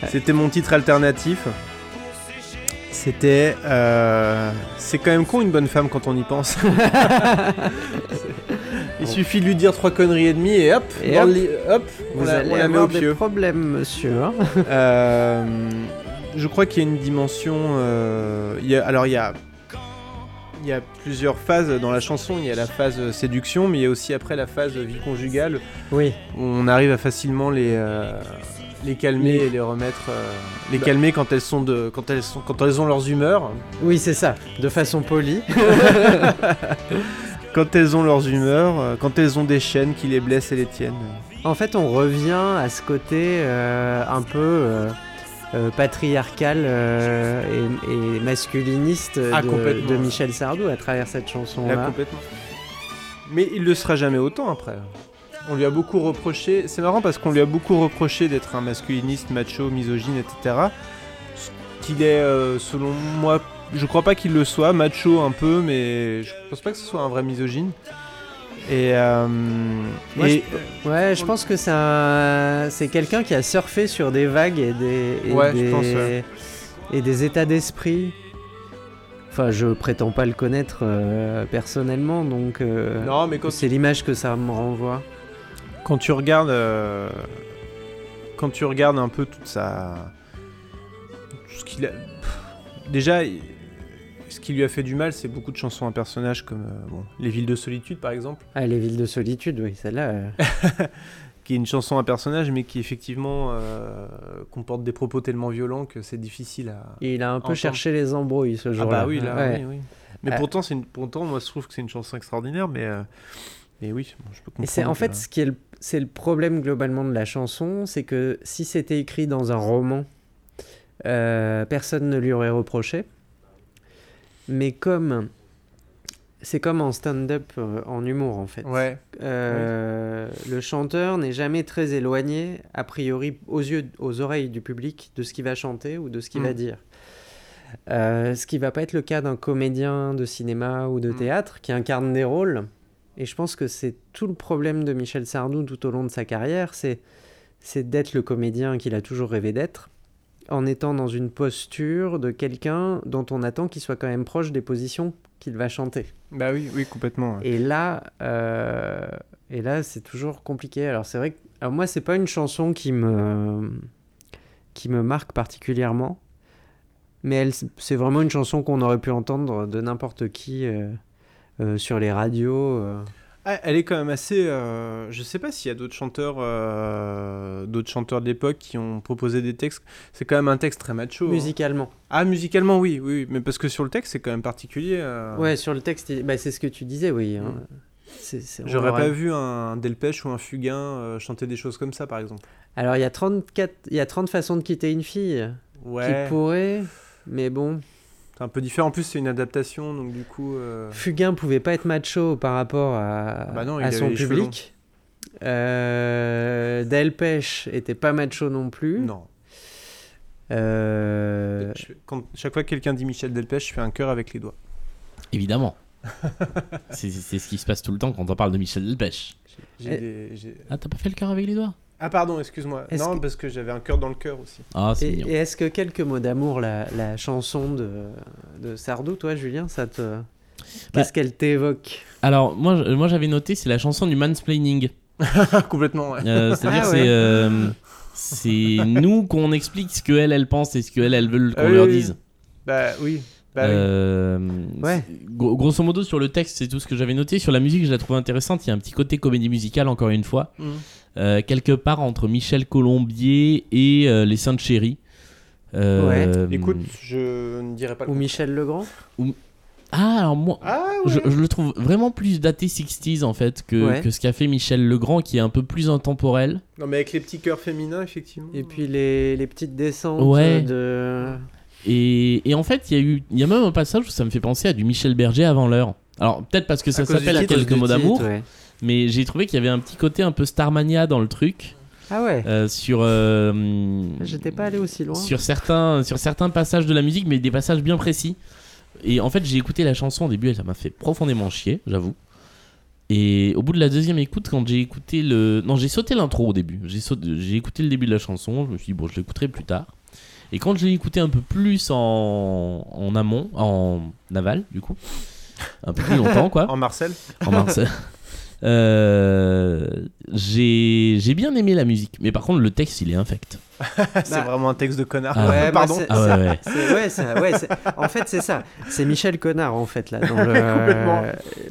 H: c'était mon titre alternatif. C'était... euh, C'est quand même con, une bonne femme, quand on y pense. [LAUGHS] Il suffit de lui dire trois conneries et demie et hop,
I: Et
H: dans
I: hop.
H: le lit- hop, on,
I: Vous
H: la,
I: allez
H: on la met
I: avoir
H: au
I: des
H: pieu.
I: problèmes, monsieur. hein.
H: [LAUGHS] Euh, je crois qu'il y a une dimension. euh, il y a- alors il y a, il y a plusieurs phases dans la chanson. Il y a la phase séduction, mais il y a aussi après la phase vie conjugale
I: Oui.
H: où on arrive à facilement les euh, les calmer et les remettre, euh, les calmer quand elles sont de, quand elles sont, quand elles ont leurs humeurs.
I: Oui, c'est ça, de façon polie.
H: Quand elles ont leurs humeurs, euh, quand elles ont des chaînes qui les blessent et les tiennent.
I: En fait, on revient à ce côté euh, un peu euh, euh, patriarcal euh, et, et masculiniste
H: Ah,
I: de,
H: complètement.
I: de Michel Sardou à travers cette chanson-là.
H: Là, complètement. Mais il le sera jamais autant après. On lui a beaucoup reproché. C'est marrant parce qu'on lui a beaucoup reproché d'être un masculiniste, macho, misogyne, etc. Ce Qu'il est, euh, selon moi, je crois pas qu'il le soit, macho un peu, mais je pense pas que ce soit un vrai misogyne. Et, euh,
I: Moi,
H: et-
I: Ouais, je pense que c'est un... c'est quelqu'un qui a surfé sur des vagues et des et
H: Ouais, je
I: des,
H: pense, ouais.
I: et des états d'esprit. Enfin, je prétends pas le connaître euh, personnellement, donc euh,
H: non, mais quand,
I: c'est l'image que ça me renvoie.
H: quand tu regardes, euh, quand tu regardes un peu toute sa, tout ce qu'il a, Pff, déjà, il- ce qui lui a fait du mal, c'est beaucoup de chansons à personnages comme euh, bon, les villes de solitude par exemple.
I: Ah, les villes de solitude, oui, celle-là. euh.
H: qui est une chanson à personnage, mais qui effectivement euh, comporte des propos tellement violents que c'est difficile à.
I: Et il a un peu
H: Entendre.
I: cherché les embrouilles ce
H: Ah
I: jour-là.
H: bah oui, là,
I: Ouais.
H: oui, oui. Mais
I: Euh.
H: pourtant, c'est une... pourtant, moi, je trouve que c'est une chanson extraordinaire, mais. euh, Mais oui, bon, je peux comprendre.
I: Et c'est en
H: que-
I: fait ce qui est le, c'est le problème globalement de la chanson, c'est que si c'était écrit dans un roman, euh, personne ne lui aurait reproché. Mais comme c'est comme en stand-up euh, en humour en fait.
H: Ouais,
I: Euh, Le chanteur n'est jamais très éloigné a priori aux yeux, aux oreilles du public de ce qu'il va chanter ou de ce qu'il
H: Mm.
I: va dire. Euh, ce qui va pas être le cas d'un comédien de cinéma ou de
H: Mm.
I: théâtre qui incarne des rôles. Et je pense que c'est tout le problème de Michel Sardou tout au long de sa carrière, c'est c'est d'être le comédien qu'il a toujours rêvé d'être en étant dans une posture de quelqu'un dont on attend qu'il soit quand même proche des positions qu'il va chanter.
H: Bah oui, oui, complètement. ouais.
I: Et là, euh, et là, c'est toujours compliqué. Alors c'est vrai que alors moi, c'est pas une chanson qui me qui me marque particulièrement, mais elle, c'est vraiment une chanson qu'on aurait pu entendre de n'importe qui euh, euh, sur les radios. euh.
H: Ah, elle est quand même assez. euh, je sais pas s'il y a d'autres chanteurs, euh, d'autres chanteurs de l'époque qui ont proposé des textes. C'est quand même un texte très macho. hein.
I: musicalement.
H: Ah, musicalement, oui, oui, mais parce que sur le texte, c'est quand même particulier. euh.
I: Ouais, sur le texte, il- bah, c'est ce que tu disais, oui. hein. C'est- c'est- on
H: Mm. J'aurais
I: l'aurait-
H: pas vu un Delpech ou un Fugain euh, chanter des choses comme ça, par exemple.
I: Alors, il y, a 34... il y a 30 façons de quitter une fille
H: Ouais.
I: qui pourrait, mais bon.
H: C'est un peu différent. En plus, c'est une adaptation, donc du coup. euh,
I: Fugain pouvait pas être macho par rapport à,
H: Bah non, il
I: à
H: avait
I: son
H: les cheveux
I: public. Euh, Delpech était pas macho non plus.
H: Non.
I: Euh,
H: Je- Quand, chaque fois que quelqu'un dit Michel Delpech, je fais un cœur avec les doigts.
G: Évidemment. [LAUGHS] c'est c'est- c'est ce qui se passe tout le temps quand on parle de Michel Delpech.
H: J'ai
I: Eh.
H: des- j'ai-
G: Ah, t'as pas fait le cœur avec les doigts
H: Ah, pardon, excuse-moi.
I: Est-ce
H: Non,
I: que-
H: parce que j'avais un cœur dans le cœur aussi.
G: Ah, c'est
I: et
G: mignon.
I: et est-ce que quelques mots d'amour, la, la chanson de, de Sardou, toi, Julien, ça te.
G: Bah,
I: Qu'est-ce qu'elle t'évoque
G: Alors, moi, je- moi j'avais noté, c'est la chanson du mansplaining.
H: Complètement, ouais. [LAUGHS]
G: Euh, C'est-à-dire,
I: Ah ouais.
G: c'est. euh, c'est nous qu'on explique ce que elle, elle pense et ce que elle, elle veut qu'on
H: Ah oui,
G: leur
H: oui,
G: dise.
H: Bah oui. Bah, oui.
G: Euh,
I: Ouais.
G: c'est- gro- grosso modo, sur le texte, c'est tout ce que j'avais noté. Sur la musique, je la trouve intéressante. Il y a un petit côté comédie musicale, encore une fois.
H: Mhm.
G: Euh, quelque part entre Michel Colombier et euh, Les Saintes Chéries. Euh,
H: Écoute, je ne dirais pas le
I: Ou Michel Legrand
G: Ah, alors moi,
H: Ah
G: je, je le trouve vraiment plus daté 60s en fait que,
I: Ouais.
G: que ce qu'a fait Michel Legrand qui est un peu plus intemporel.
H: Non, mais avec les petits cœurs féminins, effectivement.
I: Et puis les, les petites descentes
G: Ouais.
I: de.
G: Et, et en fait, il y a eu, il y a même un passage où ça me fait penser à du Michel Berger avant l'heure. Alors peut-être parce que ça
H: cause du
G: s'appelle à
H: titre,
G: cause de
H: du
G: mots
H: titre,
G: d'amour,
I: Ouais.
G: mais j'ai trouvé qu'il y avait un petit côté un peu Starmania dans le truc
I: Ah ouais
G: euh, sur euh,
I: J'étais pas allé aussi loin.
G: sur certains sur certains passages de la musique, mais des passages bien précis. Et en fait, j'ai écouté la chanson au début, et ça m'a fait profondément chier, j'avoue. Et au bout de la deuxième écoute, quand j'ai écouté le, non, j'ai sauté l'intro au début. J'ai sauté- j'ai écouté le début de la chanson. Je me suis dit bon, je l'écouterai plus tard. Et quand je l'ai écouté un peu plus en, en amont, en aval, du coup, un peu plus longtemps, quoi
H: [LAUGHS] En Marcel
G: en mars. Euh, j'ai j'ai bien aimé la musique, mais par contre le texte il est infect.
H: [LAUGHS] C'est
I: Bah.
H: vraiment un texte de connard.
G: Ah.
I: Ouais, bah,
H: Pardon.
I: c'est-
G: Ah ouais, ouais.
I: C'est- ouais, ça- ouais, c'est- en fait, c'est ça. C'est Michel Connard, en fait, là. Dans le...
H: [LAUGHS] Complètement.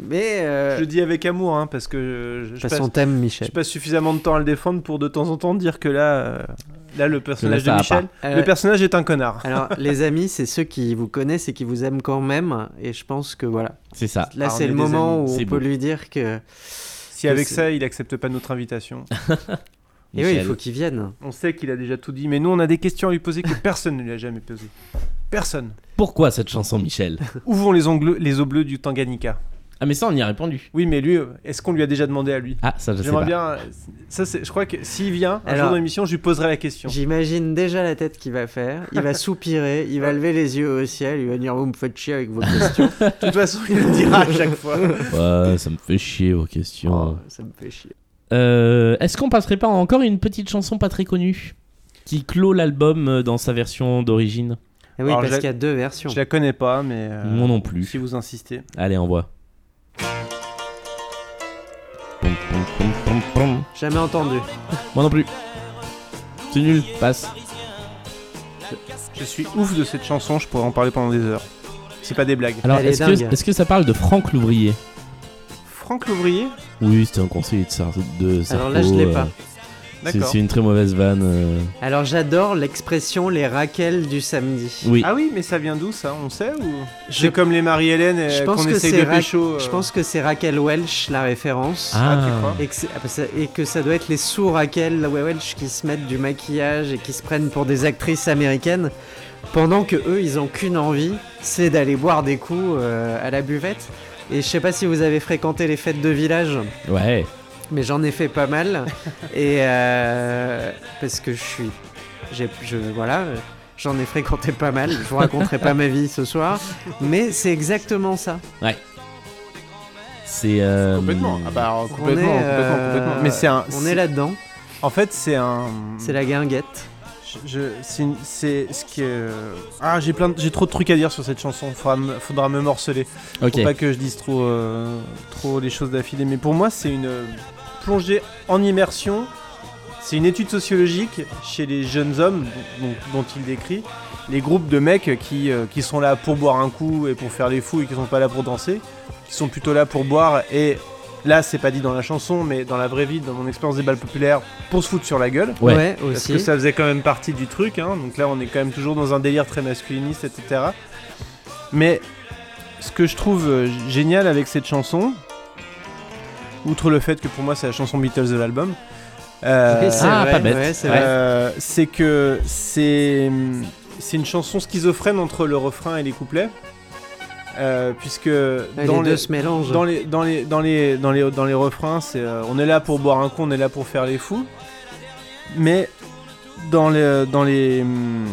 I: Mais. euh,
H: Je le dis avec amour, hein, parce que je, je
I: De toute
H: passe,
I: façon, t'aimes
H: je
I: Michel.
H: passe suffisamment de temps à le défendre pour de temps en temps dire que là, euh, là le personnage
G: Que là,
H: de
G: ça va
H: Michel,
I: Euh,
H: le personnage est un connard.
I: Alors, les amis, c'est ceux qui vous connaissent et qui vous aiment quand même. Et je pense que voilà.
G: c'est ça.
I: Là,
H: Ah, on
I: c'est
H: est
I: le
H: des
I: moment
H: amis,
I: où on
G: c'est
I: peut
G: beau.
I: lui dire que.
H: Si avec ça, il accepte pas notre invitation,
I: Et oui, il
G: Michel.
I: faut qu'il vienne.
H: on sait qu'il a déjà tout dit, mais nous, on a des questions à lui poser que personne ne lui a jamais posées. Personne.
G: Pourquoi cette chanson, Michel
H: Où vont les, ongles, les eaux bleues du Tanganyika
G: Ah mais ça on y a répondu.
H: Oui, mais lui, euh, est-ce qu'on lui a déjà demandé à lui
G: Ah ça je sais
H: J'aimerais
G: pas.
H: bien. euh, Ça, c'est. Je crois que s'il vient un
I: Alors-
H: jour dans l'émission, je lui poserai la question.
I: J'imagine déjà la tête qu'il va faire. Il
H: [LAUGHS]
I: va soupirer, il va lever les yeux au ciel, il va dire Vous me faites chier avec vos questions.
H: De toute façon, il le dira à chaque fois.
G: Ouais, ça me fait chier vos
I: Oh,
G: questions.
I: ça me fait chier.
G: Euh, Est-ce qu'on passerait pas encore une petite chanson pas très connue qui clôt l'album euh, dans sa version d'origine
I: Eh oui,
H: Alors,
I: parce
H: j'ai-
I: qu'il y a deux versions.
H: Je la connais pas, mais. euh,
G: Moi non plus.
H: Si vous insistez.
G: Allez envoie. Pom, pom, pom, pom, pom.
I: Jamais entendu.
G: Moi non plus. C'est nul. Passe.
H: Je suis ouf de cette chanson, je pourrais en parler pendant des heures. C'est pas des blagues.
G: Alors
I: Elle est
G: est-ce que,
I: dingue.
G: est-ce que ça parle de Franck Louvrier
H: Franck Louvrier
G: Oui, c'était un conseil de, Sar- de Sarko,
I: Alors là, je l'ai
G: euh,
I: pas.
G: c'est,
H: D'accord.
G: c'est une très mauvaise vanne. euh.
I: Alors, j'adore l'expression les raquels du samedi.
G: Oui.
H: Ah oui, mais ça vient d'où ça On sait ou
I: Je-
H: C'est comme les Marie-Hélène euh,
I: Je pense
H: qu'on
I: que
H: essaye
I: c'est
H: de
I: Ra-
H: pécho. euh,
I: Je pense que c'est Raquel Welch la référence.
H: Ah, tu crois
I: Et que, c'est- ah, bah, ça- et que ça doit être les sourds à quel Welch qui se mettent du maquillage et qui se prennent pour des actrices américaines, pendant que eux, ils ont qu'une envie, c'est d'aller boire des coups euh, à la buvette. Et je sais pas si vous avez fréquenté les fêtes de village,
G: ouais.
I: mais j'en ai fait
H: [LAUGHS]
I: pas mal. et euh, parce que je suis, j'ai- je voilà. euh, J'en ai fréquenté pas mal, je vous raconterai pas ma vie ce soir, mais c'est exactement ça.
G: C'est. euh,
H: Complètement. Ah bah, alors,
I: On est,
H: complètement, complètement,
I: euh,
H: complètement. Mais c'est un.
I: On
H: c'est-
I: est là-dedans,
H: En fait, c'est un.
I: c'est la guinguette.
H: Je Je, je- c'est, une- c'est ce qui est, euh, Ah, j'ai plein, de- j'ai trop de trucs à dire sur cette chanson. Faudra me, faudra me morceler.
G: Ok.
H: Faut pas que je dise trop, euh, trop les choses d'affilée. Mais pour moi, c'est une euh, plongée en immersion. C'est une étude sociologique chez les jeunes hommes dont, dont- dont il décrit les groupes de mecs qui, euh, qui sont là pour boire un coup et pour faire les fous et qui sont pas là pour danser, qui sont plutôt là pour boire et là c'est pas dit dans la chanson mais dans la vraie vie, dans mon expérience des balles populaires, pour se foutre sur la gueule.
G: Ouais.
H: Parce
I: aussi.
H: que ça faisait quand même partie du truc, hein. donc là on est quand même toujours dans un délire très masculiniste, etc. Mais ce que je trouve euh, g- génial avec cette chanson, outre le fait que pour moi c'est la chanson Beatles de l'album, euh,
I: Oui, c'est
G: Ah,
I: vrai,
G: pas bête.
I: ouais, c'est
G: Ouais.
I: vrai.
H: euh, c'est que c'est c'est une chanson schizophrène entre le refrain et les couplets, euh, puisque
I: Ouais,
H: dans
I: les
H: les-
I: deux se mélangent.
H: dans les, dans les, dans les, dans les, dans les refrains, c'est euh, on est là pour boire un coup, on est là pour faire les fous. Mais dans les, dans les, hum,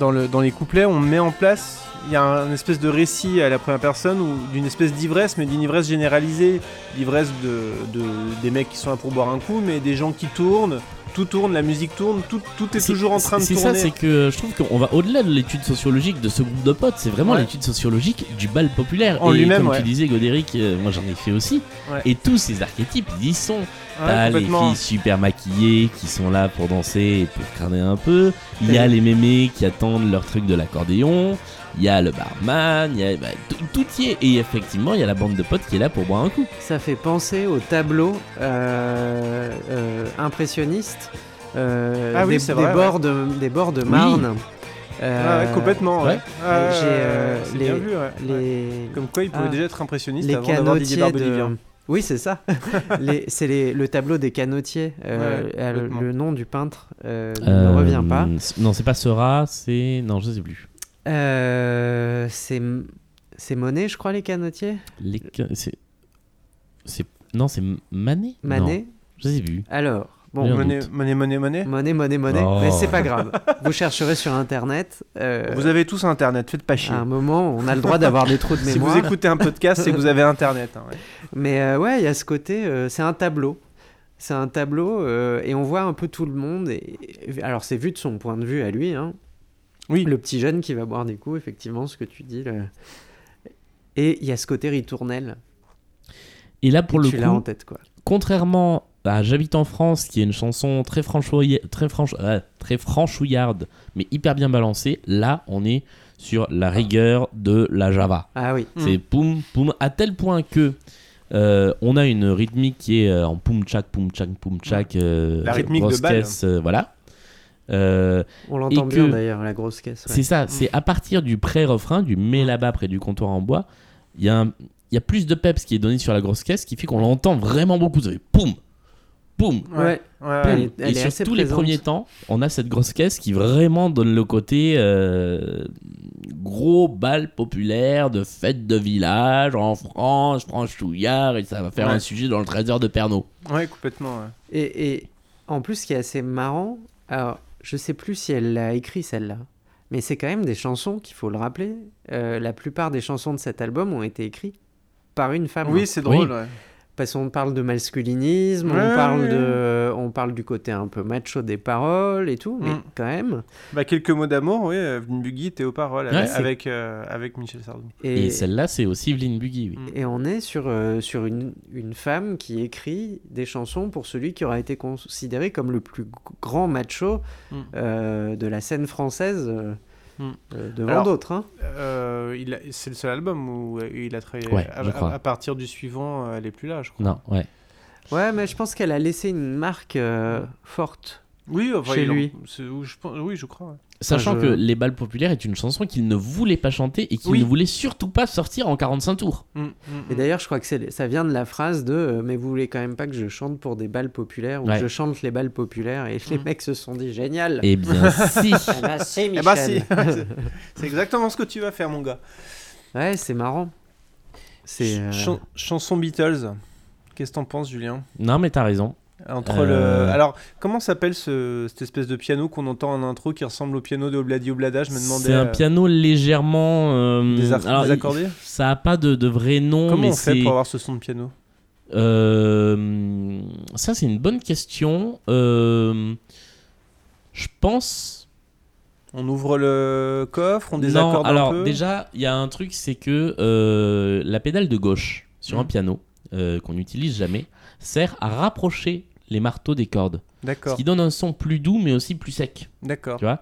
H: dans le, dans les couplets, on met en place, il y a un espèce de récit à la première personne ou d'une espèce d'ivresse, mais d'une ivresse généralisée, l'ivresse de, de- des mecs qui sont là pour boire un coup, mais des gens qui tournent, tout tourne, la musique tourne, tout, tout est, toujours en train de
G: C'est ça,
H: tourner.
G: c'est que je trouve qu'on va au-delà de l'étude sociologique de ce groupe de potes. C'est vraiment
H: Ouais.
G: l'étude sociologique du bal populaire.
H: En
G: Et
H: lui-même,
G: comme
H: ouais.
G: tu disais, Godéric, euh, moi j'en ai fait aussi.
H: Ouais.
G: Et tous ces archétypes, ils y sont.
H: Ouais,
G: T'as les
H: complètement.
G: filles super maquillées qui sont là pour danser et pour crâner un peu. Il y a
H: Et-
G: les mémés qui attendent leur truc de l'accordéon. Il y a le barman. Il y a bah, tout- tout y est. Et effectivement, il y a la bande de potes qui est là pour boire un coup.
I: Ça fait penser au tableau euh, euh, impressionniste euh,
H: Ah oui,
I: des,
H: c'est
I: des
H: vrai, Ah
I: bords de, des bords de Marne. Euh,
H: Ouais, ouais, complètement, ouais.
G: Ouais.
H: Ouais, ouais,
I: J'ai, euh,
H: ouais, c'est
I: les-
H: bien vu, ouais, ouais.
I: Les,
H: Comme quoi, il pouvait
I: Ah.
H: déjà être impressionniste
I: les
H: avant d'avoir Didier
I: canotiers
H: Barbelivien.
I: de... Oui,
H: [LAUGHS]
I: c'est ça. Les- c'est les- le tableau des canotiers. euh,
H: Ouais,
I: euh, le-
H: complètement.
I: le nom du peintre euh,
G: Euh,
I: ne revient pas.
G: c- Non, c'est pas Sera, c'est. Non, je sais plus.
I: Euh, c'est c'est Monet, je crois, les canotiers.
G: Les- C'est. c'est- Non, c'est Manet Non,
I: Manet.
G: je sais plus.
I: Alors, bon,
G: Merde.
H: Monnaie, monnaie, monnaie, monnaie.
I: Monet, Monet, Monet.
G: Oh.
I: Mais c'est pas grave. Vous chercherez sur Internet. euh,
H: Vous avez tous internet, faites pas chier.
I: à un moment, on a le droit d'avoir des trous de
H: si vous
I: mémoire.
H: écoutez un podcast, c'est que vous avez internet. hein, ouais.
I: Mais euh, ouais, il y a ce côté, euh, c'est un tableau. C'est un tableau euh, et on voit un peu tout le monde. Et, et- alors c'est vu de son point de vue à lui. Hein.
H: Oui.
I: Le petit jeune qui va boire des coups, effectivement, ce que tu dis. le- Et il y a ce côté ritournel.
G: Et là, pour
I: Et
G: le
I: tu l'as en
G: coup,
I: tête, quoi.
G: contrairement à J'habite en France, qui est une chanson très, franchouilla- très, franch- euh, très franchouillarde, mais hyper bien balancée, là, on est sur la rigueur de la Java.
I: Ah oui.
G: C'est poum, poum, à tel point que. euh, on a une rythmique qui est euh, en poum tchak, poum tchak, poum tchak. euh,
H: La rythmique de
G: grosse
H: balle.
G: caisse, euh, voilà. Euh,
I: On l'entend
G: Et
I: bien
G: que-
I: d'ailleurs, la grosse caisse. ouais. Mm.
G: C'est ça, c'est à partir du pré-refrain, du mais là-bas près du comptoir en bois, il y, a un- il y a plus de peps qui est donné sur la grosse caisse qui fait qu'on l'entend vraiment beaucoup. Ça fait poum, poum, poum.
I: Ouais.
H: Ouais,
I: Elle est- elle
G: et
I: est
G: sur tous
I: assez
G: les
I: présente.
G: premiers temps, on a cette grosse caisse qui vraiment donne le côté euh, gros bal populaire de fête de village en France, franchouillard, et ça va faire
H: Ouais.
G: un sujet dans le trésor de Pernod.
H: ouais, complètement. ouais.
I: Et, et en plus, ce qui est assez marrant, alors je sais plus si elle l'a écrit celle-là, mais c'est quand même des chansons qu'il faut le rappeler. euh, la plupart des chansons de cet album ont été écrites par une femme.
H: Oui, c'est drôle. ouais.
I: Parce qu'on parle de masculinisme,
H: Ouais,
I: on, parle
H: ouais,
I: de, on parle du côté un peu macho des paroles et tout, mais
H: Mm.
I: quand même.
H: Bah, quelques mots d'amour, oui. euh, Vin Buggy, Théo Parole,
G: Ouais,
H: avec,
G: c'est-
H: avec, euh, avec Michel Sardou.
I: Et,
G: Et, celle-là, c'est aussi Evelyn Buggy. oui.
I: et on est sur, euh, sur une, une femme qui écrit des chansons pour celui qui aura été considéré comme le plus g- grand macho
H: Mm.
I: euh, de la scène française euh,
H: Mm.
I: euh, devant
H: Alors-
I: d'autres. hein.
H: Euh, il a- c'est le seul album où euh, il a travaillé.
G: Ouais,
H: à,
G: je
H: à-
G: crois.
H: à partir du suivant, euh, elle est plus là, je
I: Mm.
H: crois.
G: Non, ouais.
I: Ouais, mais je pense qu'elle a laissé une marque euh,
H: Mm.
I: forte.
H: Oui, enfin,
I: Chez
H: il en-
I: lui.
H: c'est où je pense- oui, je crois. ouais.
G: Sachant
I: Enfin,
G: que
I: je-
G: Les Balles Populaires est une chanson qu'il ne voulait pas chanter et qu'il
H: Ah, Oui.
G: ne voulait surtout pas sortir en 45 tours.
H: Mm, mm,
I: Et
H: mm.
I: d'ailleurs, je crois que c'est- ça vient de la phrase de euh, Mais vous voulez quand même pas que je chante pour des balles populaires ou
G: Ouais.
I: que je chante les balles populaires Et
H: Mm.
I: les mecs se sont dit
H: Bah.
I: Génial
G: Eh
H: [LAUGHS]
G: bien, si
I: Ah bah, c'est
H: Eh bah, [LAUGHS]
I: Michel.
H: si. C'est exactement ce que tu vas faire, mon gars.
I: Ouais, c'est marrant. C'est. euh,
H: Chan- chanson Beatles. Qu'est-ce que t'en penses, Julien
G: Non, mais t'as raison.
H: Entre
G: Euh.
H: le... Alors, comment s'appelle ce... cette espèce de piano qu'on entend en intro qui ressemble au piano de Obladi Oblada Je me demandais.
G: C'est un
H: euh,
G: piano légèrement. euh,
H: Des ar-
G: alors,
H: désaccordé
G: il- Ça a pas de, de vrai nom,
H: Comment
G: mais
H: on fait
G: c'est.
H: pour avoir ce son de piano
G: euh, ça, c'est une bonne question. Euh, Je pense
H: On ouvre le coffre, on
G: non,
H: désaccorde
G: alors
H: un peu.
G: déjà, il y a un truc, c'est que euh, la pédale de gauche sur un
H: Mhm.
G: piano euh, qu'on n'utilise jamais sert à rapprocher les marteaux des cordes, ce
H: D'accord,
G: qui donne un son plus doux mais aussi plus sec.
H: d'accord.
G: Tu vois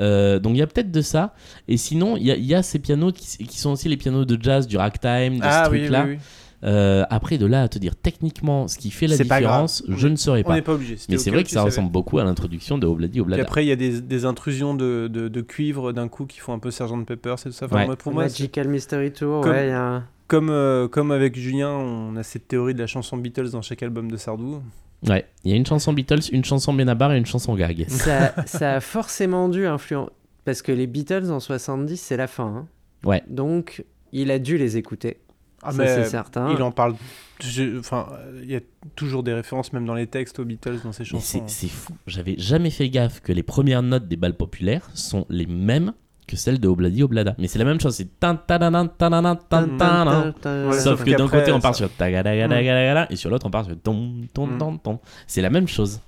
G: Euh, donc il y a peut-être de ça. Et sinon, il y, a- il y a ces pianos qui, qui sont aussi les pianos de jazz, du ragtime, de
H: Ah
G: ce
H: oui,
G: truc-là.
H: oui, oui.
G: Euh, après, de là à te dire techniquement ce qui fait la
H: C'est pas
G: différence,
H: grave.
G: je ne saurais
H: on
G: pas.
H: n'est pas obligé. c'était
G: Mais
H: au
G: c'est
H: cas
G: vrai
H: où
G: que
H: tu
G: ça
H: savais.
G: ressemble beaucoup à l'introduction de Obladi
H: Et
G: Oblada.
H: après, il y a des, des intrusions de, de, de cuivre d'un coup qui font un peu Sergent Pepper, c'est tout ça. Enfin,
G: Ouais.
H: moi, pour moi, c'est-
I: Magical Mystery Tour,
H: Comme-
I: ouais, il y a un-
H: comme, euh, comme avec Julien, on a cette théorie de la chanson Beatles dans chaque album de Sardou.
G: Ouais, il y a une chanson Beatles, une chanson Benabar et une chanson Gag.
H: Mmh.
I: ça,
G: [LAUGHS]
I: ça a forcément dû influencer. Parce que les Beatles en 70, c'est la fin. hein.
G: Ouais.
I: Donc, il a dû les écouter.
H: Ah,
I: ça,
H: mais
I: c'est certain.
H: il en parle. je- Enfin, euh, il y a toujours des références, même dans les textes aux Beatles, dans ces
G: Mais
H: chansons.
G: c'est c'est fou, j'avais jamais fait gaffe que les premières notes des balles populaires sont les mêmes que celles de Obladi Oblada. Mais c'est la même chose, c'est tin, tananan, tananan, tin, tananan.
H: Ouais,
G: Sauf
H: sauf
G: que d'un
H: qu'après,
G: côté on part
H: ça-
G: sur tagadagadagada et sur l'autre on part sur ton ton
H: Mm.
G: ton ton. C'est la même chose.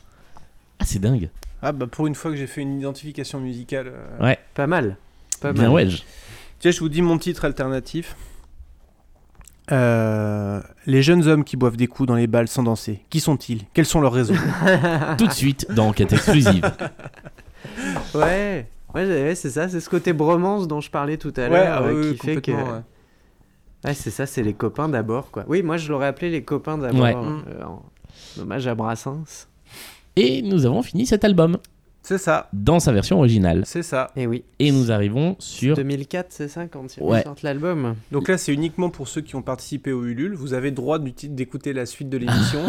G: Ah c'est dingue.
H: Ah, bah pour une fois que j'ai fait une identification musicale. euh,
G: Ouais.
I: Pas mal. Pas
G: Bien
I: mal.
G: wedge.
H: Tiens, je vous dis mon titre alternatif. Euh, les jeunes hommes qui boivent des coups dans les balles sans danser, qui sont-ils Quels sont leurs réseaux Ah.
G: Tout de suite dans enquête exclusive.
I: [LAUGHS]
H: [LAUGHS]
I: Ouais. Ouais, j'ai- ouais, c'est ça, c'est ce côté bromance dont je parlais tout à l'heure euh,
H: ouais, ah
I: qui fait que.
H: complètement, ouais.
I: Ouais, c'est ça, c'est les copains d'abord, quoi. Oui, moi je l'aurais appelé les copains d'abord.
G: Ouais.
H: Mm.
I: euh, en Hommage à Brassens.
G: Et nous avons fini cet album
H: C'est ça,
G: dans sa version originale.
H: c'est ça.
I: Et Eh oui.
G: Et nous arrivons sur
I: 2004, c'est ça, quand ils
G: Ouais.
I: sortent l'album
H: Donc là, c'est uniquement pour ceux qui ont participé au Ulule. Vous avez droit du titre d'écouter la suite de [LAUGHS] l'émission.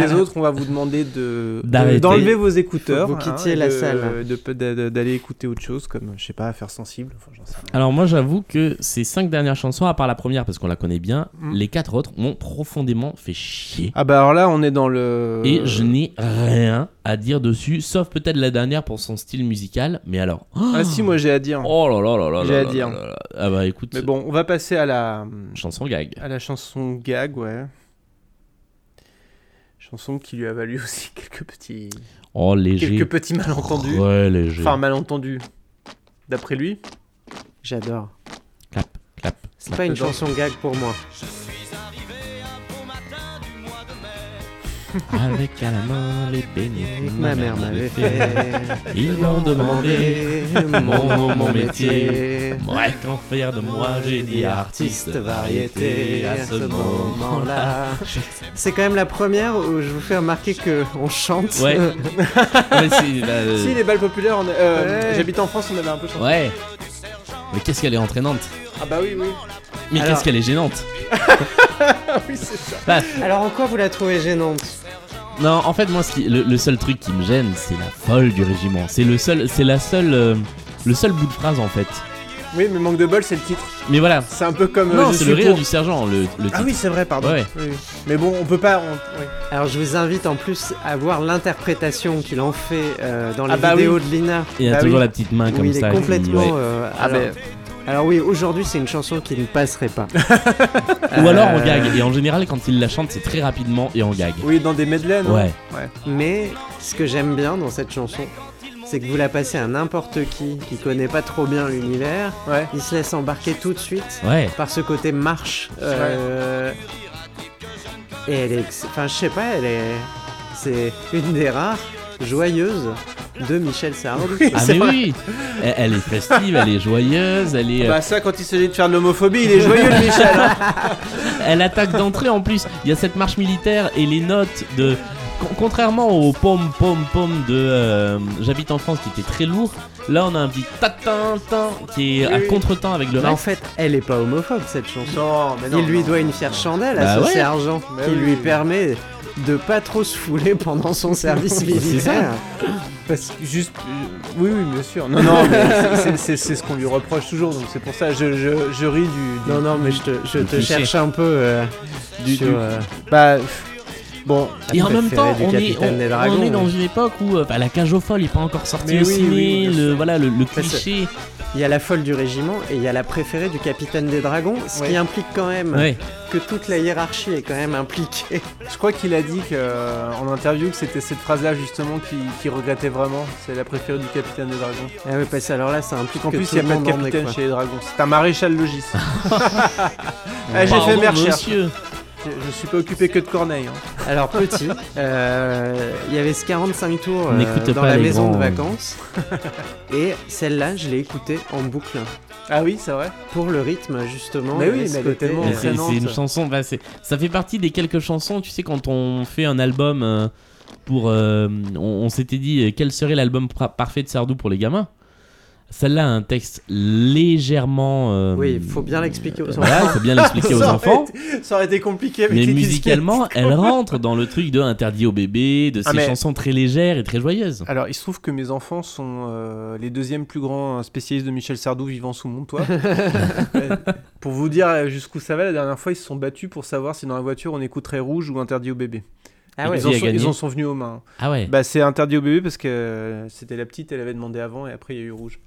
H: Les autres, on va vous demander de de-
G: D'arrêter.
H: d'enlever vos écouteurs. hein,
I: Faut que vous quittiez
H: et
I: la
H: de-
I: salle.
H: de pe- d'a- D'aller écouter autre chose, comme, je sais pas, affaires sensibles. Enfin, j'en sais rien.
G: Alors moi j'avoue que ces cinq dernières chansons, à part la première parce qu'on la connaît bien,
H: Mm.
G: les quatre autres m'ont profondément fait chier.
H: Ah bah alors là, on est dans le.
G: Et je n'ai rien à dire dessus, sauf peut-être la dernière pour son style musical, mais alors...
H: Ah si, moi j'ai à dire.
G: Oh là là là là
H: J'ai
G: là
H: à
G: là
H: dire.
G: là là. Ah bah écoute,
H: Mais bon, on va passer à la.
G: chanson gag.
H: À la chanson gag, ouais. Chanson qui lui a valu aussi [LAUGHS] quelques petits,
G: Oh léger.
H: quelques petits malentendus.
G: Ouais léger.
H: Enfin, malentendus, d'après lui.
I: J'adore.
G: Clap, clap.
I: C'est pas une
H: J'adore.
I: chanson gag pour moi.
J: Je suis arrivé un beau matin du mois de mai.
G: Avec à la main les beignets que
I: Ma mère m'avait fait.
G: Ils m'ont demandé mon nom, mon métier. Ouais, qu'en faire de moi J'ai dit artiste, variété à ce moment.
I: moment-là. C'est quand même la première où je vous fais remarquer que on chante.
H: [LAUGHS]
G: Ouais. Ouais, c'est, bah, euh,
H: Si, les balles populaires, on a- euh,
I: Ouais.
H: j'habite en France, on avait un peu chanté.
G: Ouais. Mais qu'est-ce qu'elle est entraînante
H: Ah bah oui, oui.
G: Mais
I: Alors-
G: qu'est-ce qu'elle est gênante
H: Ah oui, c'est ça.
I: [LAUGHS] Alors en quoi vous la trouvez gênante
G: Non, en fait, moi, ce qui- le, le seul truc qui me gêne, c'est la folle du régiment. C'est le seul, c'est la seule, euh, le seul bout de phrase en fait.
H: Oui, mais manque de bol, c'est le titre.
G: Mais voilà.
H: C'est un peu comme. euh,
G: Non, c'est
H: je suis
G: le rire
H: pour.
G: du sergent, le, le
H: Ah
G: titre.
H: oui, c'est vrai, pardon.
G: Ouais.
H: Oui, oui. Mais bon, on peut pas. on- oui.
I: Alors je vous invite en plus à voir l'interprétation qu'il en fait euh, dans les
H: Ah bah
I: vidéos
H: oui.
I: de Lina.
G: Et il y a
H: Bah
G: toujours
H: oui.
G: la petite main
I: où
G: comme
I: il
G: ça.
I: est
G: qui-
I: complètement.
G: ouais.
I: euh,
H: Ah
I: alors, alors oui, aujourd'hui c'est une chanson qui ne passerait pas.
G: Ou alors on
I: Euh,
G: gag. Et en général, quand il la chante, c'est très rapidement et on gag.
H: Oui, dans des medley, non
G: Ouais.
I: Mais ce que j'aime bien dans cette chanson, c'est que vous la passez à n'importe qui qui connaît pas trop bien l'univers.
H: Ouais.
I: Il se laisse embarquer tout de suite
G: Ouais.
I: par ce côté marche. euh, Et elle est, ex- enfin je sais pas, elle est, c'est une des rares joyeuses de Michel Sardou.
G: Ah mais oui. Elle, elle est festive, elle est joyeuse, elle est, euh,
H: Bah, ça, quand il s'agit de faire de l'homophobie, il est joyeux,
I: [LAUGHS]
H: le Michel. hein.
G: [LAUGHS] elle attaque d'entrée en plus. Il y a cette marche militaire et les notes de. con- Contrairement au pom pom pom de euh, J'habite en France qui était très lourd, là on a un petit tatin-tin qui est à
H: Oui.
G: contre-temps avec le
I: Mais en
G: reste.
I: fait, elle est pas homophobe cette chanson.
H: Non, mais non.
I: il lui
H: non.
I: doit une fière chandelle à
G: Bah
I: ce
G: ouais.
I: sergent
H: Bah
I: qui
H: oui.
I: lui permet de pas trop se fouler pendant son service militaire.
H: Parce que juste. euh, Oui, oui, bien sûr. Non, non, mais c'est- c'est- c'est c'est ce qu'on lui reproche toujours, donc c'est pour ça, je, je, je ris du. du-
I: Non, non, mais je te, je
G: Le
I: te
G: cliché.
I: cherche un peu euh,
H: du-
I: sur,
H: du-
I: euh,
H: Bah. pff, Bon.
G: Et en même temps,
I: préféré
G: on
I: du
G: est,
I: Capitaine
G: on-
I: des
G: on
I: Dragons,
G: est dans
I: mais-
G: une époque où euh, bah, la cage aux folles n'est pas encore sortie
H: Mais
G: au
H: oui,
G: ciné,
H: oui, bien
G: le,
H: sûr.
G: voilà, le, le
I: Parce-
G: cliché.
I: Il y a la folle du régiment et il y a la préférée du capitaine des dragons, ce qui
H: Ouais.
I: implique quand même
G: Ouais.
I: que toute la hiérarchie est quand même impliquée.
H: Je crois qu'il a dit que, euh, en interview que c'était cette phrase-là justement qu'il qui regrettait vraiment. C'est la préférée du capitaine des dragons.
I: [LAUGHS] Ah ouais, parce que alors là, ça implique
H: En
I: que
H: plus,
I: tout
H: il
I: le
H: n'y a pas
I: monde
H: de
I: en est,
H: capitaine
I: quoi.
H: chez les dragons. C'est un maréchal logis.
I: [LAUGHS]
H: Ah, J'ai fait
G: Pardon,
H: mes recherches.
G: monsieur.
H: Je, je suis pas occupé que de Corneille. hein.
I: Alors petit, euh, il y avait ce 45 tours euh,
G: N'écoute
I: dans
G: pas
I: la
G: les
I: maison
G: grands,
I: de
G: euh.
I: vacances. [LAUGHS] et celle-là, je l'ai écoutée en boucle
H: Ah oui, c'est vrai.
I: pour le rythme justement.
H: Mais oui,
I: et ce
H: mais elle est
I: côté,
H: tellement
G: Mais
I: euh,
G: C'est
H: entraînante.
G: c'est une chanson, bah, c'est- ça fait partie des quelques chansons, tu sais, quand on fait un album euh, pour. euh, on on s'était dit euh, quel serait l'album pra- parfait de Sardou pour les gamins. Celle-là a un texte légèrement. euh,
I: Oui, il faut bien l'expliquer aux
G: Voilà, il faut bien l'expliquer aux
H: Ça aurait [LAUGHS]
G: enfants.
H: été- ça aurait été compliqué. avec
G: Mais
H: les
G: musicalement, elle rentre dans le truc de interdit aux bébés, de ces
H: Ah, mais-
G: chansons très légères et très joyeuses.
H: Alors, il se trouve que mes enfants sont euh, les deuxièmes plus grands spécialistes de Michel Sardou vivant sous
G: [LAUGHS]
H: mon toit. Euh, pour vous dire euh, jusqu'où ça va, la dernière fois, ils se sont battus pour savoir si dans la voiture on écouterait Rouge ou Interdit au bébé.
I: Ah ouais.
H: ils, en
G: Qui a
H: sont,
G: gagné
H: ils en sont venus aux mains.
G: Ah ouais.
H: Bah, c'est Interdit au bébé parce que euh, c'était la petite, elle avait demandé avant et après il y a eu Rouge.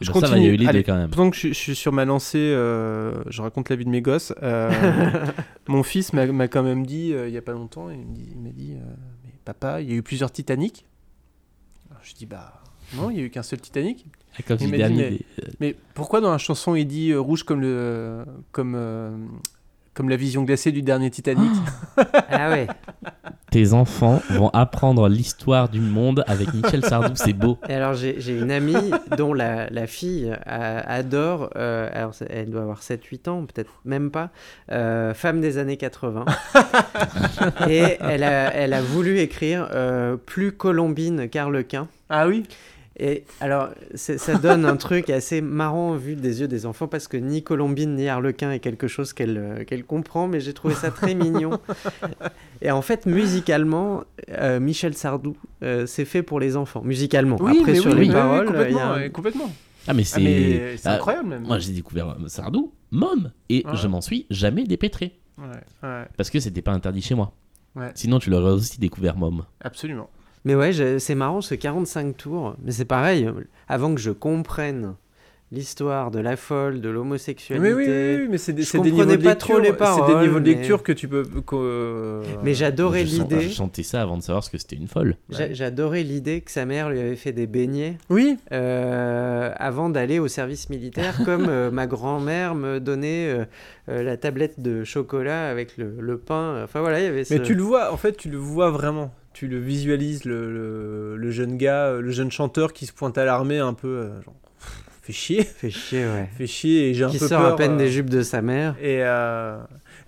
H: je
G: Bah, ça va, il y a
H: continue.
G: eu les deux
H: Allez.
G: quand même.
H: Pendant que je, je suis sur ma lancée, euh, je raconte la vie de mes gosses.
I: [LAUGHS]
H: euh, mon fils m'a m'a quand même dit, euh, il n'y a pas longtemps, il me dit- il m'a dit, euh, mais papa, il y a eu plusieurs Titanic Alors, Je dis, bah non, il n'y a eu qu'un seul Titanic.
G: Ah, Comme
H: Il
G: si
H: m'a dit,
G: dernier.
H: mais-
G: des- euh,
H: Mais pourquoi dans la chanson il dit euh, rouge comme le comme euh, comme la vision glacée du dernier
I: [GASPS]
H: Titanic
I: Ah ouais.
G: Tes enfants vont apprendre l'histoire du monde avec Michel Sardou, [LAUGHS] c'est beau.
I: Et Alors j'ai j'ai une amie dont la, la fille euh, adore, euh, alors c'est- elle doit avoir 7-8 ans, peut-être même pas, euh, femme des années 80. Et elle a, elle a voulu écrire euh, plus Colombine qu'Arlequin.
H: Ah oui.
I: Et alors c'est- ça donne un truc assez marrant vu des yeux des enfants parce que ni Colombine ni Arlequin est quelque chose qu'elle euh, qu'elle comprend, mais j'ai trouvé ça très mignon. Et en fait musicalement, euh, Michel Sardou, euh, c'est fait pour les enfants, musicalement. Après
H: mais
I: sur
H: oui,
I: les
H: oui, oui,
I: paroles, il y
H: complètement,
I: a un-
H: ouais, complètement.
G: Ah mais
H: Ah, mais
G: c'est.
H: c'est
G: Ah,
H: incroyable même.
G: Moi j'ai découvert euh, Sardou, môme, et
H: Ouais.
G: je m'en suis jamais dépêtré.
H: Ouais, ouais,
G: Parce que c'était pas interdit chez moi.
H: Ouais.
G: Sinon tu l'aurais aussi découvert môme.
H: absolument.
I: Mais ouais, je- c'est marrant ce 45 tours. Mais c'est pareil, euh, avant que je comprenne l'histoire de la folle, de l'homosexualité.
H: Mais oui, oui, oui, mais c'est des,
I: Je
H: c'est des niveaux
I: comprenais
H: de
I: pas
H: lecture,
I: trop les
H: c'est
I: paroles,
H: des niveaux de
I: mais-
H: lecture que tu peux qu'au- euh,
I: Mais j'adorais
G: Je sens- Je
I: l'idée.
G: chantais ça avant de savoir ce que c'était une folle.
I: j'a- J'adorais l'idée que sa mère lui avait fait des beignets
H: Oui,
I: euh, avant d'aller au service
H: [LAUGHS]
I: militaire, comme euh, ma grand-mère me donnait euh, euh, la tablette de chocolat avec le, le pain. euh, Enfin voilà, il y avait
H: mais
I: ce-
H: tu le vois en fait, tu le vois vraiment. Tu le visualises le, le- le jeune gars, euh, le jeune chanteur qui se pointe à l'armée un peu euh, genre pff, fait chier,
I: fait chier, ouais.
H: fait chier et j'ai un
I: Qui
H: peu
I: sort
H: peur,
I: à peine
H: euh,
I: des jupes de sa mère.
H: Et euh,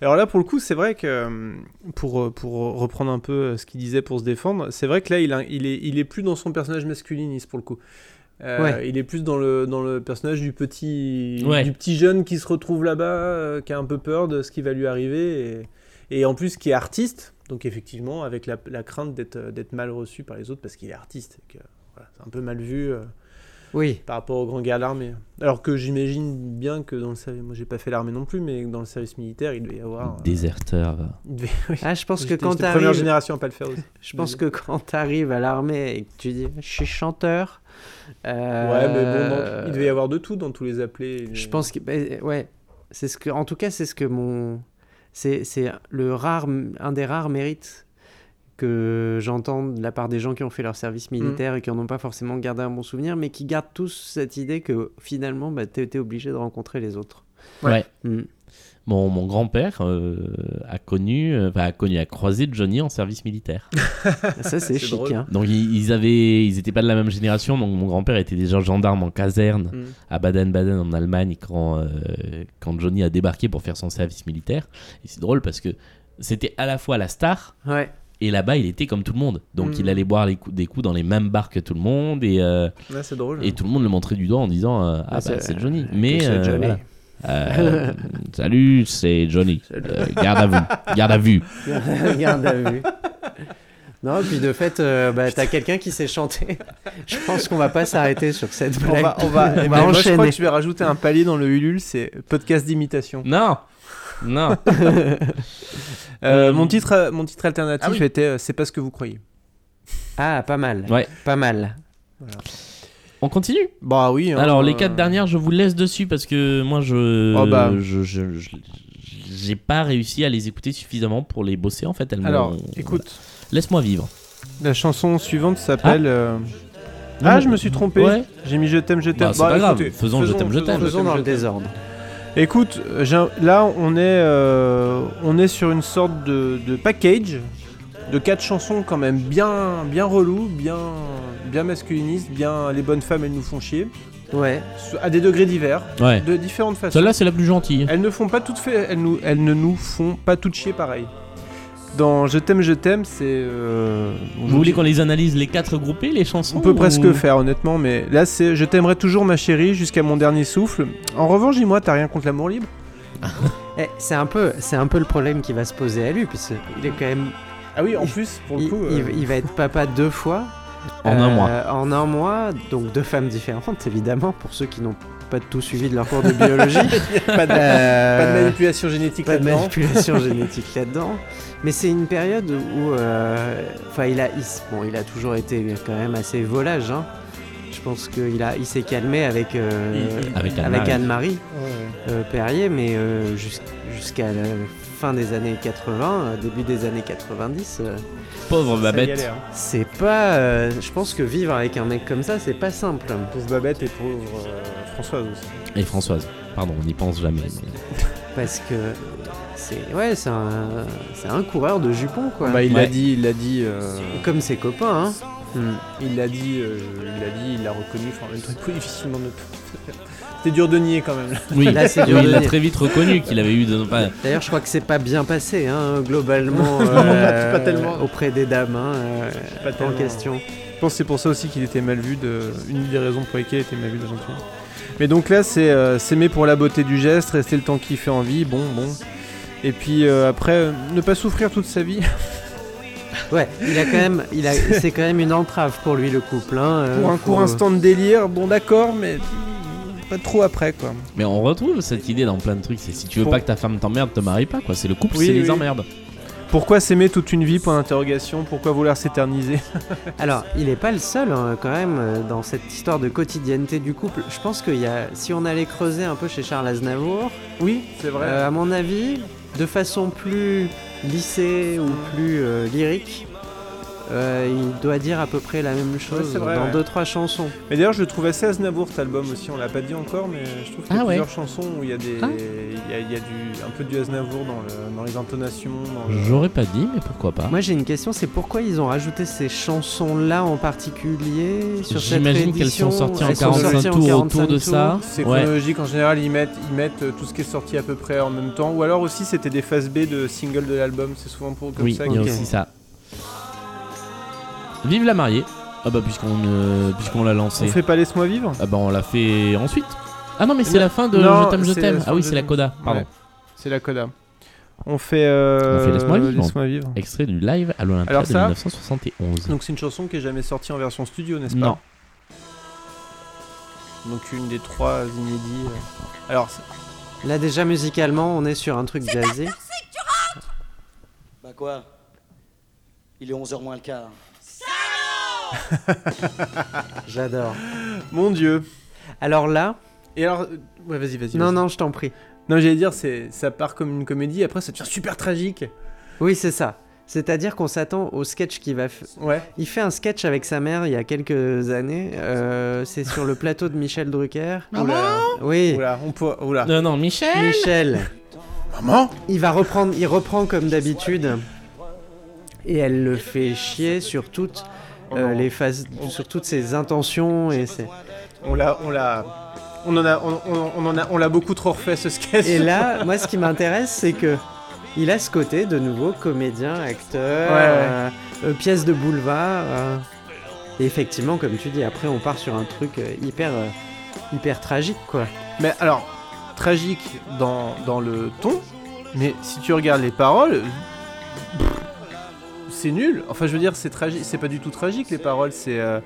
H: alors là, pour le coup, c'est vrai que euh, pour, euh, pour reprendre un peu euh, ce qu'il disait pour se défendre, c'est vrai que là, il, a- il, est, il est plus dans son personnage masculiniste pour le coup. Euh,
I: Ouais.
H: Il est plus dans le, dans le personnage du petit,
G: Ouais.
H: du petit jeune qui se retrouve là-bas, euh, qui a un peu peur de ce qui va lui arriver, et, et en plus qui est artiste, donc effectivement avec la, la crainte d'être euh, d'être mal reçu par les autres parce qu'il est artiste, et que voilà, c'est un peu mal vu. euh,
I: Oui.
H: par rapport au grand gars à l'armée. Alors que j'imagine bien que dans le service, moi j'ai pas fait l'armée non plus, mais dans le service militaire, il devait y avoir. euh,
G: Déserteur. va.
H: il devait- [LAUGHS] oui.
I: Ah, je pense que
H: J'étais-
I: quand
H: j'étais première
I: t'arrives
H: génération à pas le [LAUGHS] faire aussi.
I: Je pense que quand tu arrives à l'armée et que tu dis je suis chanteur. euh,
H: Ouais, mais bon, dans- il devait y avoir de tout dans tous les appelés.
I: Je pense que. bah, ouais. C'est ce que, en tout cas, c'est ce que mon. C'est c'est le rare, un des rares mérites que j'entends de la part des gens qui ont fait leur service militaire et qui n'en ont pas forcément gardé un bon souvenir, mais qui gardent tous cette idée que finalement, bah, tu obligé de rencontrer les autres.
G: Ouais.
I: Mm.
G: Mon, mon grand-père euh, a connu, euh, enfin, a connu, a croisé Johnny en service militaire.
I: Ça, c'est
H: C'est
I: chic.
H: drôle.
I: hein.
G: Donc ils, ils avaient, ils étaient pas de la même génération. Donc mon grand-père était déjà gendarme en caserne
H: Mm.
G: à Baden-Baden en Allemagne quand euh, quand Johnny a débarqué pour faire son service militaire. Et c'est drôle parce que c'était à la fois la star
I: Ouais.
G: et là-bas il était comme tout le monde. Donc
H: Mm.
G: il allait boire les coups, des coups dans les mêmes bars que tout le monde et euh,
H: Ouais, c'est drôle.
G: et tout le monde le montrait du doigt en disant euh, ah,
I: Ah,
G: bah
I: c'est-
G: c'est Johnny. Mais
I: c'est
G: euh,
I: Johnny.
G: voilà. Euh, salut, c'est Johnny. Euh, garde à vue. Garde à vue.
I: [LAUGHS] Garde à
H: [LAUGHS]
I: vue. Non, puis de fait, euh, bah, t'as quelqu'un qui sait chanter. [LAUGHS] Je pense qu'on va pas s'arrêter sur cette blague.
H: On va, on va, eh
I: On
H: ben,
I: va
H: moi, je crois
I: enchaîner.
H: que tu vais rajouter un palier dans le Ulule, c'est podcast d'imitation.
G: Non, non.
H: Euh,
G: Euh,
H: mon, titre, euh, mon titre alternatif
G: ah oui.
H: était euh, C'est pas ce que vous croyez.
I: Ah, pas mal.
G: Ouais.
I: Pas mal.
G: On continue
H: Bah oui. hein,
G: Alors, les
H: euh,
G: quatre dernières, je vous laisse dessus parce que moi, je.
H: Oh, bah.
G: je- je- je- J'ai pas réussi à les écouter suffisamment pour les bosser en fait. Elles m'ont-
H: Alors, écoute,
G: Laisse-moi vivre.
H: la chanson suivante s'appelle. euh, Ah, je me suis trompé.
G: Ouais.
H: J'ai mis Je t'aime, je t'aime.
G: Bah, c'est pas grave. Faisons Je t'aime, je
H: faisons,
G: t'aime.
H: je
I: Faisons dans le désordre.
H: Écoute, j'ai un- là on est, euh, on est sur une sorte de, de package de quatre chansons quand même bien, bien relou, bien, bien masculiniste, bien les bonnes femmes elles nous font chier,
I: Ouais.
H: à des degrés divers,
G: Ouais.
H: de différentes façons.
G: Celle-là, c'est la plus gentille.
H: Elles ne font pas toutes fait, elles, nous, elles ne nous font pas toutes chier pareil. Dans Je t'aime, je t'aime, c'est. euh,
G: Vous voulez qu'on les analyse les quatre groupés, les chansons
H: on peut
G: ou-
H: presque faire honnêtement, mais là c'est Je t'aimerai toujours ma chérie jusqu'à mon dernier souffle. En revanche, dis-moi, t'as rien contre l'amour libre
I: Eh, c'est un peu, c'est un peu le problème qui va se poser à lui puisque il est quand même,
H: Ah oui, en
I: Il-
H: plus, pour le
I: il,
H: coup.
I: il-
H: euh,
I: il va être papa deux fois. Euh,
G: En un mois.
I: En un mois, donc deux femmes différentes évidemment pour ceux qui n'ont pas tout suivi de leur cours de biologie.
H: pas de,
I: Euh,
H: pas de manipulation génétique
I: [LAUGHS] pas de
H: là-dedans.
I: manipulation génétique là-dedans. Mais c'est une période où, euh, enfin, il a, il, s- bon, il a toujours été quand même assez volage. hein. Je pense qu'il a, il s'est calmé avec euh,
G: Avec Anne-Marie.
I: avec Anne-Marie euh, Perrier, mais euh, jus- jusqu'à la fin des années 80, euh, début des années 90, euh,
G: Pauvre
H: Ça
G: Babette.
H: galère.
I: c'est pas. euh, je pense que vivre avec un mec comme ça, c'est pas simple.
H: Pauvre Babette et pauvre euh, Françoise aussi.
G: Et Françoise. Pardon, on n'y pense jamais. mais-
I: Parce que c'est ouais, c'est un, c'est un coureur de jupons quoi.
H: Bah, il
G: Ouais.
H: l'a dit, il l'a dit, euh,
I: Comme ses copains. Hein. Hmm.
H: il l'a dit, euh, il l'a dit, il l'a reconnu. Enfin, le truc, oui, difficilement de. [LAUGHS] C'était dur de nier quand même.
G: Oui,
I: Là, c'est
G: [LAUGHS] Oui,
I: dur de
G: il
I: [LAUGHS]
G: l'a
I: dire.
G: très vite reconnu qu'il avait eu. De... enfin,
I: D'ailleurs, je crois que c'est pas bien passé, hein,
H: [LAUGHS]
I: globalement, euh,
H: pas- pas tellement.
I: auprès des dames hein, euh,
H: Pas
I: en
H: tellement.
I: question.
H: Je pense que c'est pour ça aussi qu'il était mal vu. De... Une des raisons pour lesquelles il était mal vu dans un film. Mais donc là, c'est euh, s'aimer pour la beauté du geste, rester le temps qui fait envie. Bon, bon. Et puis euh, après, euh, ne pas souffrir toute sa vie.
I: Ouais, il a quand même,
H: [LAUGHS]
I: il a, c'est quand même une entrave pour lui le couple. Hein, euh,
H: pour un
I: faut-
H: court instant de délire, bon d'accord, mais pas trop après quoi.
G: Mais on retrouve cette idée dans plein de trucs. C'est si tu veux
H: Bon.
G: pas que ta femme t'emmerde, te marie pas. quoi. C'est le couple,
H: Oui,
G: c'est les
H: oui.
G: emmerdes.
H: Pourquoi s'aimer toute une vie Point d'interrogation. Pourquoi vouloir s'éterniser
I: Alors, il est pas le seul hein, quand même euh, dans cette histoire de quotidienneté du couple. Je pense qu'il y a, si on allait creuser un peu chez Charles Aznavour,
H: Oui, c'est vrai.
I: euh, à mon avis, de façon plus lissée ou plus euh, lyrique. euh, il doit dire à peu près la même chose
H: c'est vrai,
I: dans
H: ouais.
I: deux trois chansons.
H: Mais d'ailleurs, je le trouve assez Aznavour cet album aussi. On l'a pas dit encore, mais je trouve qu'il y a
G: Ah ouais.
H: plusieurs chansons où il y a des,
G: Ah.
H: il y a, il y a du, un peu du Aznavour dans, le- dans les intonations. Dans le-
G: J'aurais pas dit, mais pourquoi pas.
I: Moi j'ai une question, c'est pourquoi ils ont rajouté ces chansons-là en particulier sur cette
G: J'imagine qu'elles
I: réédition
G: sont sorties en
I: Elles sont
G: 45
I: sorties en
G: tours
I: 45
G: autour de ça.
H: C'est
G: Ouais.
H: chronologique en général. Ils mettent, ils mettent euh, tout ce qui est sorti à peu près en même temps. Ou alors aussi, c'était des phases B de singles de l'album. C'est souvent pour comme
G: Oui,
H: ça.
G: il y a
H: qu'ils-
I: ok.
G: aussi ça. Vive la mariée. Ah bah puisqu'on euh, puisqu'on l'a lancé.
H: On fait pas laisse-moi vivre.
G: Ah bah on l'a fait ensuite. Ah non mais c'est
H: Non,
G: la fin de
H: non,
G: Je t'aime, je
H: c'est
G: t'aime.
H: la fin
G: Ah oui,
H: de-
G: c'est la coda. Pardon.
H: Ouais. C'est la coda. On fait. euh,
G: On fait Laisse-moi vivre.
H: Laisse-moi vivre.
G: Extrait du live à l'Olympia
H: Alors
G: de
H: ça
G: 1971.
H: Donc c'est une chanson qui est jamais sortie en version studio, n'est-ce pas
G: non.
H: Donc une des trois inédits. euh. Alors c'est-
I: Là déjà musicalement, on est sur un truc jazzy.
C: Bah quoi Il est 11h moins le quart.
I: J'adore.
H: mon Dieu.
I: Alors là,
H: Et alors euh, ouais vas-y vas-y.
I: non
H: vas-y.
I: non, je t'en prie.
H: Non j'allais dire c'est ça part comme une comédie après ça devient super tragique.
I: Oui, c'est ça. C'est-à-dire qu'on s'attend au sketch qu'il va f-
H: Ouais.
I: Il fait un sketch avec sa mère il y a quelques années, euh, c'est sur le plateau de Michel Drucker.
H: Oula.
I: Oui,
H: Oula on peut oula.
G: Non, non, Michel
I: Michel.
H: Maman.
I: Il va reprendre, il reprend comme d'habitude. Et elle le fait chier sur toutes euh, les phases, sur toutes ses intentions et ses-
H: On l'a on l'a on en a on, on- on en a on l'a beaucoup trop refait ce sketch.
I: Et là, moi, ce qui m'intéresse, c'est que il a ce côté de nouveau comédien, acteur,
H: Ouais, ouais.
I: euh, euh, pièce de boulevard. euh. Et effectivement, comme tu dis, après, on part sur un truc euh, hyper, euh, hyper tragique, quoi.
H: [LAUGHS] Mais alors tragique dans dans le ton. Mais si tu regardes les paroles. pff, C'est nul. Enfin, je veux dire, c'est tragique. C'est pas du tout tragique les paroles. C'est euh,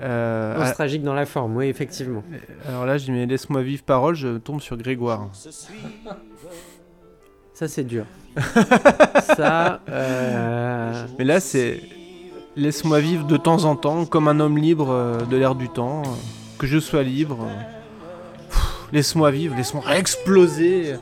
H: euh, ah,
I: Non, c'est tragique dans la forme, oui, effectivement.
H: Alors là, je dis, mais laisse-moi vivre parole, je tombe sur Grégoire. [LAUGHS]
I: Ça, euh, c'est dur. Ça, euh,
H: Mais là, c'est. Laisse-moi vivre de temps en temps comme un homme libre euh, de l'ère du temps. euh, Que je sois libre. euh, pff, Laisse-moi vivre, laisse-moi exploser.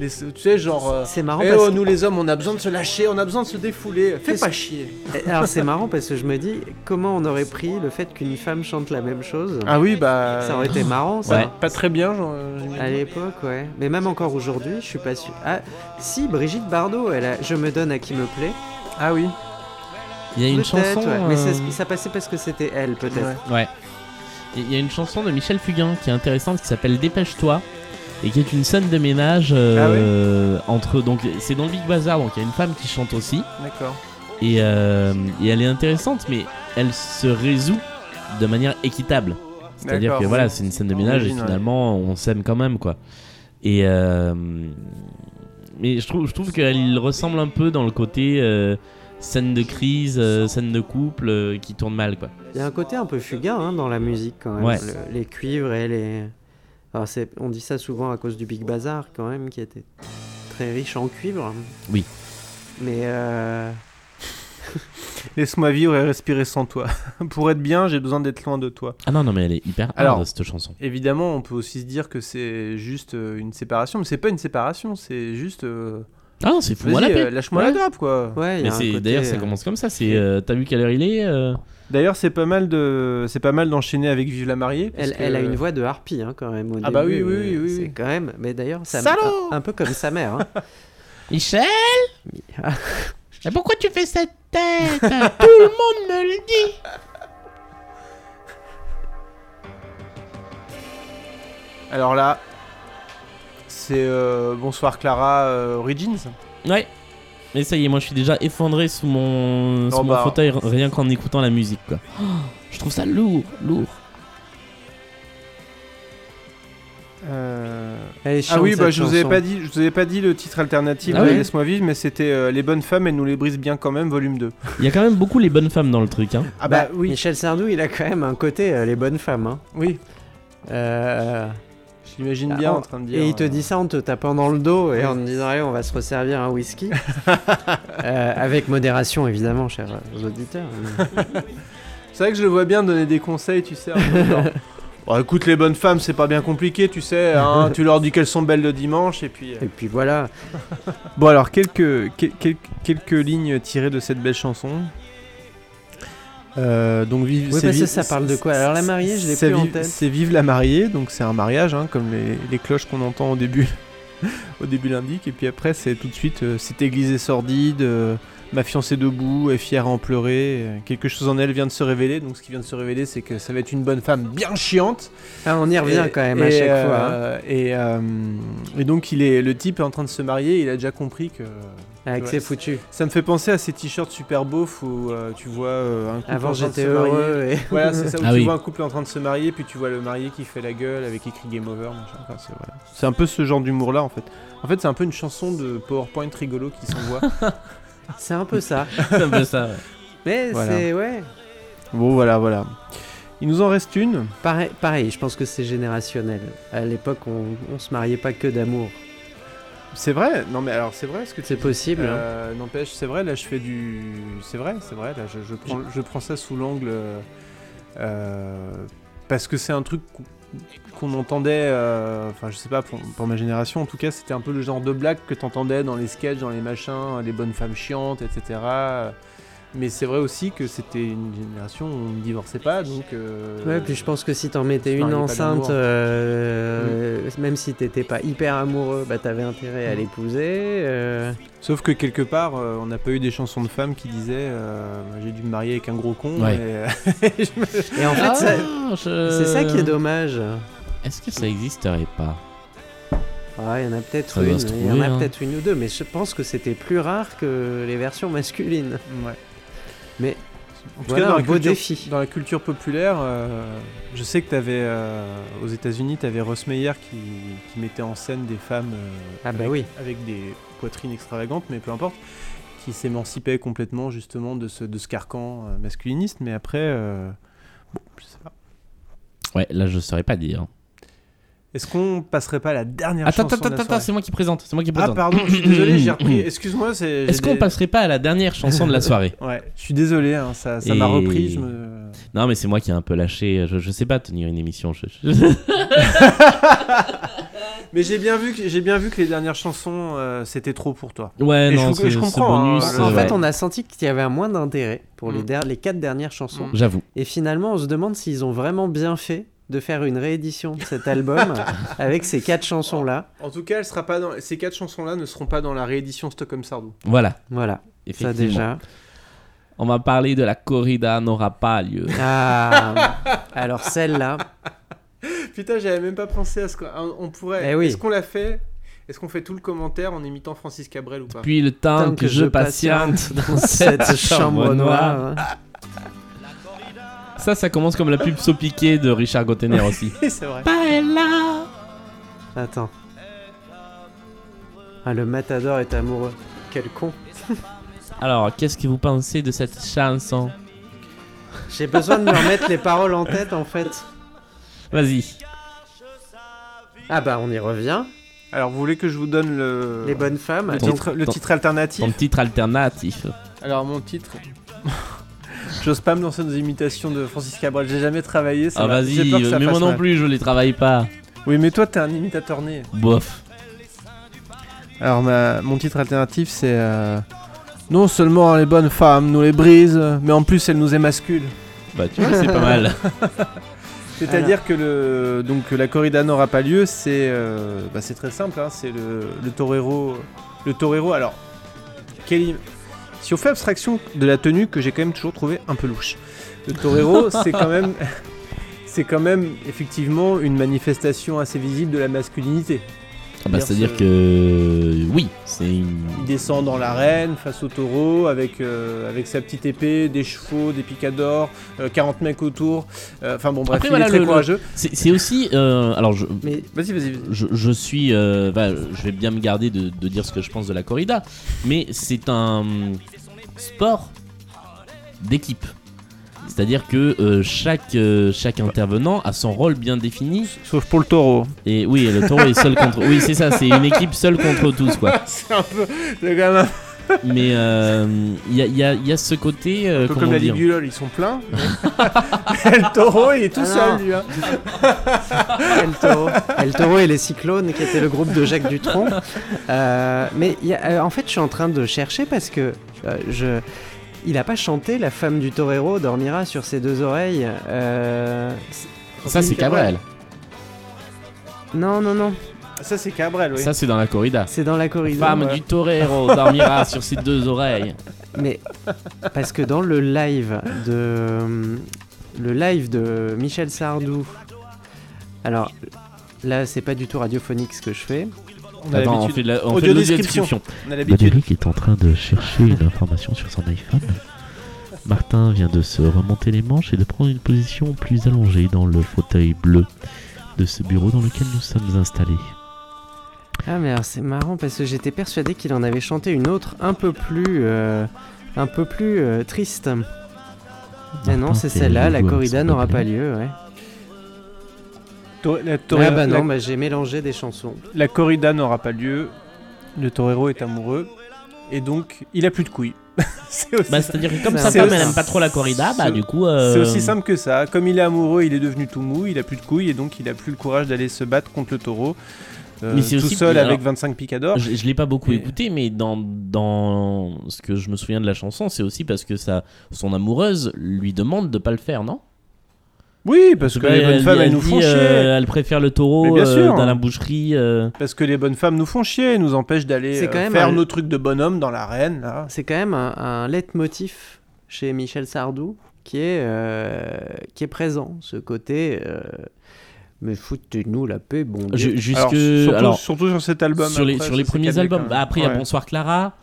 H: Laisse- tu sais, genre. euh,
I: C'est marrant
H: Eh
I: parce
H: oh,
I: que-
H: nous les hommes, on a besoin de se lâcher, on a besoin de se défouler. Fais
I: Qu'est-ce-
H: pas chier.
I: eh, Alors c'est marrant parce que je me dis comment on aurait pris le fait qu'une femme chante la même chose.
H: Ah oui, bah.
I: Ça aurait été marrant ça.
G: Ouais.
H: Pas très bien, genre. euh, j'imagine.
I: À l'époque, ouais. Mais même encore aujourd'hui, je suis pas sûr. Ah, si, Brigitte Bardot, elle a Je me donne à qui me plaît.
H: Ah oui.
G: Il y a une
I: Peut-être,
G: chanson.
I: ouais. Mais
G: euh,
I: c'est- ça passait parce que c'était elle, peut-être.
H: Ouais.
G: Ouais. Et Il y a une chanson de Michel Fugain qui est intéressante qui s'appelle Dépêche-toi et qui est une scène de ménage euh,
H: Ah
G: entre donc c'est dans le Big Bazar donc il y a une femme qui chante aussi
H: D'accord.
G: et, euh, et elle est intéressante mais elle se résout de manière équitable. C'est-à-dire
H: D'accord.
G: que voilà c'est une scène de ménage et
H: Origine, ouais.
G: finalement on s'aime quand même quoi. Et euh, mais je trouve je trouve qu'elle ressemble un peu dans le côté euh, scène de crise, euh, scène de couple euh, qui tourne mal quoi.
I: Il y a un côté un peu fugain hein, dans la musique, quand même.
G: Ouais.
I: Le- les cuivres et les. Alors, c'est- on dit ça souvent à cause du Big Bazar, quand même, qui était très riche en cuivre.
G: Oui.
I: Mais. euh,
H: Laisse-moi vivre et respirer sans toi. [LAUGHS] Pour être bien, j'ai besoin d'être loin de toi.
G: Ah non, non, mais elle est hyper Alors,
H: Alors-
G: cette chanson.
H: Évidemment, on peut aussi se dire que c'est juste euh, une séparation, mais c'est pas une séparation, c'est juste. euh,
G: Ah non, c'est fou,
H: Vas-y,
G: moi la paix.
H: euh, lâche-moi
G: Ouais.
H: la grappe, quoi.
I: Ouais, il y
G: Mais
I: a un
G: c'est
I: côté.
G: d'ailleurs, ça
I: euh,
G: commence comme ça. C'est euh, t'as vu quelle heure il est euh,
H: D'ailleurs, c'est pas mal de, c'est pas mal d'enchaîner avec Vive la mariée. parce
I: euh, Elle,
H: que-
I: elle a une voix de harpie hein, quand même au
H: Ah
I: début.
H: bah oui, oui,
I: euh,
H: oui, oui,
I: c'est
H: oui.
I: quand même. Mais d'ailleurs, ça
H: Salaud
I: un, un peu comme sa
H: [LAUGHS]
I: mère. hein.
G: Michel
I: Ah.
G: Mais pourquoi tu fais cette tête Tout le monde me le dit
H: Alors là, c'est euh, Bonsoir Clara euh, Origins.
G: Ouais. Mais ça y est, moi je suis déjà effondré sous mon, sous
H: Oh
G: mon
H: bah.
G: fauteuil r- rien qu'en écoutant la musique quoi. Oh, je trouve ça lourd, lourd.
H: Euh,
I: Elle
H: Ah
I: chante
H: oui,
I: cette
H: bah je vous avais
I: chanson.
H: pas dit, je vous avais pas dit le titre alternatif.
G: Ah
H: de
G: oui.
H: Laisse-moi vivre, mais c'était euh, Les bonnes femmes, elles nous les brisent bien quand même, volume 2.
G: Il y a quand même beaucoup les bonnes femmes dans le truc. Hein.
H: Ah bah, oui,
I: Michel Sardou, il a quand même un côté euh, les bonnes femmes. hein.
H: oui.
I: Euh,
H: Je l'imagine bien
I: ah,
H: en train de dire.
I: Et il te
H: euh,
I: dit ça en te tapant dans le dos et
H: Oui.
I: en te disant allez, on va se resservir un whisky. [LAUGHS] Euh, avec modération évidemment, chers euh, auditeurs.
H: C'est vrai que je le vois bien donner des conseils, tu sais. en mode [LAUGHS] genre, Bon, écoute, les bonnes femmes, c'est pas bien compliqué, tu sais. hein, tu leur dis qu'elles sont belles le dimanche, et puis. euh.
I: et puis voilà.
H: Bon, alors, quelques, quel- quel- quelques lignes tirées de cette belle chanson. Euh, donc, vive.
I: Oui,
H: c'est
I: parce
H: vi-
I: que ça parle de quoi Alors, la mariée, je l'ai
H: c'est
I: plus en
H: vive-
I: tête.
H: C'est Vive la mariée, donc c'est un mariage, hein, comme les, les cloches qu'on entend au début. [LAUGHS] au début l'indique, et puis après, c'est tout de suite euh, cette église est sordide. euh, Ma fiancée debout est fière à en pleurer. euh, Quelque chose en elle vient de se révéler. Donc, ce qui vient de se révéler, c'est que ça va être une bonne femme bien chiante.
I: Ah, on y revient
H: Et-
I: quand même à
H: et,
I: chaque
H: euh,
I: fois. hein.
H: Et, euh, et donc, il est, le type est en train de se marier. Il a déjà compris que.
I: Ah, Avec
H: ouais,
I: ses
H: c'est-
I: foutus.
H: Ça me fait penser à ces t-shirts super beaufs où euh, tu vois euh, un couple en
I: Avant,
H: train de se
I: j'étais
H: marier.
I: heureux. et- [LAUGHS]
H: Voilà, c'est ça où
G: Ah
H: tu
G: oui.
H: vois un couple en train de se marier, puis tu vois le marié qui fait la gueule avec écrit Game Over. machin. Enfin, c'est voilà. C'est un peu ce genre d'humour là en fait. En fait, c'est un peu une chanson de PowerPoint rigolo
G: [LAUGHS]
H: qui s'envoie.
I: C'est un peu ça.
G: C'est un peu ça. ouais.
I: Mais
H: [LAUGHS] Voilà.
I: c'est ouais.
H: bon, voilà, voilà. Il nous en reste une.
I: Pareil, pareil, je pense que c'est générationnel. À l'époque, on, on se mariait pas que d'amour.
H: C'est vrai Non, mais alors c'est vrai ce que tu
I: C'est
H: dis.
I: possible. hein.
H: Euh, N'empêche, c'est vrai, là je fais du. C'est vrai, c'est vrai, là je, je prends, je prends ça sous l'angle. euh, euh, parce que c'est un truc qu'on- qu'on entendait, euh, enfin je sais pas, pour, pour ma génération en tout cas, c'était un peu le genre de blague que t'entendais dans les sketchs, dans les machins, les bonnes femmes chiantes, etc. Mais c'est vrai aussi que c'était une génération où on ne divorçait pas, donc. euh,
I: Ouais, puis je pense que si t'en mettais
H: se
I: une
H: marier pas
I: enceinte,
H: d'amour.
I: euh, même si t'étais pas hyper amoureux, bah t'avais intérêt à
H: Mm.
I: l'épouser. euh.
H: Sauf que quelque part, euh, on n'a pas eu des chansons de femmes qui disaient euh, J'ai dû me marier avec un gros con. euh,
G: Ouais.
H: et- je me-
I: Et en fait,
G: Ah, Euh.
I: ça-
G: je-
I: c'est ça qui est dommage.
G: Est-ce que ça existerait pas
I: Ouais, Ah, il y en a peut-être
G: Ça doit
I: une,
G: se
I: il y en a
G: trouver, hein.
I: peut-être une ou deux, mais je pense que c'était plus rare que les versions masculines.
H: Ouais.
I: Mais
H: en tout
I: voilà
H: cas, dans
I: un
H: la
I: beau
H: culture,
I: défi.
H: Dans la culture populaire, euh, je sais que t'avais euh, aux États-Unis, t'avais Ross Meyer qui, qui mettait en scène des femmes euh,
I: Ah bah
H: avec,
I: oui.
H: avec des poitrines extravagantes, mais peu importe, qui s'émancipaient complètement justement de ce, de ce carcan euh, masculiniste. Mais après, euh, bon, je sais pas.
G: Ouais, là je saurais pas dire.
H: Est-ce qu'on passerait pas à la dernière
G: Attends,
H: chanson
G: attends,
H: de la
G: attends, attends,
H: soirée
G: c'est moi qui présente. C'est moi qui
H: Ah
G: présente.
H: pardon, je suis
G: [COUGHS]
H: désolé, j'ai repris. Excuse-moi, c'est. j'ai
G: Est-ce qu'on
H: des-
G: passerait pas à la dernière chanson de la soirée
H: Ouais, je suis désolé, hein, ça ça m'a
G: Et-
H: repris. Je me...
G: Non, mais c'est moi qui ai un peu lâché. Je, je sais pas tenir une émission. je- je-
H: Mais j'ai bien vu que j'ai bien vu que les dernières chansons euh, c'était trop pour toi.
G: Ouais,
H: Et je
G: non,
H: com-
G: c'est
H: je
G: ce
H: comprends, hein,
G: bonus.
H: le-
G: euh,
I: En fait,
G: ouais.
I: on a senti qu'il y avait un moins d'intérêt pour les,
H: Mm.
I: der- les quatre dernières chansons.
G: J'avoue.
I: Et finalement, on se demande s'ils ont vraiment bien fait de faire une réédition de cet album avec ces quatre chansons-là.
H: En tout cas, elle sera pas dans... ces quatre chansons-là ne seront pas dans la réédition Stockholm Sardou.
G: Voilà.
I: Voilà, ça
G: Effectivement.
I: déjà.
G: On va parler de la corrida n'aura pas lieu.
I: Ah, alors celle-là,
H: Putain, j'avais même pas pensé à ce qu'on on pourrait.
I: Eh oui.
H: Est-ce qu'on l'a fait Est-ce qu'on fait tout le commentaire en imitant Francis Cabrel ou pas
G: Puis le temps, que, je patiente dans cette chambre noire.
I: Ah
G: Ça, ça commence comme la pub Sopiqué de Richard Gottener aussi.
H: C'est vrai.
I: Attends. Ah, le matador est amoureux. Quel con.
G: Alors, qu'est-ce que vous pensez de cette chanson
I: J'ai besoin de me remettre les paroles en tête en fait.
G: Vas-y.
I: Ah bah on y revient.
H: Alors, vous voulez que je vous donne le
I: Les bonnes femmes.
H: le
G: Ton-
H: titre, le
G: ton-
H: titre alternatif
G: Ton titre alternatif.
H: Alors mon titre. [LAUGHS] J'ose pas me lancer dans des imitations de Francis Cabrel, j'ai jamais travaillé ça.
G: Ah,
H: va-
G: vas-y,
H: j'ai peur que ça
G: mais moi
H: fasse
G: non
H: mal.
G: plus, je les travaille pas.
H: Oui, mais toi t'es un imitateur né.
G: Bof.
H: Alors ma- mon titre alternatif c'est euh, non seulement les bonnes femmes nous les brisent, mais en plus elles nous émasculent.
G: Bah, tu vois, c'est pas mal.
H: C'est-à-dire que le donc la corrida n'aura pas lieu, c'est euh, bah, c'est très simple, hein, c'est le, le torero, le torero. Alors quelle im- si on fait abstraction de la tenue que j'ai quand même toujours trouvé un peu louche, le torero c'est quand même [LAUGHS] c'est quand même effectivement une manifestation assez visible de la masculinité.
G: Ah bah, c'est-à-dire que. euh, Oui, c'est une.
H: Il descend dans l'arène face au taureau avec, euh, avec sa petite épée, des chevaux, des picadors, euh, 40 mecs autour. Euh, Enfin bon, bref,
G: Après,
H: il
G: voilà,
H: est très
G: le- le-
H: courageux.
G: C'est c'est aussi. euh, alors, je,
I: Mais
H: Vas-y, vas-y, vas-y.
G: je, je suis. euh, bah, je vais bien me garder de, de dire ce que je pense de la corrida, mais c'est un sport d'équipe. C'est-à-dire que euh, chaque, euh, chaque intervenant a son rôle bien défini.
H: Sauf pour le taureau.
G: Et oui, le taureau est seul contre. Oui, c'est ça, c'est une équipe seule contre tous, quoi.
H: C'est un peu. C'est quand même
G: Mais euh, il y, a, il y a- il y a ce côté. euh,
H: un peu
G: comment
H: comme la
G: dire
H: Ligue du LOL, ils sont pleins. mais- [LAUGHS] le taureau, il est tout
I: Ah non.
H: seul, lui. hein.
I: El Toro. El Toro et les Cyclones, qui était le groupe de
G: [LAUGHS]
I: Jacques Dutronc. Euh, mais il y a- euh, en fait, je suis en train de chercher parce que euh, je. Il n'a pas chanté La femme du torero dormira sur ses deux oreilles. Euh, c'est-
G: Ça, c'est Cabrel.
I: Non, non, non.
H: Ça, c'est Cabrel, oui.
G: Ça, c'est dans la corrida.
I: C'est dans la corrida.
G: Femme
H: ouais.
G: du torero dormira sur ses deux oreilles.
I: Mais parce que dans le live de euh, le live de Michel Sardou. Alors là, c'est pas du tout radiophonique ce que je fais.
H: on a
G: Attends, on fait
H: l'habitude.
G: de la, on
H: Audio
G: fait de l'audio
H: description.
G: description.
H: On a l'habitude.
K: qui est en train de chercher une information sur son iPhone. Martin vient de se remonter les manches et de prendre une position plus allongée dans le fauteuil bleu de ce bureau dans lequel nous sommes installés.
I: Ah mais alors c'est marrant parce que j'étais persuadé qu'il en avait chanté une autre un peu plus euh, un peu plus euh, triste. Ah non,
K: Martin
I: c'est
K: fait
I: celle-là,
K: le
I: la
K: goût à
I: corrida
K: son
I: n'aura
K: bonnet.
I: pas lieu, ouais.
H: Tau- La, taureau-
I: Ah bah non,
H: la-
I: bah j'ai mélangé des chansons.
H: la corrida n'aura pas lieu. Le torero est amoureux. Et donc, il a plus de couilles. [LAUGHS] c'est aussi
G: Bah, c'est-à-dire que comme
I: C'est
G: sa
I: aussi-
G: femme, elle aime pas trop la corrida, bah,
H: c'est-
G: du coup. euh,
H: C'est aussi simple que ça. Comme il est amoureux, il est devenu tout mou, il a plus de couilles et donc il a plus le courage d'aller se battre contre le taureau. euh,
G: Mais c'est
H: tout
G: aussi-
H: seul
G: alors-
H: avec 25 picadors.
G: Je, je l'ai pas beaucoup
H: Et-
G: écouté, mais dans, dans ce que je me souviens de la chanson, c'est aussi parce que sa, son amoureuse lui demande de pas le faire, non
H: Oui, parce que les bonnes femmes, elles nous
G: dit,
H: font chier.
G: euh, elle préfère le taureau
H: Mais bien
G: euh,
H: sûr.
G: dans la boucherie. euh,
H: Parce que les bonnes femmes nous font chier, elles nous empêchent d'aller
I: C'est
H: euh,
I: quand même
H: faire
I: un-
H: nos trucs de bonhomme dans l'arène. là.
I: C'est quand même un, un leitmotiv chez Michel Sardou qui est, euh, qui est présent, ce côté euh, Mais foutez-nous la paix, bon Dieu.
G: ju- jusque
H: Alors, surtout,
G: alors,
H: surtout sur cet album.
G: sur les,
H: après,
G: sur
H: ça
G: les
H: s'est
G: premiers
H: calmé
G: albums.
H: quand même.
G: Bah, après, il y a
H: Ouais.
G: Bonsoir Clara.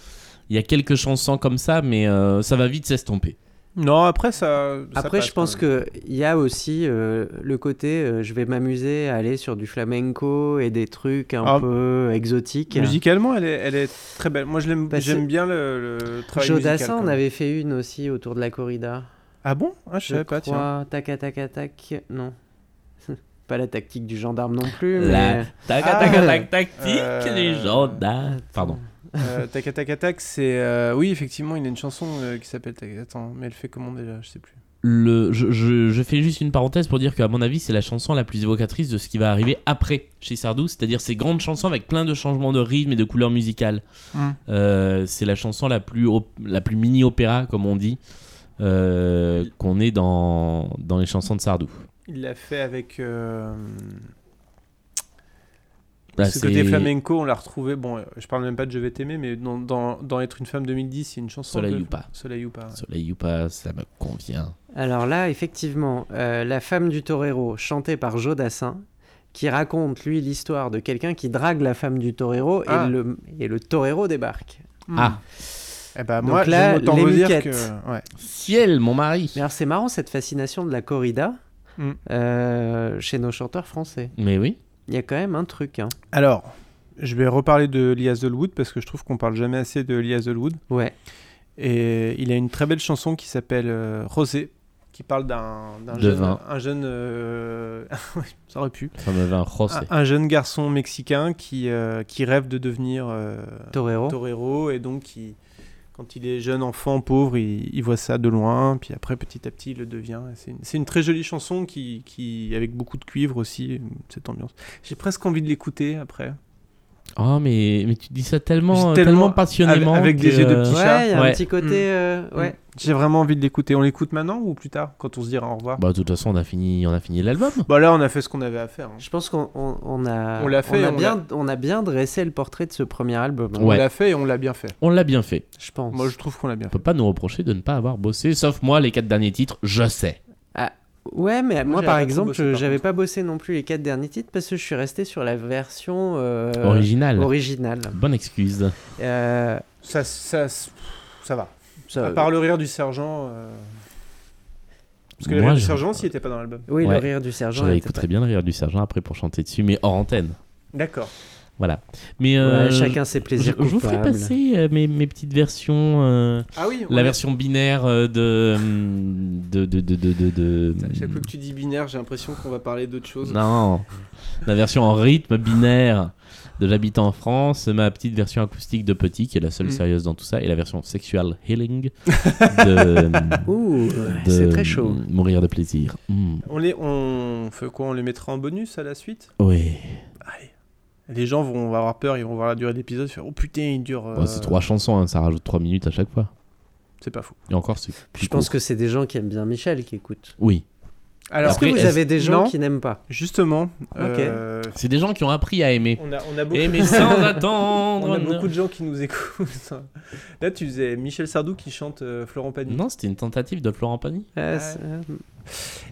G: Il y a quelques chansons comme ça, mais euh, ça va vite s'estomper.
H: Non, après, ça. ça
I: Après,
H: passe hein.
I: je pense
H: quand
I: qu'il y a aussi euh, le côté euh, je vais m'amuser à aller sur du flamenco et des trucs un
H: Ah.
I: peu exotiques.
H: même. Musicalement, elle est, elle est très belle. Moi, je l'aime
I: Bah,
H: j'aime
I: c'est-
H: bien le, le travail
I: Joe
H: musical,
I: Dassin
H: quand
I: en
H: même.
I: avait fait une aussi autour de la corrida.
H: Ah bon ah, Je
I: Je
H: savais pas, tiens.
I: crois. Tac, tac, tac, tac. Non. [LAUGHS] Pas la tactique du gendarme non plus,
G: La
I: mais... euh,
G: tac
H: Ah
G: tac tac tac tactique les gendarmes. Pardon.
H: [LAUGHS] Euh, tac tac tac c'est euh, oui effectivement il y a une chanson euh, qui s'appelle tac attends mais elle fait comment déjà je sais plus
G: Le, je, je- je fais juste une parenthèse pour dire qu'à mon avis, c'est la chanson la plus évocatrice de ce qui va arriver après chez Sardou, c'est-à-dire ces grandes chansons avec plein de changements de rythme et de couleurs musicales.
H: Mm.
G: Euh, c'est la chanson la plus, op- la plus mini-opéra, comme on dit, euh, qu'on est dans, dans les chansons de Sardou.
H: il l'a fait avec euh,
G: Bah,
H: ce côté
G: c'est-
H: flamenco on l'a retrouvé bon euh, je parle même pas de je vais t'aimer mais dans, dans, dans être une femme 2010 il y a une chanson
G: Soleil
H: de-
G: ou pas.
H: soleil ou pas ouais.
G: Soleil ou pas, ça me convient.
I: Alors là, effectivement, euh, La femme du torero, chantée par Joe Dassin, qui raconte, lui, l'histoire de quelqu'un qui drague la femme du torero
H: Ah.
I: et, le, et le torero débarque.
H: Hum.
G: Ah,
H: Eh ben,
I: Donc
H: moi
I: là,
H: j'aime autant
I: les
H: vous dire
I: miquettes.
H: que ouais.
G: ciel, mon mari.
I: Mais alors, c'est marrant cette fascination de la corrida
H: Mm.
I: euh, chez nos chanteurs français.
G: Mais oui.
I: Il y a quand même un truc. hein.
H: alors je vais reparler de Elias Dolwood parce que je trouve qu'on parle jamais assez de Elias Dolwood
I: Ouais.
H: Et il a une très belle chanson qui s'appelle euh, Rosé, qui parle d'un d'un
G: De
H: jeune,
G: vin.
H: un jeune, euh, [LAUGHS] ça aurait pu,
G: Ça me va oh, un rosé.
H: un, un jeune garçon mexicain qui euh, qui rêve de devenir euh,
I: Torero.
H: torero et donc qui, quand il est jeune enfant pauvre, il, il voit ça de loin, puis après petit à petit il le devient. Et C'est une, c'est une très jolie chanson qui, qui avec beaucoup de cuivre aussi, cette ambiance. J'ai presque envie de l'écouter après.
G: Oh, mais, mais tu dis ça tellement,
H: Juste
G: euh, tellement
H: tellement
G: passionnément.
H: avec- avec des
G: que-
H: yeux de petit chat.
I: Ouais, il y a
G: Ouais.
I: un petit côté.
H: Mm.
I: euh, ouais.
H: J'ai vraiment envie de l'écouter. On l'écoute maintenant ou plus tard, quand on se dira au revoir.
G: Bah, de toute façon, on a fini, on a fini l'album.
H: Bah là, on a fait ce qu'on avait à faire. hein.
I: Je pense qu'on on, on a,
H: On l'a fait,
I: on a
H: on
I: bien, on a bien dressé le portrait de ce premier album. hein,
H: On
G: Ouais.
H: l'a fait et on l'a bien fait.
G: On l'a bien fait.
I: Je pense.
H: Moi, je trouve qu'on l'a bien
G: On peut
H: fait.
G: pas nous reprocher de ne pas avoir bossé, sauf moi, les quatre derniers titres, je sais.
I: Ouais, mais moi,
H: j'avais
I: par
H: pas trop
I: exemple,
H: bossé, par
I: j'avais pas bossé non plus les quatre derniers titres parce que je suis resté sur la version euh,
G: Original.
I: originale.
G: Bonne excuse.
I: Euh,
H: Ça, ça, ça va.
I: ça-
H: à part le rire du sergent. euh, Parce que le
G: Moi,
H: rire du
G: je-
H: sergent, s'il était pas dans l'album.
I: Oui,
G: Ouais.
I: le rire du sergent.
G: Je
I: était
G: réécouterai bien le rire du sergent après pour chanter dessus, mais hors antenne.
H: D'accord.
G: Voilà. Mais
I: pas-
G: euh,
I: Ouais, chacun ses
G: je, je
I: plaisirs
G: vous ferai
I: coupables.
G: passer euh, mes, mes petites versions. euh,
H: Ah oui. on
G: la
H: est-
G: version binaire euh, de. hum, de. de. de. de. de- de- mm,
H: À chaque fois que tu dis binaire, j'ai l'impression qu'on va parler d'autre chose.
G: Non La version en rythme binaire de J'habite en France, ma petite version acoustique de Petit, qui est la seule
H: Mm.
G: sérieuse dans tout ça, et la version sexual
I: [LAUGHS]
G: healing de. mm,
I: Ouh,
H: Bah,
G: de
I: c'est très chaud.
G: Mourir de plaisir. Mm.
H: On les, on fait quoi On les mettra en bonus à la suite.
G: Oui.
H: Allez. Les gens vont avoir peur, ils vont voir la durée de l'épisode, ils vont faire oh putain, il dure. euh,
G: Ouais, c'est trois chansons, hein, ça rajoute trois minutes à chaque fois.
H: C'est pas fou.
G: Et encore, c'est.
I: Puis je pense que c'est des gens qui aiment bien Michel qui écoutent.
G: Oui.
H: Alors,
I: Est-ce que
G: Après,
I: vous
G: est-ce-
I: avez des gens
H: Non.
I: qui n'aiment pas
H: justement, euh,
G: C'est des gens qui ont appris à aimer.
H: on a, on a beaucoup. [LAUGHS]
G: Aimer sans attendre.
H: On a beaucoup de gens qui nous écoutent. [LAUGHS] Là, tu faisais Michel Sardou qui chante euh, Florent Pagny.
G: Non, c'était une tentative de Florent Pagny.
I: Ah, c'est-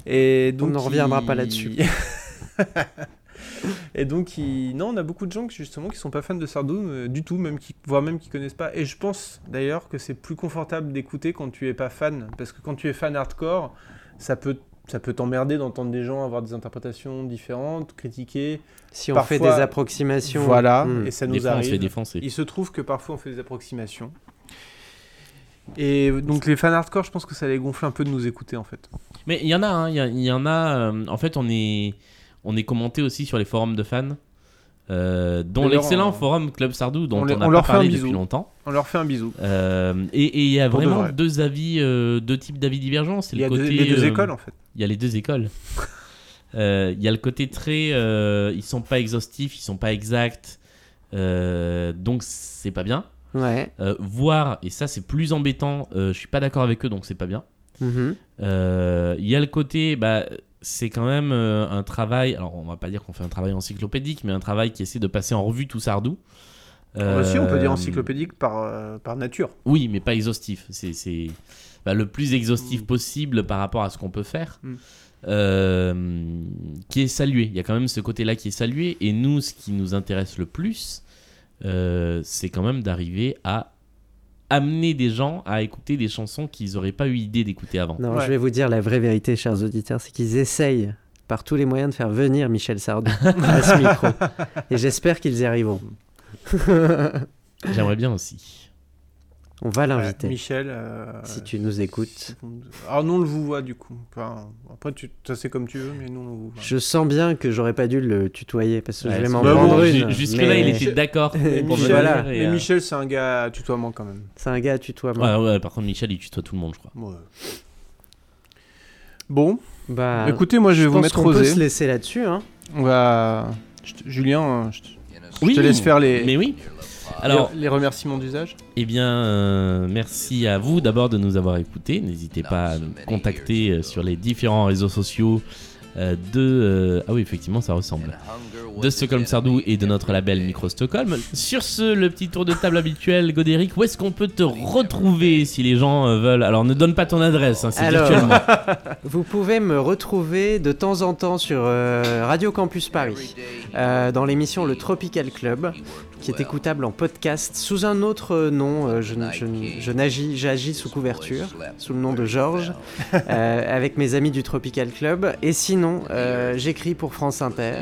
H: Et donc,
I: On en reviendra
H: il-
I: pas là-dessus.
H: [LAUGHS] Et donc, il- non, on a beaucoup de gens qui, justement qui sont pas fans de Sardou euh, du tout, même qui, voire même qui connaissent pas. Et je pense d'ailleurs que c'est plus confortable d'écouter quand tu es pas fan, parce que quand tu es fan hardcore, ça peut ça peut t'emmerder d'entendre des gens avoir des interprétations différentes, critiquer.
I: Si on
H: Parfois-
I: fait des approximations.
H: Voilà,
I: Hmm.
H: et ça
G: des
H: nous
G: fois, on se fait
H: arrive.
G: défoncer.
H: Il se trouve que parfois on fait des approximations. Et donc les fans hardcore, je pense que ça les gonfle un peu de nous écouter en fait.
G: Mais il y en a, hein, il y, a- il y en a. euh, en fait, on est, on est commenté aussi sur les forums de fans, euh, dont
H: D'ailleurs,
G: l'excellent
H: on-
G: forum Club Sardou, dont
H: hein. on
G: on,
H: les-
G: a
H: on
G: pas
H: leur fait un
G: parlé
H: bisou.
G: depuis longtemps.
H: On leur fait un bisou.
G: Euh, et et il y a
H: Pour de
G: vraiment
H: vrai.
G: deux avis, euh, deux types d'avis divergents. C'est
H: Il
G: le
H: y a deux-
G: côté,
H: les deux
G: euh,
H: écoles en fait.
G: Il y a les deux
H: [LAUGHS]
G: écoles. Euh, Il y a le côté très. euh, ils sont pas exhaustifs, ils sont pas exacts, euh, donc c'est pas bien.
I: Ouais.
G: Euh, voire, et ça c'est plus embêtant, euh, je suis pas d'accord avec eux, donc c'est pas bien.
I: Mhm.
G: Euh, Il y a le côté, bah, c'est quand même euh, un travail. Alors, on va pas dire qu'on fait un travail encyclopédique, mais un travail qui essaie de passer en revue tout Sardou. Euh,
H: Aussi, Ah bah on peut dire encyclopédique par, euh, par nature.
G: Oui, mais pas exhaustif. C'est- C'est bah, le plus exhaustif
H: Mm.
G: possible par rapport à ce qu'on peut faire,
H: Mm.
G: euh, qui est salué. Il y a quand même ce côté-là qui est salué. Et nous, ce qui nous intéresse le plus, euh, c'est quand même d'arriver à amener des gens à écouter des chansons qu'ils n'auraient pas eu idée d'écouter
I: [COUGHS]
G: avant.
I: Non,
H: Ouais.
I: je vais vous dire la vraie vérité, chers auditeurs, c'est qu'ils essayent par tous les moyens de faire venir Michel Sardou à ce micro. Et j'espère qu'ils y arriveront.
G: J'aimerais bien aussi.
I: [LAUGHS] On va l'inviter.
H: Ouais, Michel. euh,
I: Ah, Si tu nous écoutes.
H: Alors, nous, on le vous voit, du coup. Enfin, après, tu... ça, c'est comme tu veux, mais nous, on le vous voit.
I: Je sens bien que j'aurais pas dû le tutoyer parce que
G: Ouais,
I: je vais
G: c'est
I: m'en
G: pas
I: prendre
G: bon,
I: une.
G: ju- jusque-là, il
I: mais
G: était d'accord.
H: Mais
G: pour
H: Michel,
G: venir
H: mais
G: et, euh,
H: Michel, c'est un gars à tutoiement, quand même.
I: C'est un gars à tutoiement.
G: Ouais, ouais, par contre, Michel, il tutoie tout le monde, je crois.
H: Ouais. euh. Bon,
I: Bah,
H: écoutez, moi, je vais
I: je
H: vous
I: pense
H: mettre
I: qu'on peut
H: Rosé.
I: se laisser là-dessus. Hein.
H: On va... je te- Julien, euh, je te, je
G: Oui,
H: te laisse faire les,
G: Mais oui. Alors,
H: les remerciements d'usage.
G: Eh bien, euh, merci à vous d'abord de nous avoir écoutés. N'hésitez pas à nous contacter euh, sur les différents réseaux sociaux euh, de... euh, ah oui, effectivement, ça ressemble. De Stockholm Sardou et de notre label Micro Stockholm. Sur ce, le petit tour de table habituel, Godéric, où est-ce qu'on peut te retrouver si les gens euh, veulent Alors, ne donne pas ton adresse, hein, c'est
H: [LAUGHS]
I: Alors.
G: virtuellement.
I: Vous pouvez me retrouver de temps en temps sur euh, Radio Campus Paris, euh, dans l'émission Le Tropical Club, qui est écoutable en podcast sous un autre euh, nom. euh, je je- je n'agis, j'agis sous couverture,
H: [LAUGHS]
I: sous le nom de Georges, euh, avec mes amis du Tropical Club. Et sinon, euh, j'écris pour France Inter.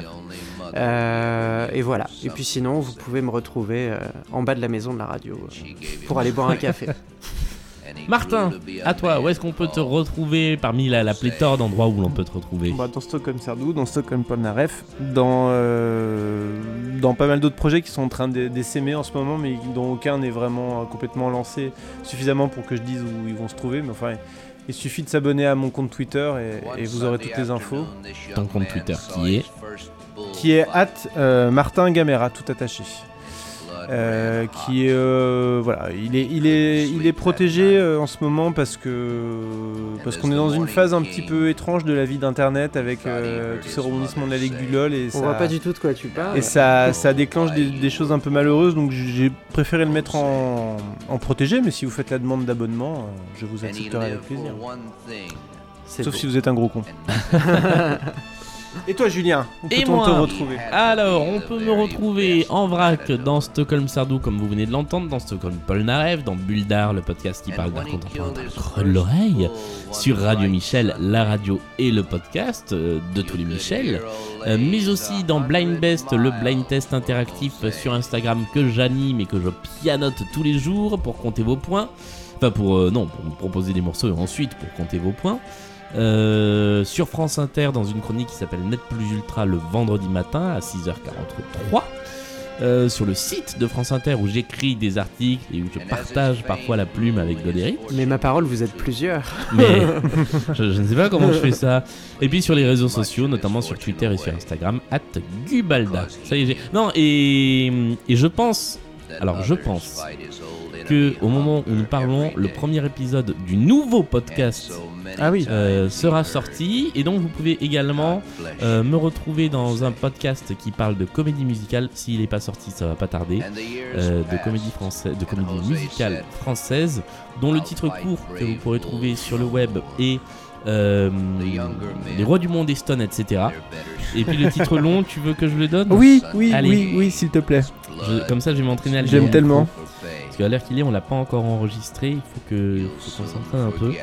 I: Euh, et voilà. Et puis sinon, vous pouvez me retrouver euh, en bas de la maison de la radio euh, pour aller boire un café.
G: [LAUGHS]
H: [LAUGHS]
G: Martin, à toi, où est-ce qu'on peut te retrouver parmi la, la pléthore d'endroits où l'on peut te retrouver
H: Bah, dans Stockholm Sardou, dans Stockholm Polnareff, dans, euh, dans pas mal d'autres projets qui sont en train de- d'essaimer en ce moment, mais dont aucun n'est vraiment euh, complètement lancé suffisamment pour que je dise où ils vont se trouver. Mais enfin, il suffit de s'abonner à mon compte Twitter et, et vous aurez toutes les infos.
G: Ton compte Twitter qui est
H: Qui est at euh, Martin Gamera, tout attaché. Euh, qui est euh, voilà, il est il est il est protégé euh, en ce moment parce que parce qu'on est dans une phase un petit peu étrange de la vie d'internet avec euh, tous ces rebondissements de la Ligue du LoL et
I: On
H: ça
I: voit pas du tout de quoi tu parles.
H: et ça ça déclenche des, des choses un peu malheureuses donc j'ai préféré le mettre en, en protégé mais si vous faites la demande d'abonnement euh, je vous accepterai avec plaisir
I: C'est
H: sauf
I: beau.
H: si vous êtes un gros con. et toi Julien, où
G: Et
H: peut-on
G: moi
H: te retrouver
G: Alors, on peut me retrouver en vrac dans Stockholm Sardou, comme vous venez de l'entendre, dans Stockholm Polnareff, dans Buldar, le podcast qui parle d'art contemporain dans le creux de l'oreille, sur Radio Michel, la radio et le podcast euh, de tous les Michel, euh, mais aussi dans Blind Best, le blind test interactif sur Instagram que j'anime et que je pianote tous les jours pour compter vos points. Enfin, pour, euh, non, pour vous proposer des morceaux et ensuite pour compter vos points. Euh, sur France Inter dans une chronique qui s'appelle Net Plus Ultra le vendredi matin à 6h43. Euh, sur le site de France Inter où j'écris des articles et où
J: Eh
G: je partage parfois la plume avec Godéric.
I: Mais ma parole, vous êtes plusieurs.
G: Mais [LAUGHS] je, je ne sais pas comment je fais ça. Et puis sur les réseaux sociaux, notamment sur Twitter et sur Instagram, at Gubalda. Ça y est, j'ai... Non, et, et je pense... Alors je pense que au moment où nous parlons, le premier épisode du nouveau podcast
I: Ah oui.
G: euh, sera sorti. Et donc, vous pouvez également euh, me retrouver dans un podcast qui parle de comédie musicale. S'il n'est pas sorti, ça va pas tarder. euh, de comédie française, de comédie musicale française, dont le titre court que vous pourrez trouver sur le web est euh, Les Rois du Monde Stone, etc. Ah. Et puis le titre long, tu veux que je le donne
H: Oui, oui,
G: Allez.
H: oui, oui, s'il te plaît.
G: Je- Comme ça, je vais m'entraîner à le
H: J'aime
G: dire.
H: tellement.
G: Parce qu'à l'heure qu'il est, on l'a pas encore enregistré. Il faut que faut qu'on s'entraîne un peu.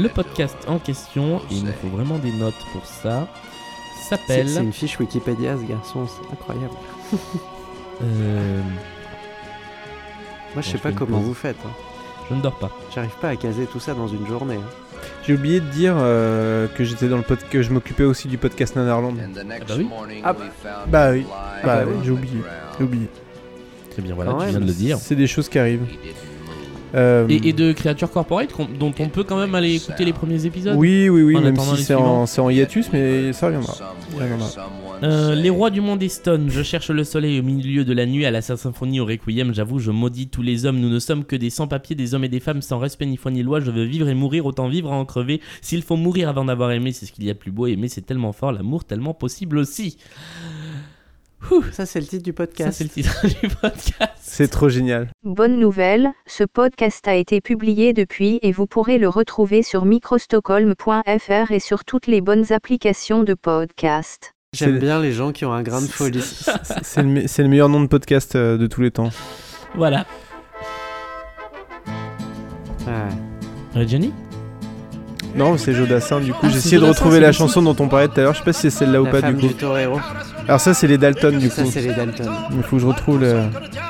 G: Le podcast en question, et il nous faut vraiment des notes pour ça,
I: C'est
G: s'appelle.
I: c'est une fiche Wikipédia, ce garçon, c'est incroyable.
G: Euh,
I: Moi, je
G: je
I: sais pas
G: fais une
I: comment
G: pause.
I: vous faites. hein.
G: je ne dors pas.
I: J'arrive pas à caser tout ça dans une journée. hein.
H: J'ai oublié de dire euh, que j'étais dans le pod- que je m'occupais aussi du podcast Nanarland.
G: Ah bah oui,
H: Ah bah oui, bah oui, j'ai oublié, j'ai oublié.
G: très bien, voilà,
I: Quand
G: tu
I: même.
G: viens de le dire.
H: C'est des choses qui arrivent. Euh,
G: Et, et de Creature Corporate, qu'on- dont on peut quand même aller écouter les premiers épisodes.
H: Oui, oui, oui,
G: En
H: même
G: attendant
H: si
G: les
H: c'est
G: suivants.
H: en, c'est en hiatus, mais ça reviendra. Ça reviendra.
G: Euh, les rois du monde Eston, je cherche le soleil au milieu de la nuit, à la sa symphonie, au requiem, j'avoue, je maudis tous les hommes, nous ne sommes que des sans-papiers, des hommes et des femmes sans respect ni foi ni loi, je veux vivre et mourir, autant vivre à en crever, s'il faut mourir avant d'avoir aimé, c'est ce qu'il y a de plus beau, aimer c'est tellement fort, l'amour tellement possible aussi.
I: Ça, c'est le titre du
G: Ça
I: podcast.
G: c'est le titre [LAUGHS] du podcast.
H: C'est trop génial.
A: Bonne nouvelle, ce podcast a été publié depuis et vous pourrez le retrouver sur microstockholm.fr et sur toutes les bonnes applications de podcast.
I: J'aime
H: C'est-
I: bien les gens qui ont un grain de folie.
H: C'est le, me- c'est le meilleur nom de podcast euh, de tous les temps.
G: Voilà.
I: Ouais.
G: Euh, Johnny
H: Non, c'est Jodassin, du coup.
I: Ah,
H: J'ai
I: c'est
H: essayé de
I: Jodassin,
H: retrouver
I: c'est
H: la
I: le
H: chanson dont on parlait tout à l'heure. Je sais pas si c'est celle-là ou
I: La
H: pas,
I: femme
H: du coup.
I: du torero.
H: Alors, ça, c'est les Dalton, du
I: Ça,
H: coup.
I: c'est les Dalton.
H: Il faut que je retrouve le.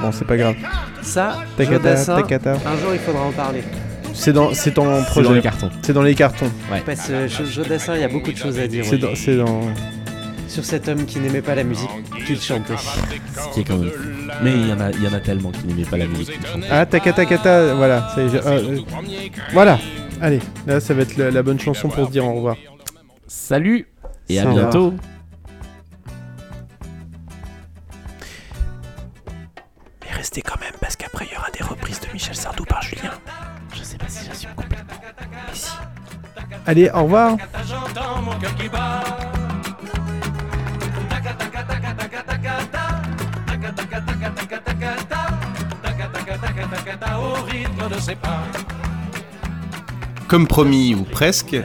H: Bon, c'est pas grave.
I: Ça,
H: Takata,
I: Jodassin,
H: Takata.
I: un jour il faudra en parler.
H: euh. C'est dans, c'est en projet.
G: dans les cartons.
H: C'est dans les cartons.
G: Ouais.
I: Parce que Jo- Jodassin, il y a beaucoup de choses à dire.
H: C'est dans, c'est dans.
I: Sur cet homme qui n'aimait pas la musique qu'il chantait.
G: Ce qui est quand même fou. Mais il y en a, il y en a tellement qui n'aimaient pas la musique. qu'ils chantent.
H: Ah, Takatakata, voilà. ça y est, j'ai- ah, euh, Voilà. Allez, là, ça va être la, la bonne chanson pour se dire au revoir.
G: Salut et à
H: Ça va.
G: bientôt.
H: Mais restez quand même, parce qu'après, il y aura des reprises de Michel Sardou par Julien.
G: Je sais pas si j'assume complètement.
H: Allez, au revoir.
J: J'entends mon cœur qui bat. Taca, taca, taca, taca, taca, ta. Taca, taca, taca, taca, taca, ta. Taca, taca, taca, taca, ta, au rythme de ses pas.
L: Comme promis ou presque, euh,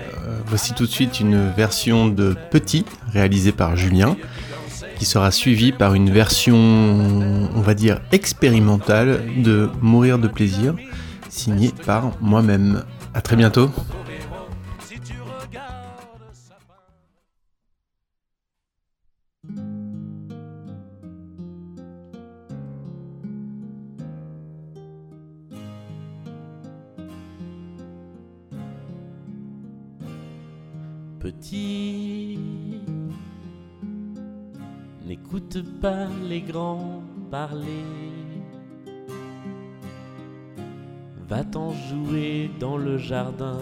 L: voici tout de suite une version de Petit réalisée par Julien, qui sera suivie par une version, on va dire, expérimentale de Mourir de plaisir, signée par moi-même. À très bientôt.
G: Petit, n'écoute pas les grands parler. Va-t'en jouer dans le jardin.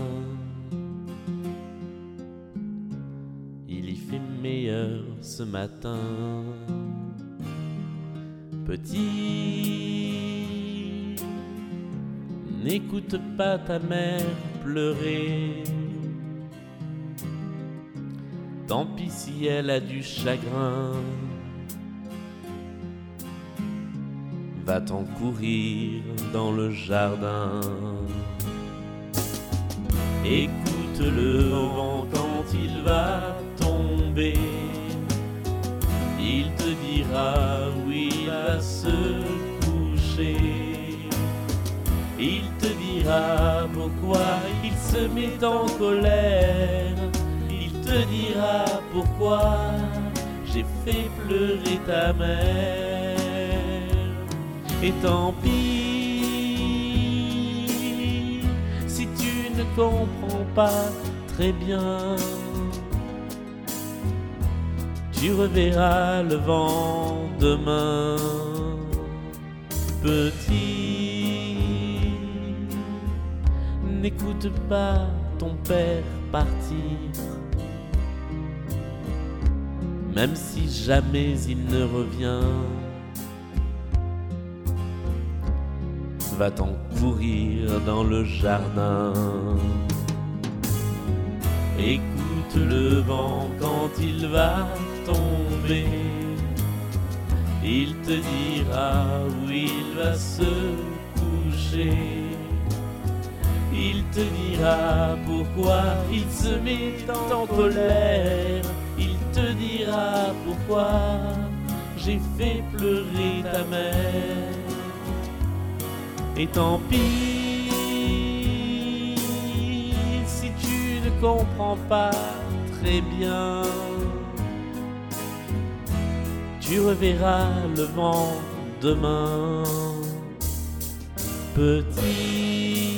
G: Il y fait meilleur ce matin. Petit, n'écoute pas ta mère pleurer. Tant pis si elle a du chagrin. Va-t'en courir dans le jardin. Écoute le vent quand il va tomber. Il te dira où il va se coucher. Il te dira pourquoi il se met en colère. Il te dira pourquoi j'ai fait pleurer ta mère. Et tant pis si tu ne comprends pas très bien. Tu reverras le vent demain, petit. N'écoute pas ton père partir. Même si jamais il ne revient, va-t'en courir dans le jardin. Écoute le vent quand il va tomber. Il te dira où il va se coucher. Il te dira pourquoi il se met en colère. Il te dira pourquoi j'ai fait pleurer ta mère. Et tant pis si tu ne comprends pas très bien. Tu reverras le vent demain. Petit,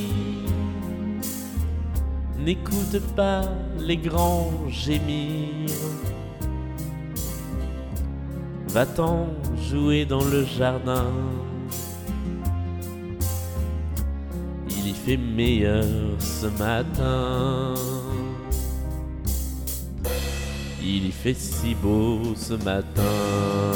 G: N'écoute pas les grands gémir. Va-t'en jouer dans le jardin. Il y fait meilleur ce matin. Il y fait si beau ce matin.